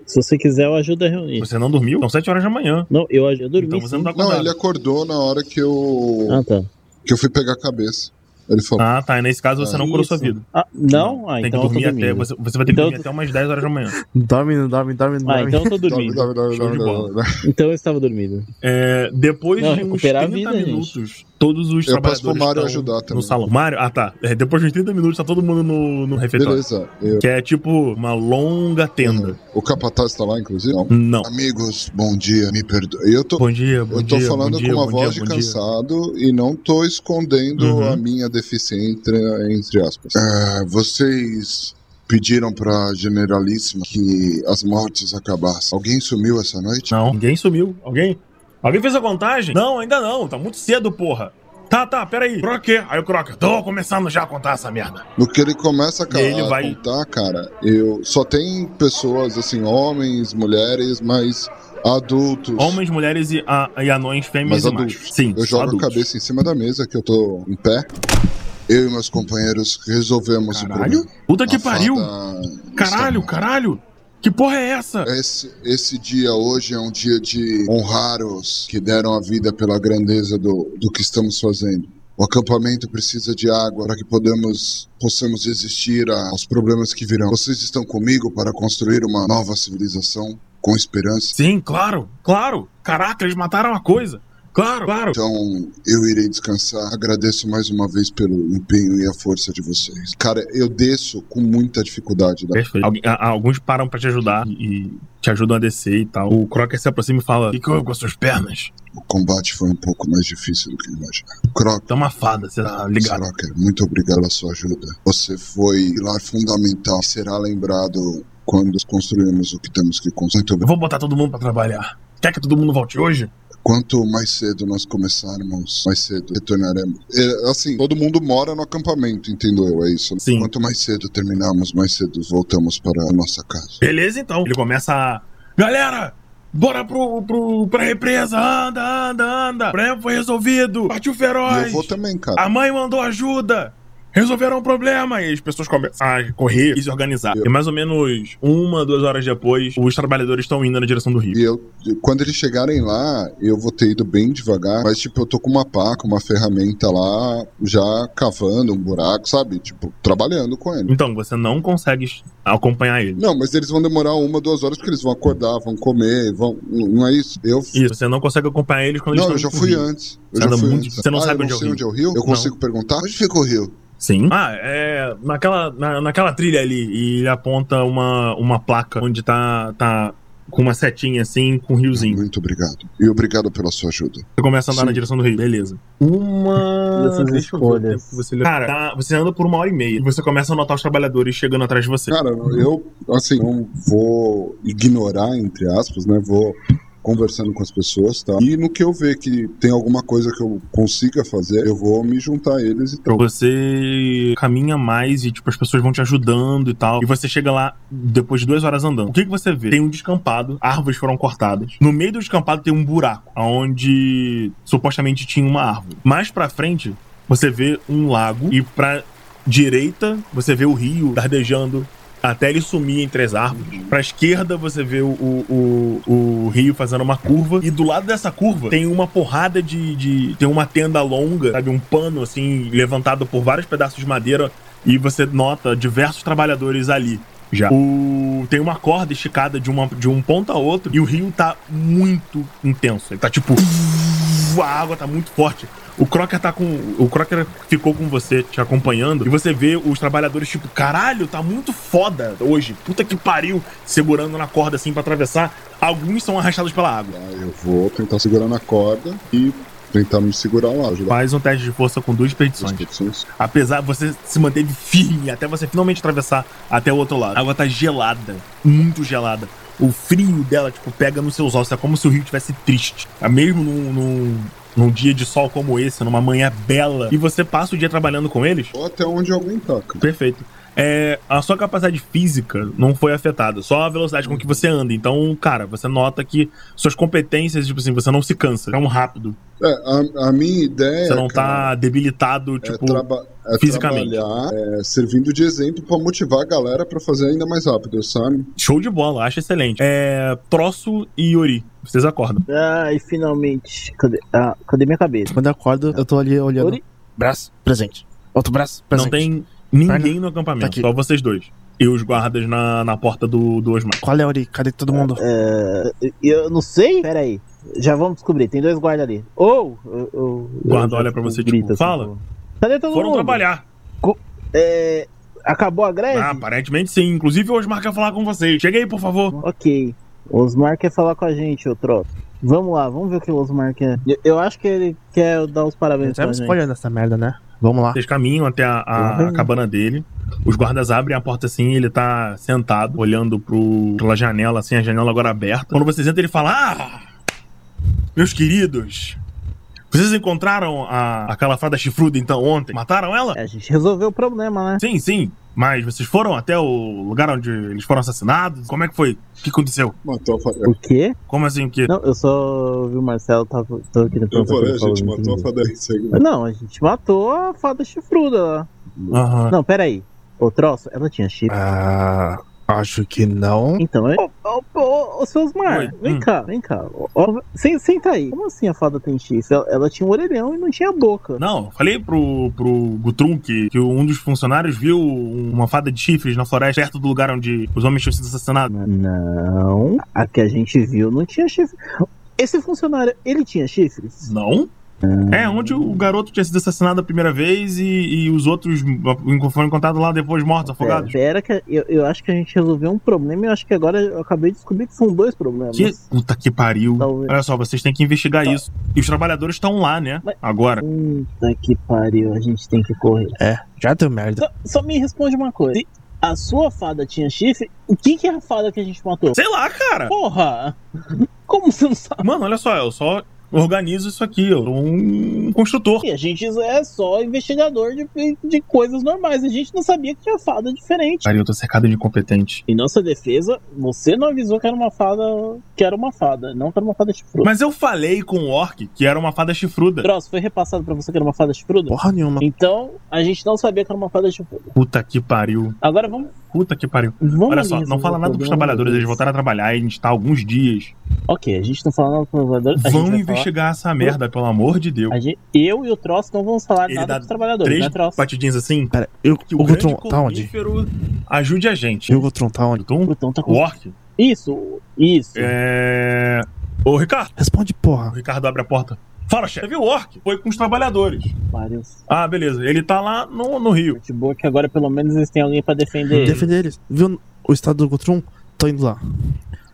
S3: Se você quiser, eu ajudo a reunir.
S1: Você não dormiu? São 7 horas da manhã.
S3: Não, eu, aj- eu dormi.
S1: Então você não
S3: sim.
S1: tá
S2: Não,
S1: acordado.
S2: ele acordou na hora que eu.
S3: Ah, tá.
S2: que eu fui pegar a cabeça. Ele falou.
S1: Ah, tá. E nesse caso você não curou sua
S3: Isso.
S1: vida.
S3: Ah, não? Ah,
S1: Tem
S3: então
S1: que
S3: eu tô
S1: dormir até.
S3: dormindo.
S1: Você, você vai ter que
S3: Então
S1: dormir
S3: eu
S1: até umas 10 horas da manhã.
S4: Dorme, não dorme, dorme, não
S3: Ah,
S4: dorme.
S3: então eu tô
S2: Dorme,
S3: dormindo.
S2: dorme, dorme,
S1: Show de
S2: dorme,
S1: bola.
S2: dorme, dorme.
S3: Então eu estava dormindo.
S1: É, depois
S3: Não,
S1: de uns
S3: recuperar
S1: 30
S3: a vida, é gente.
S1: minutos, todos os
S2: Eu
S1: trabalhadores
S2: passo pro Mário
S1: estão
S2: ajudar
S1: no
S2: também.
S1: salão. Mário? Ah, tá. É, depois de uns 30 minutos tá todo mundo no, no refeitório.
S2: Beleza. eu-
S1: Que é tipo uma longa tenda.
S2: o capataz tá lá, inclusive? Não.
S1: Não.
S2: Amigos, bom dia, me perdoe. Eu tô,
S1: Bom dia, bom
S2: eu tô
S1: dia.
S2: falando
S1: bom dia,
S2: com uma
S1: bom
S2: voz
S1: dia,
S2: de
S1: bom dia.
S2: cansado e não tô escondendo
S1: Uhum.
S2: a minha deficiência, entre, entre aspas. É, vocês pediram pra Generalíssima que as mortes acabassem. Alguém sumiu essa noite?
S1: Não, ninguém sumiu. Alguém? Alguém fez a contagem? Não, ainda não. Tá muito cedo, porra. Tá, tá, peraí. Croca o quê? Aí o Croca, tô começando já a contar essa merda.
S2: No que ele começa cara,
S1: E ele
S2: a
S1: vai-
S2: contar, cara, eu só tem pessoas assim, homens, mulheres, mas adultos.
S1: Homens, mulheres e, a, e anões, fêmeas
S2: Mas
S1: e machos.
S2: adultos.
S1: Sim,
S2: Eu
S1: só
S2: jogo a
S1: adultos.
S2: cabeça em cima da mesa que eu tô em pé. Eu e meus companheiros resolvemos o
S1: Caralho.
S2: problema.
S1: Puta que
S2: A
S1: pariu.
S2: fada
S1: Caralho,
S2: está-
S1: caralho. Que porra é essa?
S2: Esse, esse dia hoje é um dia de honrar os que deram a vida pela grandeza do, do que estamos fazendo. O acampamento precisa de água para que podemos, possamos resistir a- aos problemas que virão. Vocês estão comigo para construir uma nova civilização com esperança?
S1: Sim, claro, claro. Caraca, eles mataram a coisa. Claro, claro.
S2: Então, eu irei descansar. Agradeço mais uma vez pelo empenho e a força de vocês. Cara, eu desço com muita dificuldade. né? Da...
S1: Perfeito. Algu- a- alguns param pra te ajudar e, e te ajudam a descer e tal. O Crocker se aproxima e fala: O que, que houve com as suas pernas?
S2: O combate foi um pouco mais difícil do que eu imaginava. Croc,
S1: Tá uma fada, você tá ligado.
S2: Soroka, muito obrigado pela sua ajuda. Você foi pilar fundamental e será lembrado quando construirmos o que temos que construir. Muito
S1: Eu
S2: bem.
S1: vou botar todo mundo pra trabalhar. Quer que todo mundo volte hoje?
S2: Quanto mais cedo nós começarmos, mais cedo retornaremos. É, assim, todo mundo mora no acampamento, entendeu? eu? É isso. né?
S1: Sim.
S2: Quanto mais cedo terminarmos, mais cedo voltamos para a nossa casa.
S1: Beleza, então. Ele começa a. Galera! Bora pro, pro, pra represa! Anda, anda, anda! O problema foi resolvido! Partiu
S2: E
S1: feroz!
S2: eu vou também, cara.
S1: A mãe mandou ajuda! Resolveram o problema! E as pessoas começam a correr e se organizar. E mais ou menos uma, duas horas depois, os trabalhadores estão indo na direção do rio.
S2: E eu, quando eles chegarem lá, eu vou ter ido bem devagar, mas tipo, eu tô com uma pá, com uma ferramenta lá, já cavando um buraco, sabe? Tipo, trabalhando com ele.
S1: Então, você não consegue acompanhar ele.
S2: Não, mas eles vão demorar uma, duas horas porque eles vão acordar, vão comer, vão. Não não é isso? Eu.
S1: Isso, você não consegue acompanhar eles quando
S2: Não, eu
S1: eles
S2: já
S1: estão indo pro
S2: fui
S1: rio.
S2: antes.
S1: Você
S2: Eu já
S1: anda
S2: fui
S1: muito
S2: antes.
S1: devagar. Você não
S2: ah,
S1: sabe onde
S2: eu
S1: é
S2: não
S1: o
S2: sei
S1: rio?
S2: onde é o rio? Eu
S1: Não.
S2: consigo perguntar. Onde fica o rio?
S1: Sim. Ah, é. Naquela, na, naquela trilha ali. E ele aponta uma, uma placa onde tá, tá com uma setinha assim, com um riozinho.
S2: Muito obrigado. E obrigado pela sua ajuda.
S1: Você começa a andar
S2: Sim.
S1: na direção do rio. Beleza. Uma.
S3: Dessas
S1: então, Deixa eu ver o
S3: escolhas.
S1: tempo que Você... Cara, tá- você anda por uma hora e meia. E você começa a notar os trabalhadores chegando atrás de você.
S2: Cara, eu, assim, não vou ignorar, entre aspas, né? Vou conversando com as pessoas, tá? E no que eu ver que tem alguma coisa que eu consiga fazer, eu vou me juntar a eles e tal.
S1: Então, Você caminha mais e, tipo, as pessoas vão te ajudando e tal. E você chega lá depois de duas horas andando. O que, que você vê? Tem um descampado, árvores foram cortadas. No meio do descampado tem um buraco, onde supostamente tinha uma árvore. Mais pra frente, você vê um lago e pra direita você vê o rio dardejando. Até ele sumir entre as árvores. Pra esquerda, você vê o, o, o, o rio fazendo uma curva. E do lado dessa curva, tem uma porrada de, de. Tem uma tenda longa, sabe? Um pano, assim, levantado por vários pedaços de madeira. E você nota diversos trabalhadores ali. Já. O- tem uma corda esticada de, uma, de um ponto a outro. E o rio tá muito intenso. Ele tá tipo. A água tá muito forte. O Crocker tá com. O Crocker ficou com você, te acompanhando, e você vê os trabalhadores, tipo, caralho, tá muito foda hoje. Puta que pariu, segurando na corda assim pra atravessar. Alguns são arrastados pela água.
S2: Aí eu vou tentar segurar na corda e tentar me segurar lá, ajudar
S1: Faz um teste de força com duas
S2: as
S1: petições.
S2: pessoas.
S1: Apesar, você se manteve firme até você finalmente atravessar até o outro lado. A água tá gelada, muito gelada. O frio dela, tipo, pega nos seus ossos. É como se o rio tivesse triste. É mesmo num, num, num dia de sol como esse, numa manhã bela. E você passa o dia trabalhando com eles?
S2: Ou até onde alguém tá, cara.
S1: Perfeito. É, a sua capacidade física não foi afetada, só a velocidade com que você anda. Então, cara, você nota que suas competências, tipo assim, você não se cansa. É um rápido.
S2: É, a, a minha ideia.
S1: você não
S2: É, cara,
S1: tá debilitado,
S2: é,
S1: tipo.
S2: traba- é
S1: fisicamente.
S2: trabalhar, é, servindo de exemplo pra motivar a galera pra fazer ainda mais rápido, sabe?
S1: Show de bola, acho excelente. É. Troço e Yuri. Vocês acordam.
S6: Ai, finalmente. Cadê, ah, cadê minha cabeça?
S4: Quando eu acordo, eu tô ali olhando.
S6: Ori-
S5: Braço, presente. Outro braço, presente.
S1: Não tem ninguém
S5: Perna.
S1: no
S5: Tá
S1: acampamento,
S5: aqui.
S1: só vocês dois. E os guardas na, na porta do, do Osmar.
S5: Qual é, Ori? Cadê todo mundo?
S6: É, eu não sei? Pera aí. Já vamos descobrir. Tem dois guardas ali. Ou. eu- eu-
S1: O guarda
S6: eu-
S1: olha pra você,
S6: grita
S5: assim,
S1: tipo, fala.
S6: tipo, Cadê todo
S1: Foram
S6: mundo?
S1: trabalhar.
S6: É, acabou a
S2: É.
S6: greve?
S1: Ah, aparentemente sim. Inclusive o Osmar quer falar com vocês. Chega aí, por favor.
S6: Ok. Osmar quer falar com a gente, ô troço. Vamos lá, vamos ver o que o Osmar quer. Eu, eu acho que ele quer dar os parabéns
S5: Não
S6: pra
S5: me
S6: gente.
S5: spoiler nessa merda, né? Vamos lá.
S1: Vocês caminham até a, a- a
S6: Uhum.
S1: cabana dele. Os guardas abrem a porta assim, ele tá sentado, olhando pro, pela janela, assim, a janela agora aberta. Quando vocês entram, ele fala: Ah! Meus queridos, Vocês encontraram a, a calafada chifruda então ontem? Mataram ela?
S6: É, a gente resolveu o problema, né?
S1: Sim, sim. Mas vocês foram até o lugar onde eles foram assassinados? Como é que foi? O que aconteceu?
S2: Matou a Fadel.
S6: O quê?
S1: Como assim que.
S6: Não, eu só vi o Marcelo, tava, tava querendo
S2: Eu
S1: tá
S6: perguntar o que
S2: falei,
S6: ele
S2: a
S6: falou,
S2: gente
S6: não
S2: matou a
S6: entendi.
S2: Fadel em seguida.
S6: Não, a gente matou a fada chifruda lá.
S1: Aham.
S6: Não, peraí. O troço, ela tinha chifre.
S5: Ah, acho que não.
S6: Então, é. Ô, ô, ô, ô, seu Osmar,
S1: Oi,
S6: vem
S1: hum.
S6: cá, vem cá. Ó, ó, sen- senta aí. Como assim a fada tem chifre? Ela, ela tinha um orelhão e não tinha boca.
S1: Não, falei pro, pro Gutrum que, que um dos funcionários viu uma fada de chifres na floresta perto do lugar onde os homens tinham sido assassinados.
S6: Não, a que a gente viu não tinha chifre. Esse funcionário, ele tinha chifres?
S1: Não? É, onde o garoto tinha sido assassinado a primeira vez e, e os outros foram encontrados lá depois mortos,
S6: Pera,
S1: afogados.
S6: pera que eu, eu acho que a gente resolveu um problema e eu acho que agora eu acabei de descobrir que são dois problemas.
S1: Que puta que pariu.
S6: Talvez. Tá.
S1: Olha só, vocês têm que investigar isso. E os trabalhadores estão lá, né?
S6: Mas-
S1: Agora.
S6: Puta que pariu, a gente tem que correr.
S5: Já deu merda.
S6: Só, só me responde uma coisa. Se a sua fada tinha chifre, o que, que é a fada que a gente matou?
S1: Sei lá, cara.
S6: Porra! Como você não sabe?
S1: Mano, olha só, eu só organizo isso aqui, eu sou um construtor.
S6: A gente é só investigador de, de coisas normais. A gente não sabia que tinha fada diferente.
S1: Cara, eu tô cercado de incompetente.
S6: Em nossa defesa, você não avisou que era uma fada. Que era uma fada, não que era uma fada chifruda.
S1: Mas eu falei com o Orc que era uma fada chifruda.
S6: Troço, foi repassado pra você que era uma fada chifruda?
S5: Porra nenhuma.
S6: Então, a gente não sabia que era uma fada chifruda.
S1: Puta que pariu.
S6: Agora vamos.
S1: Puta que pariu.
S6: vamos
S1: Olha
S6: ali
S1: só, não
S6: resolver
S1: fala
S6: o
S1: nada
S6: problema
S1: pros trabalhadores,
S6: deles.
S1: eles voltaram a trabalhar e a gente tá há alguns dias.
S6: Ok, a gente não fala nada pros trabalhadores. a gente
S1: Vão
S6: vai
S1: investigar essa merda, pelo amor de Deus.
S6: falar- a gente- eu e o Troço não vamos falar
S1: Ele
S6: nada
S1: dá
S6: pros trabalhadores,
S1: Três
S6: né, Troço?
S1: batidinhas assim.
S5: Pera, eu,
S1: Que o,
S5: o
S1: grande
S5: Gutron tá onde?
S1: conífero ajude a gente.
S5: E o Gutron tá onde?
S1: Então,
S6: Então tá com-
S1: o Orc.
S6: Isso, isso.
S1: É. Ô, Ricardo.
S5: Responde,
S1: O
S5: porra.
S1: Ricardo abre a porta. Fala, chefe. Você viu o Orc? Foi com os trabalhadores.
S6: Vários.
S1: Ah, beleza. Ele tá lá no, no Rio.
S6: Gente boa que agora pelo menos eles têm alguém pra defender. eles.
S5: Defender eles. Viu o estado do Gutron? Tô indo lá.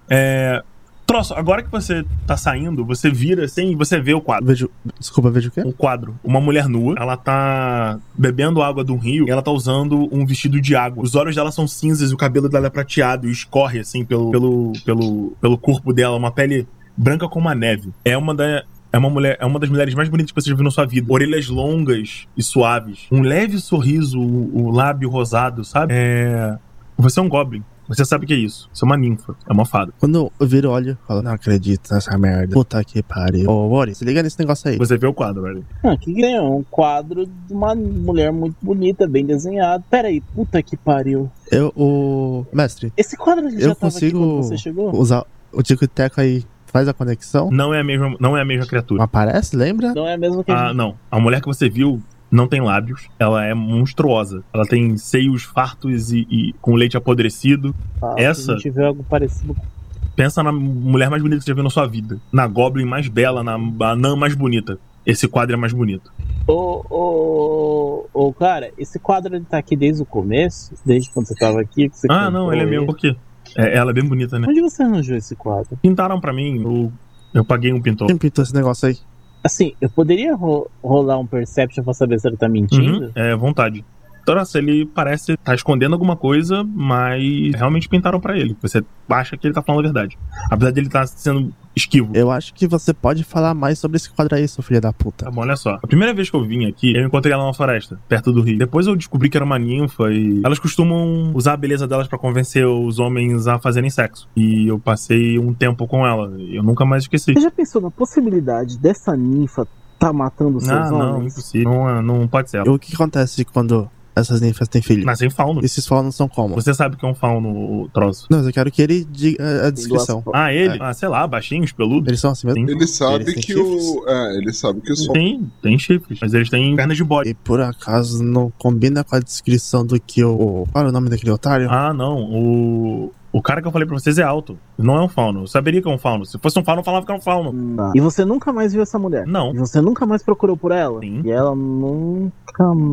S1: É. Troço, agora que você tá saindo, você vira assim e você vê o quadro.
S5: Vejo. Desculpa, vejo o quê?
S1: um quadro. Uma mulher nua, ela tá bebendo água de um rio e ela tá usando um vestido de água. Os olhos dela são cinzas e o cabelo dela é prateado e escorre assim pelo, pelo, pelo, pelo corpo dela, uma pele branca como a neve. É uma da. É uma, mulher, é uma das mulheres mais bonitas que você já viu na sua vida. Orelhas longas e suaves. Um leve sorriso, o, o lábio rosado, sabe? É. Você é um goblin. Você sabe o que é isso. Você é uma ninfa. É uma fada.
S5: Quando eu viro, olho, falo, não acredito nessa merda. Puta que pariu. Ô, Ori, se liga nesse negócio aí.
S1: Você vê o quadro, velho.
S6: Ah, que que é? Um quadro de uma mulher muito bonita, bem desenhado. Pera aí, puta que pariu.
S5: Eu, o. Mestre,
S6: Esse quadro ele
S5: Eu
S6: já tava aqui
S5: consigo-
S6: quando você chegou?
S5: usar o Tico e Teco aí faz a conexão.
S1: Não é a mesma, não é a mesma criatura.
S5: Não aparece, lembra?
S6: Não é mesmo que a
S1: Ah,
S6: gente...
S1: não. A mulher que você viu não tem lábios. Ela é monstruosa. Ela tem seios fartos e, e com leite apodrecido.
S6: Ah,
S1: essa-
S6: A gente vê algo parecido com
S1: Pensa na mulher mais bonita que você já viu na sua vida. Na Goblin mais bela, na anã mais bonita. Esse quadro é mais bonito.
S6: Ô, ô, ô, cara, esse quadro ele tá aqui desde o começo? Desde quando você tava aqui? que você
S1: Ah, não,
S6: comprou
S1: ele é meu. Por quê? É, ela é bem bonita, né?
S6: Onde você arranjou esse quadro?
S1: Pintaram pra mim. Eu, eu paguei um pintor.
S5: Quem pintou esse negócio aí?
S6: Assim, eu poderia ro- rolar um Perception pra saber se ele tá mentindo?
S1: Uhum, é, vontade. Nossa, ele parece estar escondendo alguma coisa, mas realmente pintaram pra ele. Você acha que ele tá falando a verdade. Apesar dele estar sendo esquivo.
S5: Eu acho que você pode falar mais sobre esse quadro aí, seu filho da puta.
S1: Tá bom, olha só. A primeira vez que eu vim aqui, eu encontrei ela numa floresta, perto do rio. Depois eu descobri que era uma ninfa e elas costumam usar a beleza delas pra convencer os homens a fazerem sexo. E eu passei um tempo com ela. e Eu nunca mais esqueci.
S6: Você já pensou na possibilidade dessa ninfa tá matando seus
S1: Ah, não,
S6: homens?
S1: impossível. Não, é- não pode ser
S5: E
S1: ela.
S5: o que acontece quando essas ninfas têm filho?
S1: Nascem fauno.
S6: é
S5: Esses faunos são como?
S1: Você sabe que é um fauno, o troço.
S5: Não, mas eu quero que ele diga eh, a- a descrição.
S1: Ah,
S6: é.
S1: ele? Ah, sei lá, baixinhos, peludos.
S5: Eles são assim mesmo?
S1: Sim.
S2: Ele sabe
S5: Eles têm
S2: que o. É, ele sabe que o sol.
S1: Tem, tem chifres, mas eles têm pernas de bode.
S5: E por acaso não combina com a descrição do que o. Qual
S4: é
S5: era o nome daquele
S6: É.
S5: otário?
S1: Ah, não. O. O cara que eu falei pra vocês é alto. Não é um fauno. Eu saberia que é um fauno. Se fosse um fauno, eu falava que era um fauno.
S6: Tá. E você nunca mais viu essa mulher?
S1: Não.
S6: E você nunca mais procurou por ela?
S1: Sim.
S6: E ela nunca.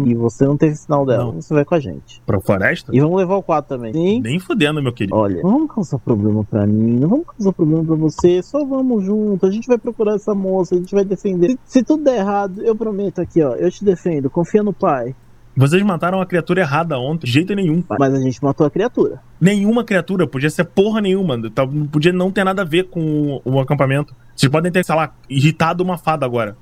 S6: E você não teve sinal dela.
S1: Não.
S6: Você vai com a gente.
S1: Pra floresta?
S6: E vamos levar o quadro também. Sim.
S1: Nem fudendo, meu querido.
S6: Olha, não vamos causar problema pra mim, não vamos causar problema pra você, só vamos junto, a gente vai procurar essa moça, a gente vai defender. Se, se tudo der errado, eu prometo aqui, ó, eu te defendo, confia no pai.
S1: Vocês mataram a criatura errada ontem, de jeito nenhum.
S6: Mas a gente matou a criatura.
S1: Nenhuma criatura, podia ser porra nenhuma. tá- Podia não ter nada a ver com o, o acampamento. Vocês podem ter, sei lá, irritado uma fada agora.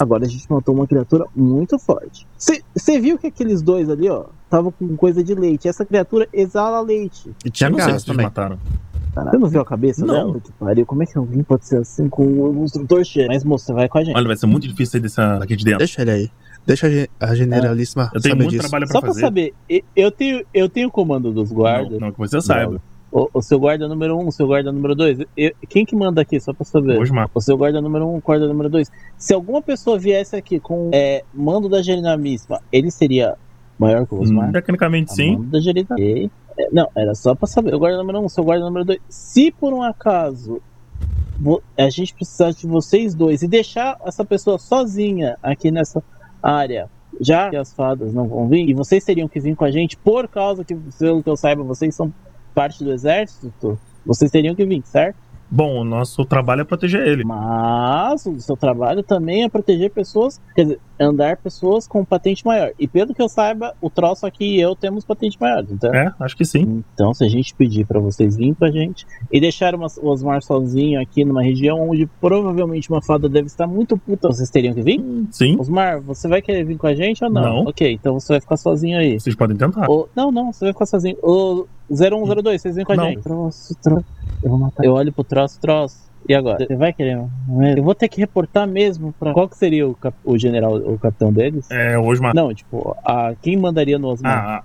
S6: Agora a gente matou uma criatura muito forte. Você viu que aqueles dois ali, ó, estavam com coisa de leite. Essa criatura exala leite.
S4: E tinha
S1: Eu não sei
S4: garras
S1: se vocês
S4: também.
S1: mataram.
S6: Caralho, você não viu a cabeça
S3: Não.
S6: dela? Que pariu, como é que alguém pode ser assim com um instrutor cheio? Mas, moço, você vai com a gente.
S1: Olha, vai ser muito difícil sair dessa daqui de dentro.
S4: Deixa ele aí. Deixa a gen- a generalíssima
S1: É, Eu tenho
S4: saber
S1: muito
S4: disso.
S1: trabalho pra
S6: Só pra
S1: fazer.
S6: saber, e- eu tenho, eu tenho o comando dos guardas.
S1: Não, não, que você saiba.
S6: O, o seu guarda número um, o seu guarda número dois. Eu- quem que manda aqui, só pra saber?
S1: Hoje mata.
S6: O seu guarda número um, guarda número dois. Se alguma pessoa viesse aqui com é, mando da Gerinamisma, ele seria maior que o Osmar?
S4: Tá
S1: Tecnicamente,
S6: A
S1: Hum, sim.
S6: mão da direita. E- é, Não, era só pra saber. Seu guarda número 1, um, seu guarda número 2. Se por um acaso vo- a gente precisar de vocês dois e deixar essa pessoa sozinha aqui nessa área, já que as fadas não vão vir, e vocês teriam que vir com a gente por causa que, pelo que eu saiba, vocês são parte do exército, vocês teriam que vir, certo?
S1: Bom, o nosso trabalho é proteger ele.
S6: Mas o seu trabalho também é proteger pessoas, quer dizer, andar pessoas com patente maior. E pelo que eu saiba, o troço aqui e eu temos patente maior, então.
S1: É, acho que sim.
S6: Então, se a gente pedir pra vocês virem com a gente e deixar uma- o Osmar sozinho aqui numa região onde provavelmente uma fada deve estar muito puta, vocês teriam que vir?
S1: Sim.
S6: Osmar, você vai querer vir com a gente ou não?
S1: Não.
S6: Ok, então você vai ficar sozinho aí.
S1: Vocês podem tentar.
S6: Ô, não, não, você vai ficar sozinho. Ô, 0102, vocês vêm com a
S1: Não.
S6: gente. Troço, troço. Eu vou matar. Eu olho pro troço, troço. E agora? Você vai querer? não é? Eu vou ter que reportar mesmo pra. Qual que seria o, cap- o general, o capitão deles?
S1: É, hoje mata.
S6: Não, tipo, a... quem mandaria no Osmar?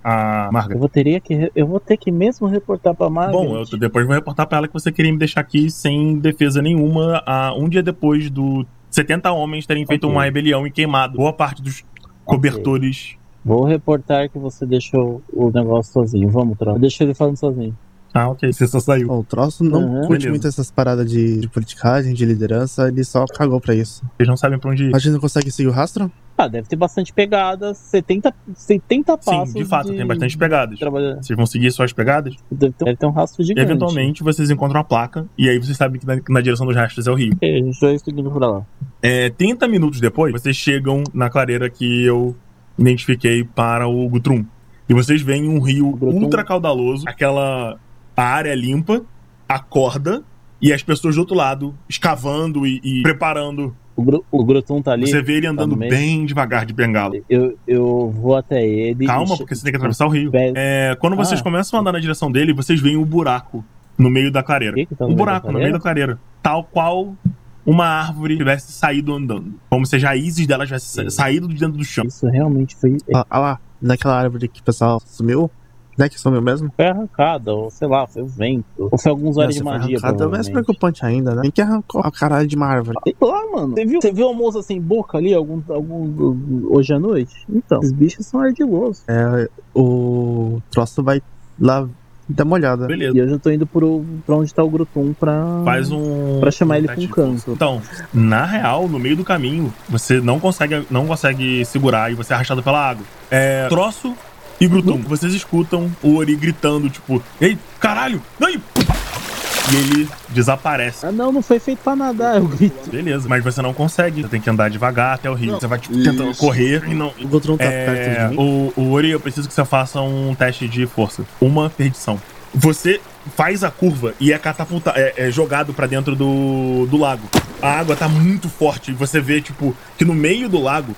S1: Ah, a, a
S6: Eu
S1: Margaret.
S6: vou, teria que, re- eu vou ter que mesmo reportar pra Margaret.
S1: Bom, eu depois vou reportar pra ela que você queria me deixar aqui sem defesa nenhuma a, um dia depois do 70 homens terem feito
S6: Ok.
S1: uma rebelião e queimado boa parte dos cobertores.
S6: Vou reportar que você deixou o negócio sozinho. Vamos, troca. Deixa ele falando sozinho.
S1: Ah, ok. Você só saiu.
S4: Bom, o troço não
S6: Uhum.
S4: curte
S1: Beleza.
S4: muito essas paradas de, de politicagem, de liderança, ele só cagou pra isso.
S1: Vocês não sabem pra onde ir.
S4: A gente não consegue seguir o rastro?
S6: Ah, deve ter bastante pegadas. 70, 70 passos.
S1: Sim, de fato, tem bastante pegadas.
S6: Trabalhando.
S1: Vocês vão seguir só as pegadas?
S6: Deve ter, deve ter um rastro
S1: E
S6: gigante.
S1: eventualmente vocês encontram a placa. E aí vocês sabem que na, que na direção dos rastros é o rio.
S6: Ok, a gente vai seguindo pra lá.
S1: É, 30 minutos depois, vocês chegam na clareira que eu identifiquei para o Gutrum. E vocês veem um rio
S6: Gutrum.
S1: ultra caudaloso, aquela a área limpa, a corda, e as pessoas do outro lado escavando e, e preparando.
S6: O, Gru, o Grotum tá ali.
S1: Você vê ele andando
S6: meio.
S1: bem devagar de bengala.
S6: Eu, eu vou até ele.
S1: Calma, porque você tem que atravessar o rio. É, quando vocês
S6: Ah.
S1: começam a andar na direção dele, vocês veem um buraco no meio da clareira.
S6: tá
S1: um buraco no meio da clareira. Tal qual uma árvore tivesse saído andando. Como se as raízes dela tivessem sa- saído de dentro do chão.
S6: Isso realmente foi, é,
S4: Ah, ah lá, naquela árvore que o pessoal sumiu. Né, que sumiu mesmo?
S6: foi arrancada, ou sei lá, foi o vento. Ou foi alguns horas de
S4: Essa foi
S6: magia.
S4: arrancada é mais
S6: provavelmente.
S4: preocupante ainda, né? Quem que arrancou a caralho de uma árvore?
S6: Sei lá, mano. Você viu, você viu almoço sem boca ali algum, algum, hoje à noite? Então, esses bichos são ardilosos.
S4: É, o troço vai lá dar uma olhada.
S1: Beleza.
S6: E eu já tô indo pro, pra onde tá o Grutum pra,
S1: Faz um.
S6: pra chamar
S1: um
S6: ele pra
S1: teste
S6: um
S1: de-
S6: canto.
S1: Então, na real, no meio do caminho, você não consegue, não consegue segurar e você é arrastado pela água. É. Troço e
S6: Uhum.
S1: Grutum. Vocês escutam o Ori gritando, tipo, ei, caralho! Não! E e ele desaparece.
S6: Ah, não, não foi feito pra nadar, eu grito.
S1: Beleza, mas você não consegue. Você tem que andar devagar até o rio.
S2: Não,
S1: Você vai, tipo, tentando
S2: isso.
S1: correr e não.
S4: O Gotron tá
S1: É,
S4: perto de mim.
S1: o, o Ori, eu preciso que você faça um teste de força. Uma perdição. Você faz a curva e é catapultado, é, é jogado pra dentro do, do lago. A água tá muito forte e você vê, tipo, que no meio do lago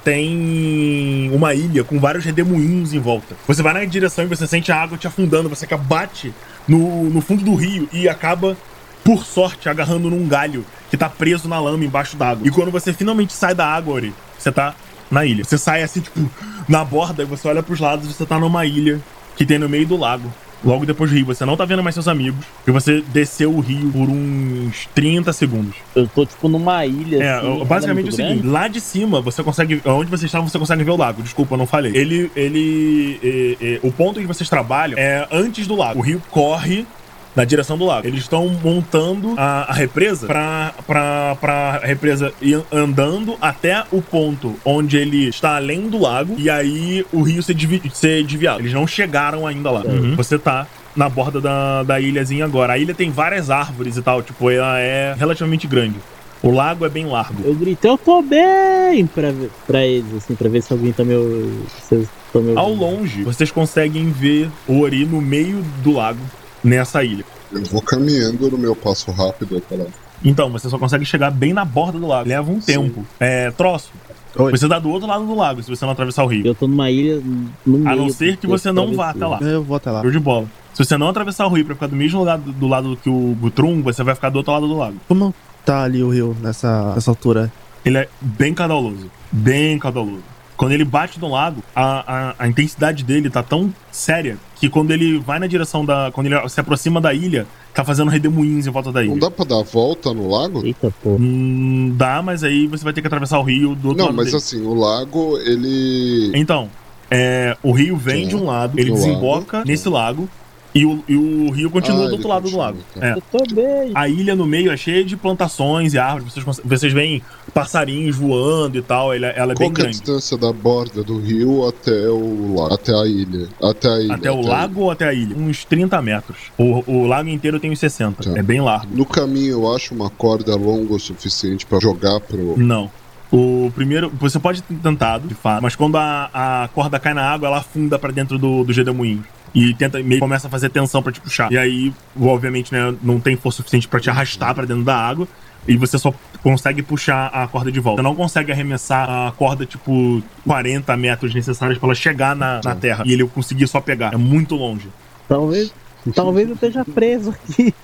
S1: tem uma ilha com vários redemoinhos em volta. Você vai na direção e você sente a água te afundando, você que bate no, no fundo do rio e acaba, por sorte, agarrando num galho que tá preso na lama embaixo d'água. E quando você finalmente sai da água, Ori, você tá na ilha. Você sai assim, tipo, na borda e você olha pros lados e você tá numa ilha que tem no meio do lago. Logo depois do rio, você não tá vendo mais seus amigos e você desceu o rio por uns 30 segundos.
S6: Eu tô tipo numa ilha.
S1: É,
S6: assim,
S1: o-
S6: nada
S1: basicamente o
S6: muito
S1: seguinte, lá de cima você consegue, onde vocês estavam, você consegue ver o lago. Desculpa, eu não falei. Ele ele é, é, o ponto que vocês trabalham é antes do lago. O rio corre na direção do lago. Eles estão montando a, a represa pra, pra, pra represa ir andando até o ponto onde ele está além do lago e aí o rio ser, divi ser desviado. Eles não chegaram ainda lá.
S6: Uhum.
S1: Você tá na borda da, da ilhazinha agora. A ilha tem várias árvores e tal, tipo, ela é relativamente grande. O lago é bem largo.
S6: Eu grito, então eu tô bem! Pra, ver- pra eles, assim, pra ver se alguém tá meu. Se eles tão me
S1: Ao
S6: ouvindo.
S1: longe, vocês conseguem ver o Ori no meio do lago, nessa ilha.
S2: Eu vou caminhando no meu passo rápido até lá.
S1: Então, você só consegue chegar bem na borda do lago. Leva um tempo. É, troço.
S5: Oi.
S1: Você tá do outro lado do lago se você não atravessar o rio.
S6: Eu tô numa ilha no meio.
S1: A não ser que
S6: dessa
S1: você não vá até
S6: travessia.
S1: lá.
S5: Eu vou até lá.
S1: Show de bola. Se você não atravessar o rio pra ficar do mesmo lado do lado que o Gutrum, você vai ficar do outro lado do lago.
S5: Como tá ali o rio nessa, nessa altura?
S1: Ele é bem caudaloso. Bem caudaloso. Quando ele bate no lago, a, a, a intensidade dele tá tão séria que quando ele vai na direção da. Quando ele se aproxima da ilha, tá fazendo redemoinhos em volta da
S2: Não
S1: ilha.
S2: dá pra dar a volta no lago?
S6: Eita, pô.
S1: Hum, dá, mas aí você vai ter que atravessar o rio do outro
S2: Não,
S1: lado.
S2: mas
S1: dele.
S2: assim, o lago, ele.
S1: Então, é, o rio vem
S2: Sim.
S1: de um lado, ele
S2: Do
S1: desemboca
S2: lado.
S1: nesse lago e o, e o rio continua
S2: Ah,
S1: do
S2: ele
S1: outro lado
S2: continua,
S1: do lago.
S2: tá.
S1: É.
S6: Eu tô bem.
S1: A ilha no meio é cheia de plantações e árvores, vocês, cons- vocês veem passarinhos voando e tal, ela, ela é
S2: Qual
S1: bem
S2: que é a
S1: grande.
S2: distância da borda do rio até o lago? Até a ilha. Até a ilha.
S1: Até o
S2: a
S1: lago ou até a ilha? Uns 30 metros. O, o lago inteiro tem uns 60.
S2: Tá.
S1: É bem largo.
S2: ilha. No caminho, eu acho uma corda longa o suficiente pra jogar pro.
S1: Não. O primeiro. Você pode ter tentado, de fato, mas quando a, a corda cai na água, ela afunda pra dentro do, do redemoinho. E tenta, meio que começa a fazer tensão pra te puxar. E aí, obviamente, né, não tem força suficiente pra te arrastar pra dentro da água. E você só consegue puxar a corda de volta. Você não consegue arremessar a corda, tipo, 40 metros necessários pra ela chegar na, na terra. E ele conseguir só pegar. É muito longe.
S6: Talvez, talvez eu esteja preso aqui.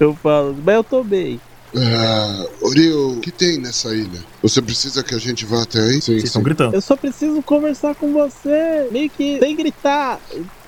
S6: eu falo, mas eu tô bem.
S2: Ah, Oriol, o que tem nessa ilha? Você precisa que a gente vá até aí? Sim,
S1: Vocês estão gritando.
S6: Eu só preciso conversar com você. Meio que sem gritar.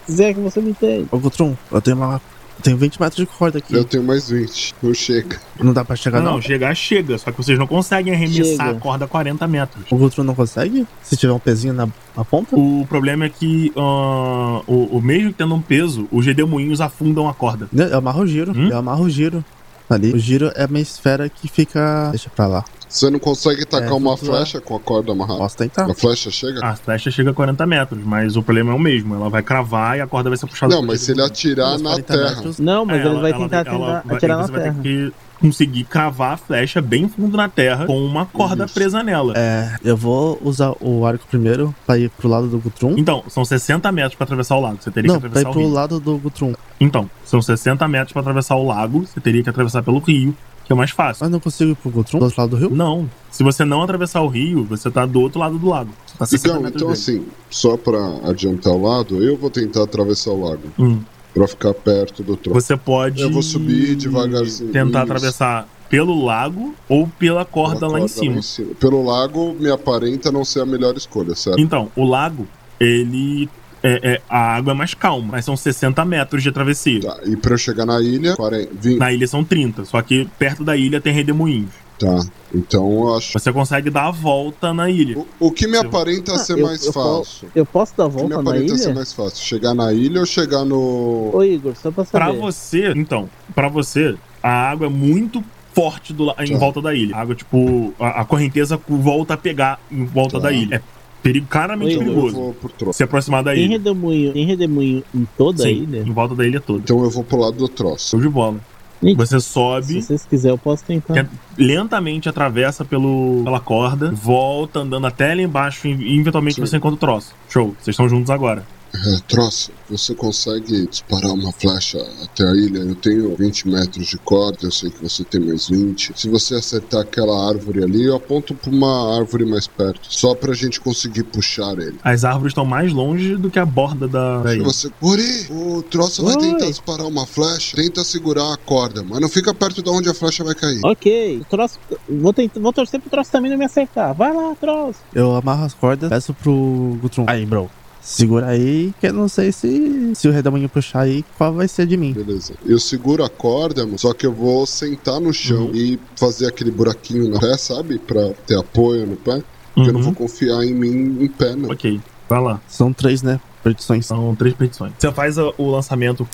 S6: Dizer que você me entende.
S5: Ô, Gutrum, eu tenho uma. Eu tenho 20 metros de corda aqui.
S2: Eu tenho mais 20. Não chega.
S5: Não dá pra chegar,
S1: Não,
S5: não?
S1: não, chegar, chega. Só que vocês não conseguem arremessar
S6: Chega.
S1: a corda 40 metros.
S5: O Gutrum não consegue? Se tiver um pezinho na, na ponta?
S1: O problema é que, ah, o, o mesmo que tendo um peso, os redemoinhos afundam a corda.
S5: Né, Eu amarro o giro.
S1: Hum?
S5: Eu amarro o giro. Ali. O giro é a minha esfera que fica. Deixa pra lá.
S2: Você não
S1: É,
S2: consegue tacar uma
S5: flutuar.
S2: flecha com a corda amarrada?
S5: Posso tentar.
S2: A flecha chega?
S1: A flecha chega a 40 metros, mas o problema é o mesmo. Ela vai cravar e a corda vai ser puxada.
S2: Não,
S1: pro
S2: mas se ele
S1: redemoinho.
S2: atirar
S5: Uns
S2: na
S5: 40
S2: terra.
S5: metros.
S6: Não, mas
S1: É,
S6: ele vai tentar,
S1: ela- ela
S6: tentar
S1: vai-
S6: atirar
S1: você
S6: na terra.
S1: Vai ter que conseguir cravar a flecha bem fundo na terra com uma corda
S2: Isso.
S1: presa nela.
S5: É, eu vou usar o arco primeiro pra ir pro lado do Gutrum.
S1: Então, são 60 metros pra atravessar o lago. Você teria
S5: Não, pra
S1: que
S5: ir
S1: atravessar o
S5: pro
S1: rio.
S5: lado do Gutrum.
S1: Então, são 60 metros pra atravessar o lago. Você teria que atravessar pelo rio, que é mais fácil.
S5: Mas Ah, não consigo ir pro Gutrum, do outro lado do rio?
S1: Não. Se você não atravessar o rio, você tá do outro lado do lago. Você tá 60
S2: Então,
S1: metros
S2: então
S1: dele.
S2: assim, só pra adiantar o lado, eu vou tentar atravessar o lago.
S1: Hum.
S2: Pra ficar perto do tronco.
S1: Você pode.
S2: Eu vou subir devagarzinho.
S1: Tentar
S2: Isso.
S1: atravessar pelo lago ou pela corda,
S2: Pela
S1: lá em cima.
S2: lá Pelo lago, me aparenta não ser a melhor escolha, certo?
S1: Então, o lago, ele. é- é- a água é mais calma, mas são 60 metros de travessia.
S2: Tá, e pra eu chegar na ilha, 40, 20.
S1: Na ilha são 30, só que perto da ilha tem redemoinhos.
S2: Tá, então eu acho.
S1: Você consegue dar a volta na ilha.
S2: O, o que me aparenta
S6: Ah,
S2: ser
S6: eu-
S2: mais
S6: eu falo-
S2: fácil?
S6: Eu posso dar a
S2: O que me
S6: volta na
S2: aparenta ser
S6: ilha?
S2: mais fácil? Chegar na ilha ou chegar no.
S6: Ô Igor, só pra
S1: Pra
S6: saber.
S1: você, então, pra você, a água é muito forte do, la- em
S2: Tá.
S1: volta da ilha. A água, tipo, a, a correnteza volta a pegar em volta
S2: Tá.
S1: da ilha. É perigo, claramente
S6: Oi,
S2: Então eu
S1: perigoso.
S2: vou pro troço.
S1: Se aproximar da
S6: Tem
S1: ilha.
S6: redemoinho, tem redemoinho em toda a
S1: Sim,
S6: ilha?
S1: em volta da ilha toda.
S2: Então eu vou pro lado do troço.
S1: Show de bola.
S6: Ih.
S1: Você
S6: Se
S1: sobe,
S6: vocês quiserem, eu posso tentar.
S1: Quer- lentamente atravessa pelo, pela corda, volta andando até lá embaixo e e eventualmente
S2: Sim.
S1: você encontra o troço. Show, vocês estão juntos agora.
S2: É, troço, você consegue disparar uma flecha até a ilha? Eu tenho 20 metros de corda, eu sei que você tem mais 20. Se você acertar aquela árvore ali, eu aponto pra uma árvore mais perto. Só pra gente conseguir puxar ele.
S1: As árvores estão mais longe do que a borda da, da
S2: Se
S1: ilha.
S2: você. Guri, o troço vai
S6: Oi.
S2: tentar disparar uma flecha, tenta segurar a corda, mas não fica perto de onde a flecha vai cair.
S6: Ok, o troço, vou, tentar, vou torcer pro troço também não me acertar. Vai lá, troço.
S5: Eu amarro as cordas, peço pro Gutrum. Aí, bro. Segura aí, que eu não sei se, se o redemoinho puxar aí, qual vai ser de mim.
S2: Beleza. Eu seguro a corda, mano, só que eu vou sentar no chão e fazer aquele buraquinho no pé, sabe? Pra ter apoio no pé. Porque eu não
S1: Uhum.
S2: vou confiar em mim em pé, não.
S1: Ok, vai lá.
S5: São três, né? Perdições.
S1: São três petições. Você faz a- o lançamento,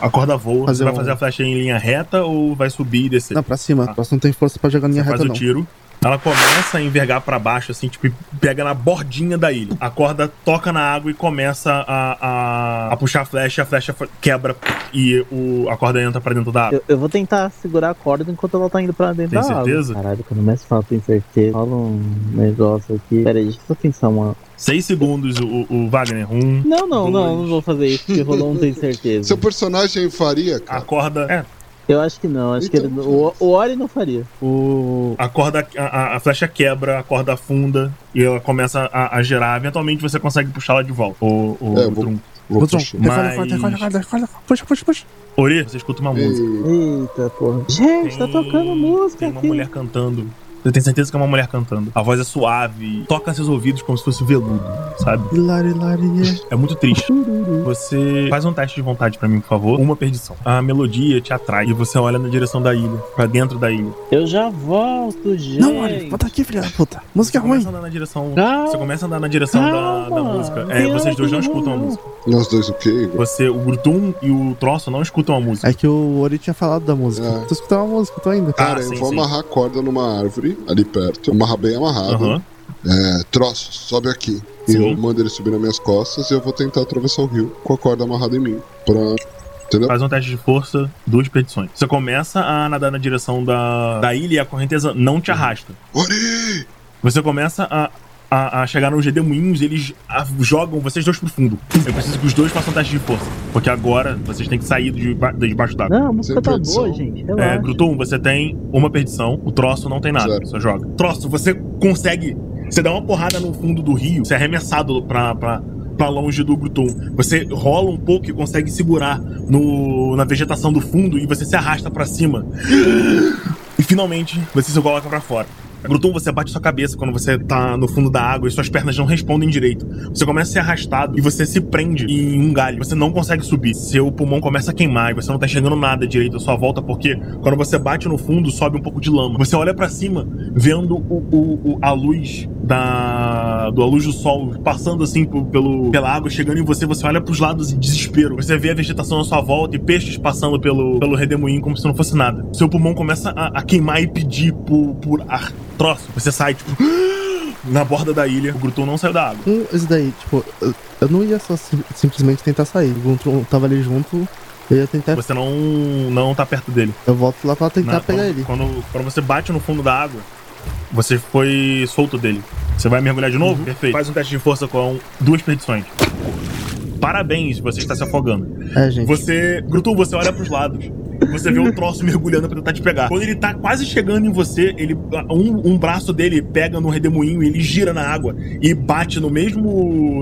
S1: a corda voa,
S5: Fazer
S1: você vai
S5: um-
S1: fazer a flecha em linha reta ou vai subir e descer?
S5: Não, pra cima.
S1: Ah.
S5: O troço não tem força pra jogar na
S1: Você
S5: minha
S1: faz
S5: reta, não.
S1: o tiro. Ela começa a envergar pra baixo, assim, tipo, e pega na bordinha da ilha. A corda toca na água e começa a, a, a puxar a flecha, a flecha f- quebra e o, a corda entra pra dentro da água.
S6: Eu, eu vou tentar segurar a corda enquanto ela tá indo pra dentro
S1: Tem
S6: da água.
S1: certeza?
S6: Caralho, quando mais fala, tem certeza. Fala um negócio aqui. Pera aí, deixa eu só pensar uma.
S1: Seis segundos, o, o Wagner. Um.
S6: Não, não, não,
S1: Dois.
S6: não vou fazer isso, porque rolou um tem certeza.
S2: Seu personagem faria,
S1: A
S2: cara.
S1: corda. É,
S6: Eu acho que não. Acho
S2: Então,
S6: que ele- o, o Ori não faria.
S5: O.
S1: A corda, a, a- a flecha quebra, a corda afunda e ela começa a, a girar. Eventualmente você consegue puxá-la de volta. O, o,
S2: É, eu
S1: o
S2: vou-
S1: Drum.
S2: Vou
S5: Gutron,
S1: um
S2: puxar.
S5: recolhe, recolhe, recolhe, recolhe, recolhe, Puxa, puxa, puxa.
S1: Ori, você escuta uma música.
S2: E-
S6: Eita porra. Gente, tá tocando música
S1: Tem uma
S6: aqui.
S1: mulher cantando. Você tem certeza que é uma mulher cantando. A voz é suave, toca seus ouvidos como se fosse veludo, sabe?
S5: Hilari, hilari.
S1: É muito triste. Você faz um teste de vontade pra mim, por favor. Uma perdição. A melodia te atrai e você olha na direção da ilha, pra dentro da ilha.
S6: Eu já volto, gente.
S5: Não, olha, volta aqui, filha da puta. Música
S1: você começa
S5: ruim.
S1: a andar na direção. Você
S6: Calma.
S1: começa a andar na direção da, da
S6: Calma.
S1: música.
S6: Não
S1: É,
S6: tem
S1: vocês
S6: nada
S1: dois
S6: de
S1: não
S6: ruim,
S1: escutam a
S6: não.
S1: música.
S2: Nós dois o quê, Igor?
S1: Você, o Gurdum e o Troço não escutam a música.
S5: É que o Ori tinha falado da música.
S2: É.
S5: Tu escutou uma música, tô ainda.
S2: Cara,
S1: Ah,
S2: eu
S1: sim,
S2: vou
S1: sim.
S2: amarrar a corda numa árvore ali perto. Amarrar bem amarrado.
S1: Aham.
S2: É, troço, sobe aqui.
S1: Sim.
S2: Eu mando ele subir nas minhas costas e eu vou tentar atravessar o rio com a corda amarrada em mim. Pra. Entendeu?
S1: Faz um teste de força, duas petições. Você começa a nadar na direção da, da ilha e a correnteza não te arrasta.
S2: Ori!
S1: Você começa a, a, a chegar nos redemoinhos e eles a- jogam vocês dois pro fundo. Eu preciso que os dois façam um teste de força. Porque agora vocês têm que sair de, ba- de debaixo d'água.
S6: Não, a música
S2: Sem
S6: tá
S2: perdição.
S6: boa, gente.
S1: É,
S6: Relaxa.
S1: Grutum, você tem uma perdição, o troço não tem nada,
S2: Zero.
S1: só joga. Troço, você consegue. Você dá uma porrada no fundo do rio, você é arremessado pra, pra, pra longe do Grutum. Você rola um pouco e consegue segurar no, na vegetação do fundo e você se arrasta pra cima. E finalmente você se coloca pra fora. Grutum, você bate sua cabeça quando você tá no fundo da água e suas pernas não respondem direito. Você começa a ser arrastado e você se prende em um galho. Você não consegue subir. Seu pulmão começa a queimar e você não tá enxergando nada direito à sua volta, porque quando você bate no fundo, sobe um pouco de lama. Você olha pra cima, vendo o- o- o- a luz da. Do, a luz do sol passando assim por- pelo, pela água, chegando em você, você olha pros lados em desespero. Você vê a vegetação à sua volta e peixes passando pelo, pelo redemoinho como se não fosse nada. Seu pulmão começa a, a queimar e pedir por, por ar. Troço. Você sai, tipo. Na borda da ilha, o Gruton não saiu da água.
S5: Hum, isso daí, tipo, eu, eu não ia só sim- simplesmente tentar sair. O Guntron tava ali junto, eu ia tentar.
S1: Você não, não tá perto dele.
S5: Eu volto lá pra tentar
S1: Na-
S5: pegar
S1: Né? quando,
S5: ele.
S1: Quando, quando você bate no fundo da água, você foi solto dele. Você vai mergulhar de novo?
S5: Uhum.
S1: Perfeito. Faz um teste de força com duas perdições. Parabéns, você está se afogando.
S5: É, gente.
S1: Você. Grutu, você olha pros lados. Você vê o troço mergulhando pra tentar te pegar. Quando ele tá quase chegando em você, ele um, um braço dele pega no redemoinho e ele gira na água e bate no mesmo.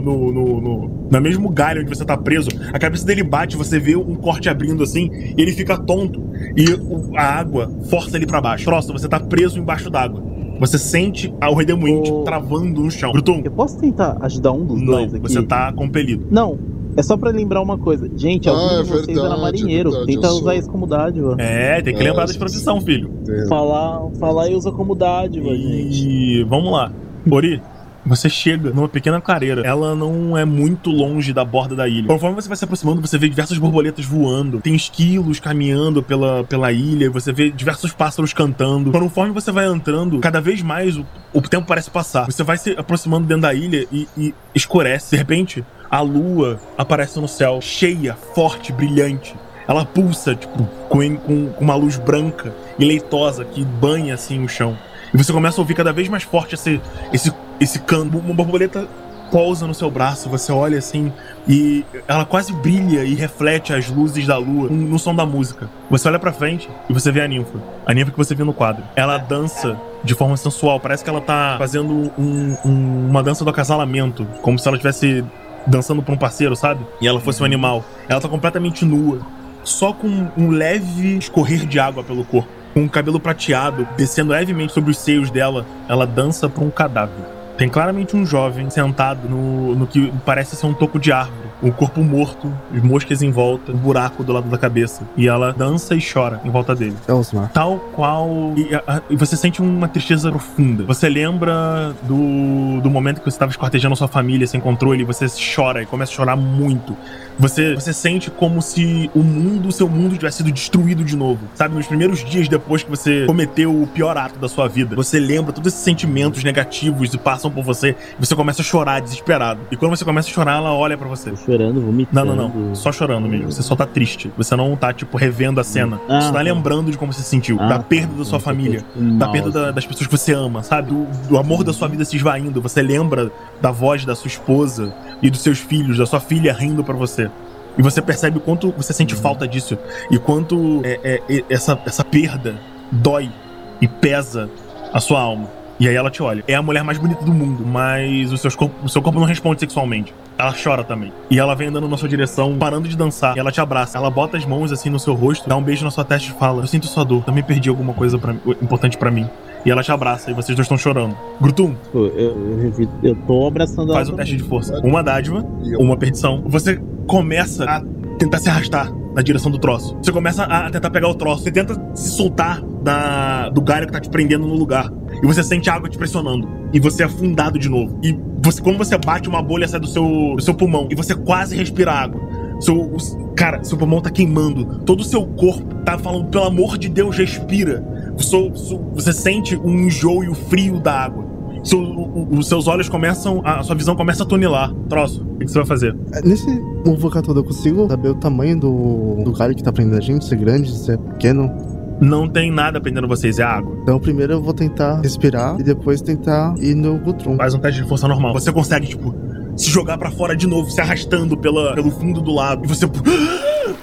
S1: no, no, no, na mesmo galho onde você tá preso. A cabeça dele bate, você vê um corte abrindo assim, e ele fica tonto. E o- a água força ele pra baixo. Troço, você tá preso embaixo d'água. Você sente a- o redemoinho te
S6: Ô.
S1: travando no chão. Grutum,
S6: Eu posso tentar ajudar um dos
S1: não,
S6: dois aqui?
S1: você tá compelido.
S6: Não, é só pra lembrar uma coisa. Gente,
S2: Ah,
S6: algum
S2: é
S6: de vocês
S2: verdade,
S6: era marinheiro.
S2: é verdade,
S6: Tenta
S2: eu sou.
S6: usar isso como dádiva.
S1: É, tem que
S2: É,
S1: lembrar das
S2: sim.
S1: profissão, filho.
S6: Falar, falar e usa como dádiva, gente.
S1: E vamos lá. Ori, você chega numa pequena clareira. Ela não é muito longe da borda da ilha. Conforme você vai se aproximando, você vê diversas borboletas voando. Tem esquilos caminhando pela, pela ilha. Você vê diversos pássaros cantando. Conforme você vai entrando, cada vez mais o, o tempo parece passar. Você vai se aproximando dentro da ilha e, e escurece. De repente, a lua aparece no céu, cheia, forte, brilhante. Ela pulsa, tipo, com, com com uma luz branca e leitosa que banha assim o chão. E você começa a ouvir cada vez mais forte esse, esse, esse canto. Uma borboleta pousa no seu braço, você olha assim e ela quase brilha e reflete as luzes da lua no no som da música. Você olha pra frente e você vê a ninfa. A ninfa que você viu no quadro. Ela dança de forma sensual, parece que ela tá fazendo um- um- uma dança do acasalamento, como se ela estivesse dançando pra um parceiro, sabe? E ela fosse um animal. Ela tá completamente nua, só com um leve escorrer de água pelo corpo com o cabelo prateado descendo levemente sobre os seios dela, ela dança para um cadáver. Tem claramente um jovem sentado no, no que parece ser um toco de árvore. O corpo morto, as moscas em volta, um buraco do lado da cabeça. E ela dança e chora em volta dele.
S5: É Osmar.
S1: Tal qual. E, a- a- e você sente uma tristeza profunda. Você lembra do, do momento que você estava escortejando sua família sem controle e você chora e começa a chorar muito. Você, você sente como se o mundo, o seu mundo, tivesse sido destruído de novo. Sabe, nos primeiros dias depois que você cometeu o pior ato da sua vida, você lembra todos esses sentimentos negativos e passam por você e você começa a chorar desesperado. E quando você começa a chorar, ela olha pra você.
S6: Tô chorando,
S1: Não,
S6: vomitando.
S1: não, não. Só chorando mesmo. Você só tá triste. Você não tá, tipo, revendo a cena.
S6: Ah,
S1: você tá
S6: tá.
S1: lembrando de como você se sentiu.
S6: Ah,
S1: da
S6: tá.
S1: perda da sua
S6: Então,
S1: família.
S6: tô, tipo,
S1: Da
S6: mal,
S1: perda da-
S6: assim.
S1: das pessoas que você ama, sabe? Do, do amor da sua vida se esvaindo. Você lembra da voz da sua esposa e dos seus filhos, da sua filha rindo pra você. E você percebe o quanto você sente
S6: Uhum.
S1: falta disso. E quanto é, é, é, essa, essa perda dói e pesa a sua alma. E aí ela te olha. É a mulher mais bonita do mundo, mas o, seus corpo, o seu corpo não responde sexualmente. Ela chora também. E ela vem andando na sua direção, parando de dançar. E ela te abraça. Ela bota as mãos assim no seu rosto, dá um beijo na sua testa e fala: Eu sinto sua dor. Também perdi alguma coisa pra, importante pra mim. E ela te abraça e vocês dois estão chorando. Grutum,
S6: Pô, tipo, eu, eu, eu tô abraçando
S1: faz o
S6: ela.
S1: teste de força. Uma dádiva,
S2: E eu-
S1: uma perdição. Você começa a tentar se arrastar na direção do troço. Você começa a tentar pegar o troço. Você tenta se soltar da, do galho que tá te prendendo no lugar. E você sente a água te pressionando. E você é afundado de novo. E você, quando você bate, uma bolha sai do seu, do seu pulmão. E você quase respira água. Seu, o- cara, seu pulmão tá queimando. Todo o seu corpo tá falando, pelo amor de Deus, respira. Seu- seu- você sente um enjoo e o frio da água. Seu- o- o- os seus olhos começam. A sua visão começa a tunilar. Troço, o que que você vai fazer?
S4: Nesse movocar todo, eu consigo saber o tamanho do, do galho que tá prendendo a gente, se é grande, se é pequeno.
S1: Não tem nada prendendo vocês, é água.
S4: Então, primeiro eu vou tentar respirar e depois tentar ir no Gutrum.
S1: Faz um teste de força normal. Você consegue, tipo, se jogar pra fora de novo, se arrastando pela, pelo fundo do lago. E você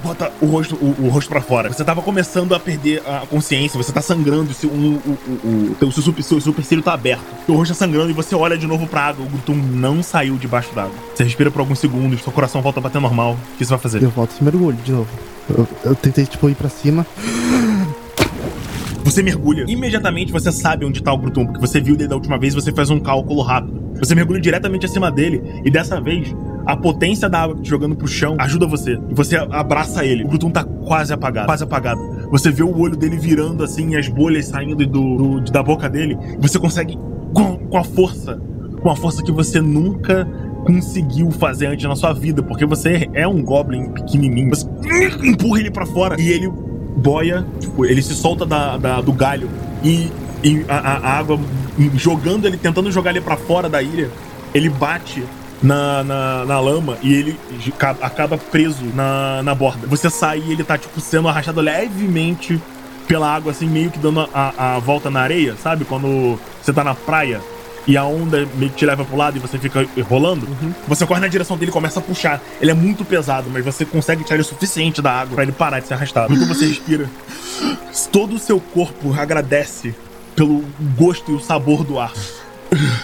S1: bota o rosto, o, o rosto pra fora. Você tava começando a perder a consciência, você tá sangrando, seu, um, o, o, o, teu, seu, super- seu supercílio tá aberto. Teu rosto tá sangrando e você olha de novo pra água. O Grutum não saiu debaixo d'água. Você respira por alguns segundos, seu coração volta a bater normal. O que você vai fazer?
S4: Eu volto e mergulho de novo. Eu, eu tentei, tipo, ir pra cima.
S1: Você mergulha. Imediatamente você sabe onde tá o Grutum, porque você viu desde a última vez e você faz um cálculo rápido. Você mergulha diretamente acima dele e dessa vez a potência da água te jogando pro chão ajuda você. E você abraça ele. O Grutum tá quase apagado, quase apagado. Você vê o olho dele virando assim, e as bolhas saindo do, do- da boca dele. E você consegue com, com a força, com a força que você nunca conseguiu fazer antes na sua vida, porque você é um goblin pequenininho. Você empurra ele pra fora e ele boia, tipo, ele se solta da, da- do galho e, e a, a- a água jogando ele, tentando jogar ele pra fora da ilha, ele bate na, na, na lama e ele j- ca- acaba preso na, na borda. Você sai e ele tá, tipo, sendo arrastado levemente pela água, assim, meio que dando a, a volta na areia, sabe? Quando você tá na praia e a onda meio que te leva pro lado e você fica rolando. Você corre na direção dele e começa a puxar. Ele é muito pesado, mas você consegue tirar ele o suficiente da água pra ele parar de se arrastar. Enquanto você respira, todo o seu corpo agradece pelo gosto e o sabor do ar.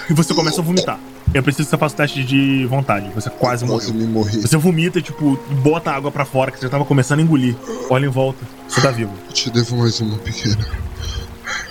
S1: E você começa a vomitar. Eu preciso que você faça o teste de vontade. Você quase morreu.
S2: Quase me morri.
S1: Você vomita, tipo, bota a água pra fora, que você já tava começando a engolir. Olha em volta, você tá vivo.
S2: Eu te devo mais uma pequena.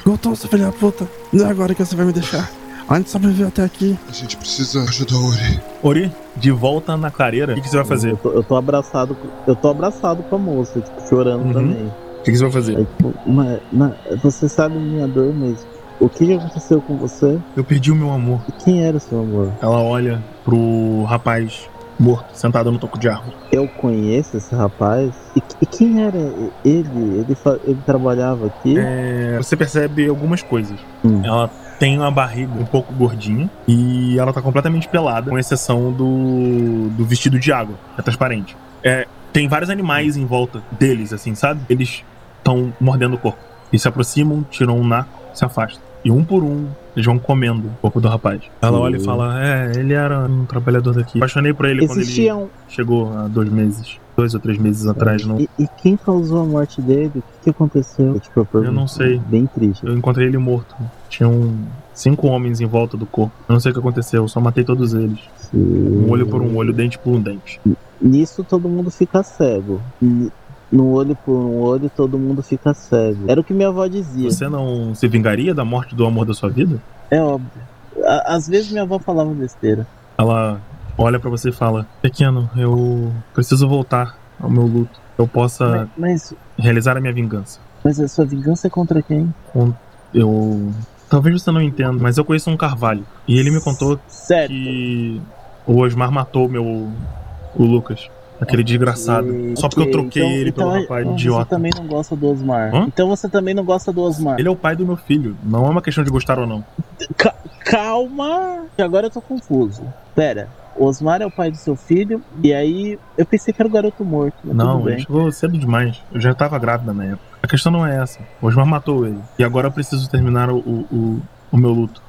S4: Gutum, seu filho da puta. Não é agora que você vai me deixar. A gente sobreviveu até aqui.
S2: A gente precisa ajudar o Ori.
S1: Ori, de volta na clareira, o que, que você vai fazer?
S6: Eu tô, eu tô abraçado, com- eu tô abraçado com a moça, tipo, chorando
S1: Uhum.
S6: também.
S1: O que, que você vai fazer?
S6: Aí, tipo, "Ma- ma- você sabe minha dor mesmo. O que que aconteceu com você?
S1: Eu perdi o meu amor.
S6: E quem era o seu amor?
S1: Ela olha pro rapaz morto, sentado no toco de árvore.
S6: Eu conheço esse rapaz. E, que- e quem era ele? Ele, fa- ele trabalhava aqui?
S1: É, você percebe algumas coisas.
S6: Hum.
S1: Ela tem uma barriga um pouco gordinha e ela tá completamente pelada, com exceção do, do vestido de água, é transparente. É, tem vários animais em volta deles, assim, sabe? Eles estão mordendo o corpo. Eles se aproximam, tiram um naco, se afastam. E um por um, eles vão comendo o corpo do rapaz. Ela olha e
S6: Hum.
S1: fala: É, ele era um trabalhador daqui. Apaixonei por ele quando ele
S6: Existia um.
S1: chegou há dois meses, dois ou três meses atrás. Não,
S6: E, e quem causou a morte dele? O que, que aconteceu? Tipo, eu, pergunto,
S1: não sei.
S6: Bem triste.
S1: Eu encontrei ele morto. Tinham cinco homens em volta do corpo. Eu não sei o que aconteceu, eu só matei todos eles. Um olho por um olho, dente por um dente.
S6: Nisso todo mundo fica cego. N- No olho por um olho, todo mundo fica cego. Era o que minha avó dizia.
S1: Você não se vingaria da morte do amor da sua vida?
S6: É óbvio. À- Às vezes minha avó falava besteira.
S1: Ela olha pra você e fala: Pequeno, eu preciso voltar ao meu luto. Eu possa
S6: Mas,
S1: realizar a minha vingança.
S6: mas a sua vingança é contra quem?
S1: Eu. Talvez você não entenda, mas eu conheço um carvalho. E ele me contou
S6: Certo.
S1: que o Osmar matou meu. o Lucas. Aquele desgraçado.
S6: E-
S1: Só porque eu
S6: ok,
S1: troquei ele pelo rapaz
S6: então
S1: idiota.
S6: Você também não gosta do Osmar.
S1: Hã?
S6: Então você também não gosta do Osmar.
S1: Ele é o pai do meu filho. Não é uma questão de gostar ou não.
S6: Tá Calma! que Agora eu tô confuso. Pera, o Osmar é o pai do seu filho, e aí eu pensei que era o garoto morto. mas
S1: Não,
S6: tudo
S1: ele é
S6: bem.
S1: chegou cedo demais. Eu já tava grávida na época. A questão não é essa. O Osmar matou ele. E agora eu preciso terminar o, o, o- o meu luto.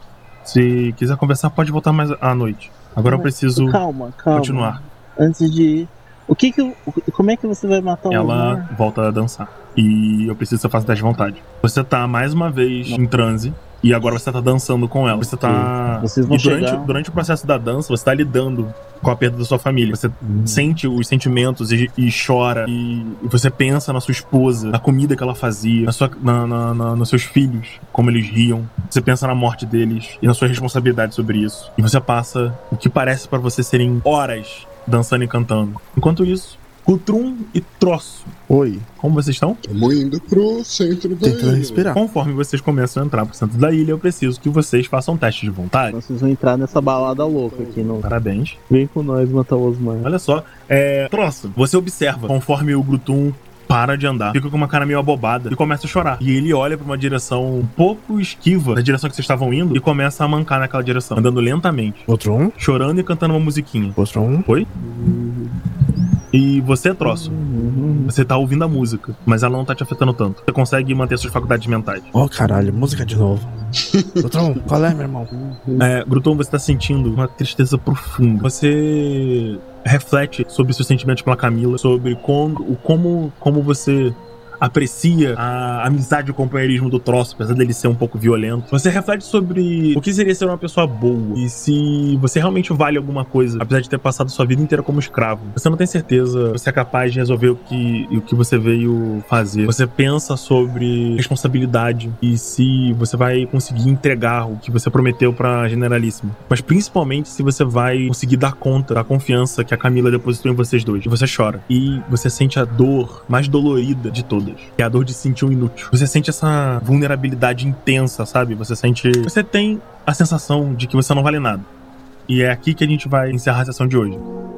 S1: Se quiser conversar, pode voltar mais à noite. Agora eu preciso
S6: Calma, calma.
S1: continuar.
S6: Antes de ir, O que que. o- o- Como é que você vai matar um
S1: Ela
S6: lugar?
S1: volta a dançar. E eu preciso que você faça teste de vontade. Você tá mais uma vez em transe. E agora você tá dançando com ela. Você tá.
S6: Vocês vão
S1: e durante,
S6: chegar-
S1: durante o processo da dança, você tá lidando com a perda da sua família. Você
S6: Uhum.
S1: sente os sentimentos e, e chora. E, e você pensa na sua esposa, na comida que ela fazia, na sua, na, na- na- nos seus filhos, como eles riam. Você pensa na morte deles e na sua responsabilidade sobre isso. E você passa o que parece pra você serem horas dançando e cantando. Enquanto isso, Cutrum e Troço,
S5: Oi.
S1: como vocês estão?
S2: Estamos indo pro centro da
S5: Tentando
S2: ilha.
S6: Tá.
S5: respirar.
S1: Conforme vocês começam a entrar pro centro da ilha, eu preciso que vocês façam teste de vontade.
S6: Vocês vão entrar nessa balada louca aqui no.
S1: Parabéns.
S6: Vem com nós matar o Osman.
S1: Olha só, é. Troço, você observa conforme o Grutum para de andar, fica com uma cara meio abobada e começa a chorar. E ele olha pra uma direção um pouco esquiva da direção que vocês estavam indo e começa a mancar naquela direção, andando lentamente,
S5: Outro um.
S1: chorando e cantando uma musiquinha.
S5: Outro um.
S1: E você, Troço, você tá ouvindo a música, mas ela não tá te afetando tanto. Você consegue manter suas faculdades mentais.
S5: Oh, caralho. Música de novo. Outro um. Qual é, meu irmão?
S1: É, Gruton, você tá sentindo uma tristeza profunda. Você reflete sobre seus sentimentos pela Camila, sobre como, o como, como você aprecia a amizade e o companheirismo do troço, apesar dele ser um pouco violento. Você reflete sobre o que seria ser uma pessoa boa e se você realmente vale alguma coisa, apesar de ter passado sua vida inteira como escravo. Você não tem certeza se você é capaz de resolver o que, o que você veio fazer. Você pensa sobre responsabilidade e se você vai conseguir entregar o que você prometeu pra Generalíssimo. Mas principalmente se você vai conseguir dar conta da confiança que a Camila depositou em vocês dois. E você chora. E você sente a dor mais dolorida de todas. Que é a dor de se sentir um inútil. Você sente essa vulnerabilidade intensa, sabe? Você sente. Você tem a sensação de que você não vale nada. E é aqui que a gente vai encerrar a sessão de hoje.